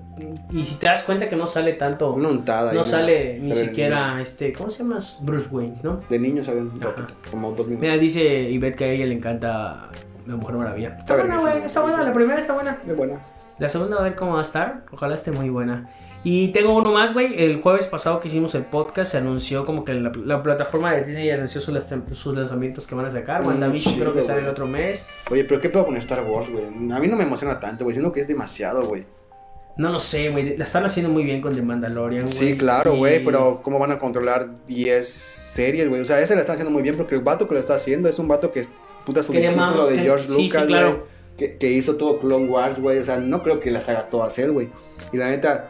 Speaker 1: Y si te das cuenta que no sale tanto.
Speaker 2: Una untada. ahí
Speaker 1: no
Speaker 2: nada
Speaker 1: sale
Speaker 2: más,
Speaker 1: ni
Speaker 2: sale de
Speaker 1: siquiera este. ¿Cómo se llama? Bruce Wayne, ¿no?
Speaker 2: niño. De niño sale un
Speaker 1: Ajá.
Speaker 2: ratito, como dos minutos.
Speaker 1: Mira, dice Ivette que a ella le encanta La Mujer Maravilla. Está buena,
Speaker 2: verguísima,
Speaker 1: güey. Está buena. La
Speaker 2: verguísima.
Speaker 1: primera está buena.
Speaker 2: Es buena.
Speaker 1: La segunda a ver cómo va a estar. Ojalá esté muy buena. Y tengo uno más, güey. El jueves pasado que hicimos el podcast se anunció como que la, la plataforma de Disney anunció sus, lastem- sus lanzamientos que van a sacar.
Speaker 2: Mm,
Speaker 1: WandaVision creo que
Speaker 2: chido,
Speaker 1: sale el
Speaker 2: güey.
Speaker 1: otro mes.
Speaker 2: Oye, pero ¿qué pedo con Star Wars, güey? A mí no me emociona tanto, güey. Siento que es demasiado, güey.
Speaker 1: No lo sé, güey. La están haciendo muy bien con The Mandalorian, güey.
Speaker 2: Sí, claro,
Speaker 1: Y-
Speaker 2: güey. Pero ¿cómo van a controlar 10 series, güey? O sea, ese la está haciendo muy bien porque el vato que lo está haciendo es un vato que es puta su
Speaker 1: Que le mama-
Speaker 2: discípulo de
Speaker 1: que-
Speaker 2: George
Speaker 1: sí, sí,
Speaker 2: Lucas, güey.
Speaker 1: claro.
Speaker 2: que, que hizo todo Clone Wars, güey. O sea, no creo que las haga todas él, güey. Y la neta,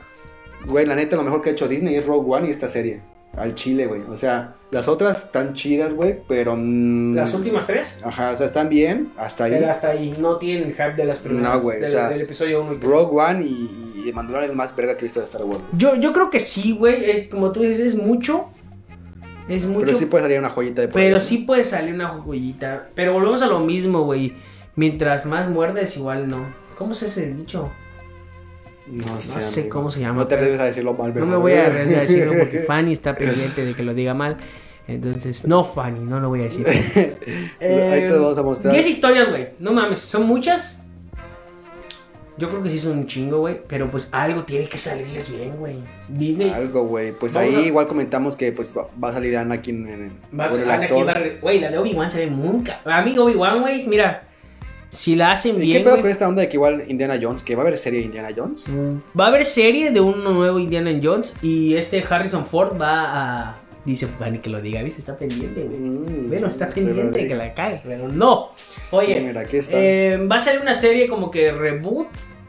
Speaker 2: güey, la neta, lo mejor que ha hecho Disney es Rogue One y esta serie. Al chile, güey. O sea, las otras están chidas, güey, pero. mm,
Speaker 1: Las últimas tres.
Speaker 2: Ajá, o sea, están bien, hasta ahí.
Speaker 1: Pero hasta ahí no tienen el hype de las primeras.
Speaker 2: No, güey,
Speaker 1: de
Speaker 2: o
Speaker 1: la-
Speaker 2: sea,
Speaker 1: del episodio 1
Speaker 2: Rogue One y, y Mandalorian es el más verga que he visto de Star Wars.
Speaker 1: Yo, yo creo que sí, güey. Es- Como tú dices, es mucho. Es mucho.
Speaker 2: Pero sí puede salir una joyita de por
Speaker 1: Pero
Speaker 2: ahí.
Speaker 1: sí puede salir una joyita. Pero volvemos a lo mismo, güey. Mientras más muerdes, igual no. ¿Cómo se ese dicho?
Speaker 2: No
Speaker 1: No sé
Speaker 2: amigo.
Speaker 1: cómo se llama,
Speaker 2: No te
Speaker 1: pero-
Speaker 2: arriesgues a decirlo mal,
Speaker 1: No
Speaker 2: pero-
Speaker 1: me voy a arriesgar a decirlo
Speaker 2: *laughs*
Speaker 1: porque Fanny está pendiente de que lo diga mal. Entonces, no, Fanny, no lo voy a decir.
Speaker 2: *laughs* Ahí te lo vamos a mostrar.
Speaker 1: 10 historias, güey. No mames, son muchas. Yo creo que sí son un chingo, güey. Pero pues algo tiene que salirles bien, güey. Disney.
Speaker 2: Algo, güey. Pues
Speaker 1: Vamos
Speaker 2: ahí
Speaker 1: a-
Speaker 2: igual comentamos que pues va, va a salir Anakin en el,
Speaker 1: Va a
Speaker 2: bueno,
Speaker 1: ser
Speaker 2: el
Speaker 1: Anakin
Speaker 2: actor.
Speaker 1: va a re- Güey, la de Obi-Wan se ve muy ca- A mí Obi-Wan, güey, mira. Si la hacen
Speaker 2: ¿Y qué
Speaker 1: bien.
Speaker 2: pedo
Speaker 1: güey,
Speaker 2: con esta onda de que igual Indiana Jones, que va a haber serie de Indiana Jones?
Speaker 1: Va a haber serie de un nuevo Indiana Jones y este Harrison Ford va a... Dice Fanny que lo diga, ¿viste? Está pendiente, güey.
Speaker 2: Mm,
Speaker 1: Bueno, está
Speaker 2: pero-
Speaker 1: pendiente de que la cague, pero no. Oye,
Speaker 2: Sí, mira, aquí está.
Speaker 1: Eh, va a salir una serie como que reboot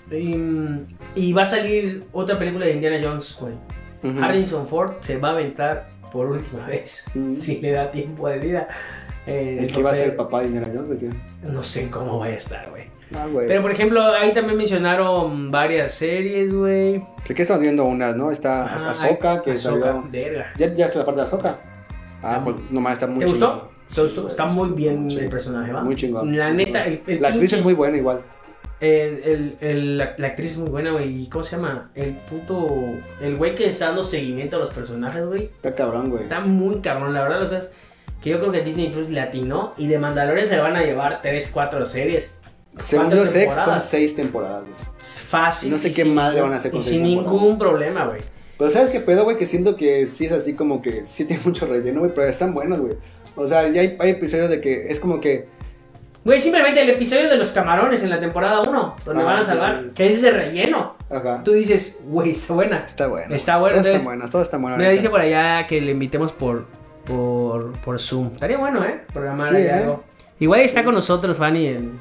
Speaker 1: em, y va a salir otra película de Indiana Jones, güey.
Speaker 2: Ujú.
Speaker 1: Harrison Ford se va a aventar por última vez, *laughs*
Speaker 2: Mm.
Speaker 1: si le da tiempo de vida. eh,
Speaker 2: ¿El que va a ser el
Speaker 1: papel.
Speaker 2: papá de Indiana Jones o qué?
Speaker 1: No sé cómo va a estar, güey.
Speaker 2: Ah, güey.
Speaker 1: Pero por ejemplo, ahí también mencionaron varias series, güey.
Speaker 2: Sí que estamos viendo unas, ¿no? Está Ah-
Speaker 1: Ah,
Speaker 2: Ahsoka,
Speaker 1: ay,
Speaker 2: que
Speaker 1: Ahsoka,
Speaker 2: salió...
Speaker 1: verga.
Speaker 2: ¿Ya, ya está la parte de Ahsoka? Ah, pues nomás está muy
Speaker 1: ¿Te gustó?
Speaker 2: chingón.
Speaker 1: ¿Te
Speaker 2: Sí,
Speaker 1: gustó?
Speaker 2: güey,
Speaker 1: Está muy
Speaker 2: sí,
Speaker 1: bien
Speaker 2: sí.
Speaker 1: el personaje, ¿va?
Speaker 2: Muy chingón.
Speaker 1: La
Speaker 2: muy
Speaker 1: neta, el,
Speaker 2: chingón.
Speaker 1: el
Speaker 2: La actriz
Speaker 1: pinche-
Speaker 2: es muy buena igual.
Speaker 1: el- el- el- la, la actriz es muy buena, güey. ¿Y cómo se llama? El puto. El güey que está dando seguimiento a los personajes, güey.
Speaker 2: Está cabrón, güey.
Speaker 1: Está muy cabrón. La verdad, las cosas que yo creo que Disney Plus latinó. Y de Mandalorian se van a llevar 3, 4 series.
Speaker 2: Según
Speaker 1: cuatro
Speaker 2: yo sé, son
Speaker 1: temporadas.
Speaker 2: seis temporadas, güey.
Speaker 1: Es fácil.
Speaker 2: No sé
Speaker 1: y
Speaker 2: qué
Speaker 1: sin-
Speaker 2: madre van a hacer con
Speaker 1: Y
Speaker 2: seis
Speaker 1: sin
Speaker 2: temporadas.
Speaker 1: ningún problema, güey.
Speaker 2: Pero ¿sabes qué pedo, güey? Que siento que sí es así como que sí tiene mucho relleno, güey, pero están buenos, güey. O sea, ya hay, hay episodios de que es como que...
Speaker 1: Güey, simplemente el episodio de los camarones en la temporada 1, donde
Speaker 2: Ah,
Speaker 1: van a
Speaker 2: sí,
Speaker 1: salvar,
Speaker 2: sí.
Speaker 1: que es de relleno.
Speaker 2: Ajá.
Speaker 1: Tú dices, güey, está buena.
Speaker 2: Está bueno.
Speaker 1: Está bueno,
Speaker 2: Todas
Speaker 1: entonces-
Speaker 2: están buenas, todas están buenas.
Speaker 1: Mira,
Speaker 2: Ah, ahorita.
Speaker 1: dice por allá que le invitemos por, por, por Zoom. Estaría bueno, ¿eh? Programar
Speaker 2: Sí,
Speaker 1: ahí
Speaker 2: ¿eh?
Speaker 1: algo. Igual está con nosotros, Fanny, en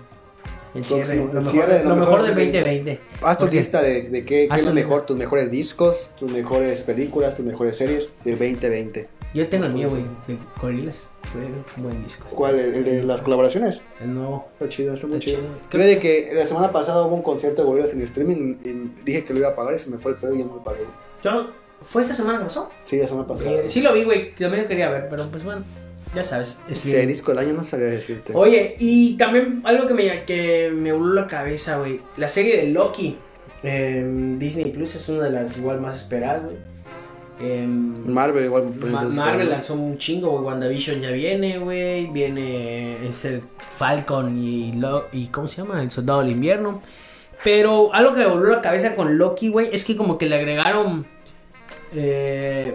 Speaker 1: el
Speaker 2: Próximo,
Speaker 1: cierre. Lo
Speaker 2: el
Speaker 1: mejor,
Speaker 2: cierre,
Speaker 1: lo mejor del 2020.
Speaker 2: Haz tu
Speaker 1: Porque-
Speaker 2: lista de, de qué, qué
Speaker 1: Haz
Speaker 2: es lo
Speaker 1: tu
Speaker 2: mejor,
Speaker 1: lista.
Speaker 2: tus mejores discos, tus mejores películas, tus mejores series del 2020.
Speaker 1: Yo tengo el mío, güey, de Gorillaz. Fue un buen disco.
Speaker 2: ¿Cuál? ¿El, el de las colaboraciones?
Speaker 1: El nuevo.
Speaker 2: Está chido, está muy
Speaker 1: Está
Speaker 2: chido.
Speaker 1: chido.
Speaker 2: Creo de que la semana pasada hubo un concierto de Gorillaz en streaming y dije que lo iba a pagar y se me fue el pedo y ya no lo pagué.
Speaker 1: Yo- ¿Fue esta semana que pasó?
Speaker 2: Sí, la semana pasada.
Speaker 1: Eh, sí lo vi, güey. También lo quería ver, pero pues bueno, ya sabes. este, es
Speaker 2: Ese
Speaker 1: bien.
Speaker 2: disco del año no sabía decirte.
Speaker 1: Oye, y también algo que me, que me voló la cabeza, güey. La serie de Loki. em, Disney Plus es una de las igual más esperadas, güey. Em,
Speaker 2: Marvel igual.
Speaker 1: Ma-
Speaker 2: pues, entonces,
Speaker 1: Marvel
Speaker 2: ¿no?
Speaker 1: lanzó un chingo, güey. WandaVision ya viene, güey. Viene este Falcon y, Lo- y ¿cómo se llama? El Soldado del Invierno. Pero algo que me volvió la cabeza con Loki, güey, es que como que le agregaron... eh,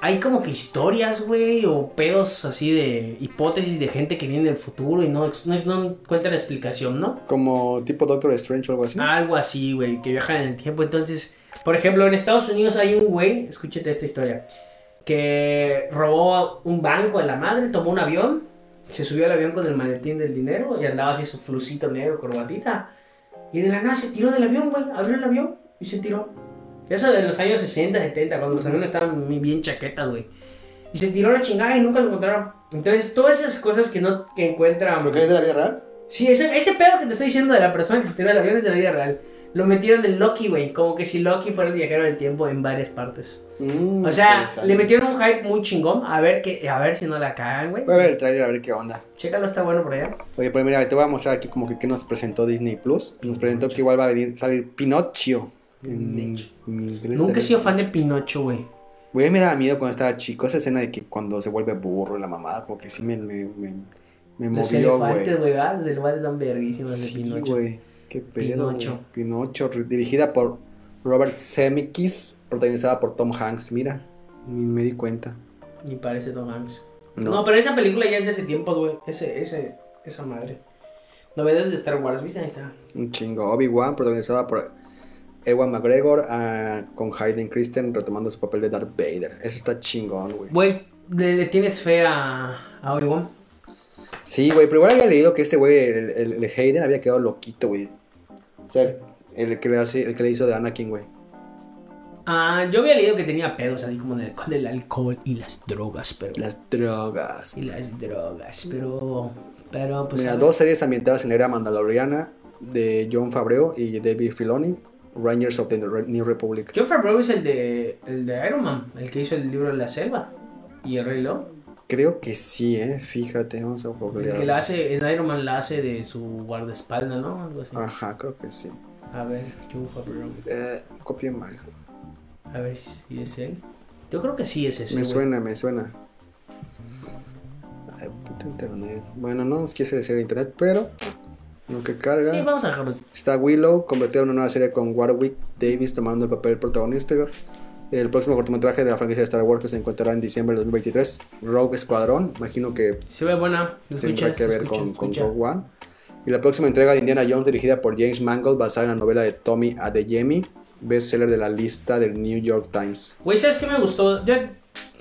Speaker 1: hay como que historias, güey, o pedos así de hipótesis de gente que viene del futuro y no, ex- no, no encuentran explicación, ¿no?
Speaker 2: Como tipo Doctor Strange o algo así.
Speaker 1: Algo así, güey, que viajan en el tiempo. Entonces, por ejemplo, en Estados Unidos hay un güey, escúchate esta historia, que robó un banco a la madre, tomó un avión, se subió al avión con el maletín del dinero y andaba así su flucito negro, corbatita. Y de la nada se tiró del avión, güey, abrió el avión y se tiró. Eso de los años 60, 70, cuando los aviones estaban muy bien chaquetas, güey. Y se tiró a la chingada y nunca lo encontraron. Entonces, todas esas cosas que no que encuentran...
Speaker 2: ¿Pero qué es de la vida real?
Speaker 1: Sí, ese, ese pedo que te estoy diciendo de la persona que se tiró del avión es de la vida real. Lo metieron en Loki, güey. Como que si Loki fuera el viajero del tiempo en varias partes.
Speaker 2: Mm,
Speaker 1: O sea,
Speaker 2: interesante.
Speaker 1: le metieron un hype muy chingón. A ver, que, a ver si no la cagan, güey.
Speaker 2: Voy a ver el trailer a ver qué onda.
Speaker 1: Chécalo, está bueno por allá.
Speaker 2: Oye, pero mira, te voy a mostrar aquí como que qué nos presentó Disney Plus. Nos presentó que igual va a venir salir Pinocho. En, in- en inglés.
Speaker 1: Nunca he sido fan de Pinocho, güey.
Speaker 2: Güey, me daba miedo cuando estaba chico esa escena de que cuando se vuelve burro y la mamada, porque sí me, me, me, me
Speaker 1: Los
Speaker 2: movió,
Speaker 1: elefantes,
Speaker 2: güey.
Speaker 1: güey, ¿verdad? Los elefantes dan verguísimos de
Speaker 2: Sí,
Speaker 1: Pinocho.
Speaker 2: güey. Qué pedo. güey.
Speaker 1: Pinocho.
Speaker 2: Pinocho, re- dirigida por Robert Zemeckis, protagonizada por Tom Hanks. Mira, ni me di cuenta.
Speaker 1: Ni parece Tom Hanks. No. pero esa película ya es de ese tiempo, güey. Ese, ese, esa madre. Novedades de Star Wars, ¿viste? Ahí está.
Speaker 2: Un chingo. Obi-Wan, protagonizada por Ewan McGregor, ah, con Hayden Christensen retomando su papel de Darth Vader. Eso está chingón, güey.
Speaker 1: Güey, ¿le, le tienes fe a, a Obi-Wan?
Speaker 2: Sí, güey, pero igual había leído que este güey, el, el- el Hayden, había quedado loquito, güey. O sea, el que, le hace, el que le hizo de Anakin, güey.
Speaker 1: Ah, yo había leído que tenía pedos así como del- con el alcohol y las drogas, pero.
Speaker 2: Las drogas.
Speaker 1: Y las drogas, pero. Pero, pues.
Speaker 2: Mira,
Speaker 1: ah,
Speaker 2: dos series ambientadas en la era mandaloriana de John Favreau y David Filoni, Rangers of the New Republic.
Speaker 1: John Favreau es el de, el de Iron Man, el que hizo el libro de la selva y el Rey León.
Speaker 2: Creo que sí, eh. Fíjate, vamos a
Speaker 1: El que la hace, en Iron Man la hace de su guardaespaldas, ¿no? Algo así.
Speaker 2: Ajá, creo que sí.
Speaker 1: A ver, John Favreau.
Speaker 2: Eh, copié mal.
Speaker 1: A ver si es él. Yo creo que sí es ese.
Speaker 2: Me
Speaker 1: güey.
Speaker 2: suena, me suena. Ay, puto internet. Bueno, no nos quise decir internet, pero lo que carga.
Speaker 1: Sí, vamos a dejarlo.
Speaker 2: Está Willow, convertida en una nueva serie con Warwick Davis tomando el papel protagonista. El próximo cortometraje de la franquicia de Star Wars que se encontrará en diciembre de 2023, Rogue Squadrón. Imagino que
Speaker 1: Se ve buena.
Speaker 2: tendrá
Speaker 1: Escucha,
Speaker 2: que ver
Speaker 1: escucha,
Speaker 2: con, con
Speaker 1: escucha.
Speaker 2: Rogue One. Y la próxima entrega de Indiana Jones, dirigida por James Mangold, basada en la novela de Tommy Adeyemi, bestseller de la lista del New York Times.
Speaker 1: Güey, ¿sabes qué me gustó? Yo,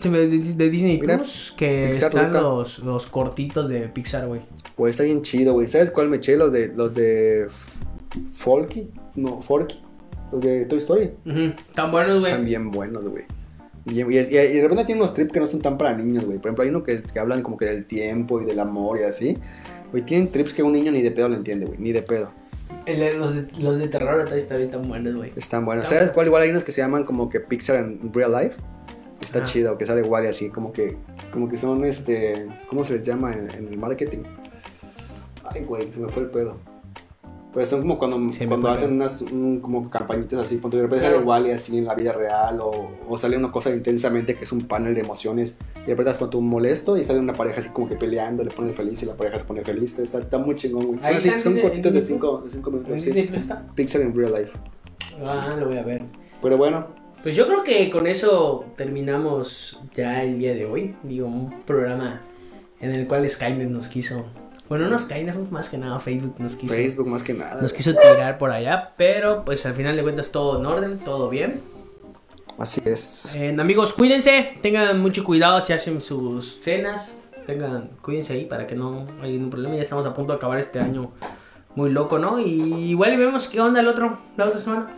Speaker 1: se me- de Disney
Speaker 2: Mira,
Speaker 1: Plus, que
Speaker 2: Pixar
Speaker 1: están
Speaker 2: Luca.
Speaker 1: los, los cortitos de Pixar, güey.
Speaker 2: Güey, está bien chido, güey. ¿Sabes cuál me eché? Los de. Los de. Folky. No, Forky. Los de Toy Story.
Speaker 1: Ujú, Tan buenos,
Speaker 2: Están
Speaker 1: güey.
Speaker 2: bien buenos, güey. Bien- Y, es- y- y de repente tienen unos trips que no son tan para niños, güey. Por ejemplo, hay uno que, que hablan como que del tiempo y del amor y así. Güey, tienen trips que un niño ni de pedo lo entiende, güey. Ni de pedo.
Speaker 1: El- Los de, los de terror de Toy Story están buenos, güey.
Speaker 2: Están buenos.
Speaker 1: Está
Speaker 2: ¿Sabes cuál? Igual hay unos que se llaman como que Pixar en Real Life. Está
Speaker 1: Ajá.
Speaker 2: chido, que sale igual y así. Como que, como que son este. ¿Cómo se les llama en, en el marketing? Ay, güey, se me fue el pedo. Pues son como cuando,
Speaker 1: Se me
Speaker 2: cuando
Speaker 1: fue el
Speaker 2: hacen unas un- como campañitas así, cuando de repente
Speaker 1: Claro.
Speaker 2: sale igual y así en la vida real o, o sale una cosa intensamente que es un panel de emociones y de repente cuando un molesto y sale una pareja así como que peleando, le pone feliz y la pareja se pone feliz, está, está muy chingón, güey. Son,
Speaker 1: Ahí
Speaker 2: así-
Speaker 1: está en
Speaker 2: son
Speaker 1: Disney-
Speaker 2: cortitos
Speaker 1: en
Speaker 2: de
Speaker 1: Disney.
Speaker 2: 5
Speaker 1: ¿En
Speaker 2: minutos, Pues sí.
Speaker 1: Disney Plus está?
Speaker 2: Pixar en Real Life.
Speaker 1: Ah, lo voy a ver.
Speaker 2: Pero bueno,
Speaker 1: Pues yo creo que con eso terminamos ya el día de hoy. Digo, un programa en el cual Skynet nos quiso Bueno, nos Skynet más que nada, Facebook nos quiso,
Speaker 2: Facebook más que nada.
Speaker 1: nos
Speaker 2: güey.
Speaker 1: quiso tirar por allá, pero pues al final de cuentas todo en orden, todo bien.
Speaker 2: Así es.
Speaker 1: Eh, amigos, cuídense, tengan mucho cuidado si hacen sus cenas, tengan, cuídense ahí para que no haya ningún problema, ya estamos a punto de acabar este año muy loco, ¿no? Y igual y vemos qué onda el otro, la otra semana.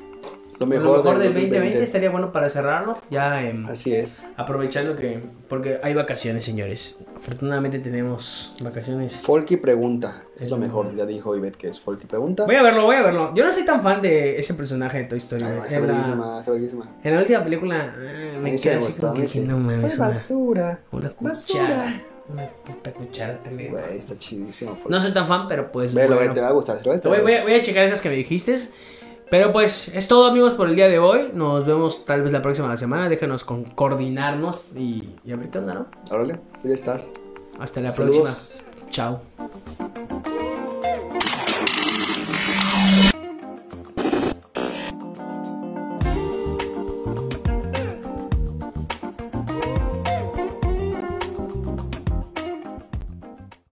Speaker 2: Lo
Speaker 1: A
Speaker 2: mejor,
Speaker 1: lo mejor
Speaker 2: del
Speaker 1: del 2020
Speaker 2: 2020.
Speaker 1: estaría bueno para cerrarlo, ya em,
Speaker 2: Así es.
Speaker 1: aprovechando que, porque hay vacaciones, señores. Afortunadamente tenemos vacaciones.
Speaker 2: Folky pregunta. Es
Speaker 1: Es
Speaker 2: lo
Speaker 1: lo
Speaker 2: mejor. Ya dijo Ivette que es Folky pregunta.
Speaker 1: Voy a verlo, voy a verlo. Yo no soy tan fan de ese personaje de Toy Story.
Speaker 2: Ay,
Speaker 1: güey.
Speaker 2: Está
Speaker 1: en, la,
Speaker 2: verguísima, está verguísima.
Speaker 1: en la última película ah, me
Speaker 2: Ese
Speaker 1: quedé así
Speaker 2: bastón,
Speaker 1: como que
Speaker 2: ese.
Speaker 1: diciendo, mames,
Speaker 2: Soy
Speaker 1: una-
Speaker 2: basura.
Speaker 1: Una
Speaker 2: Basura.
Speaker 1: cuchara. Una puta cuchara te le-
Speaker 2: Güey, está chidísimo. Folky.
Speaker 1: No soy tan fan, pero pues.
Speaker 2: Velo,
Speaker 1: bueno.
Speaker 2: güey, te va a gustar. te va a gustar.
Speaker 1: Voy, voy a- voy a checar esas que me dijiste. Pero pues es todo amigos por el día de hoy. Nos vemos tal vez la próxima semana. Déjanos con coordinarnos y, y a ver qué onda, ¿no?
Speaker 2: Órale, tú ya estás.
Speaker 1: Hasta la
Speaker 2: Saludos.
Speaker 1: próxima. Chao.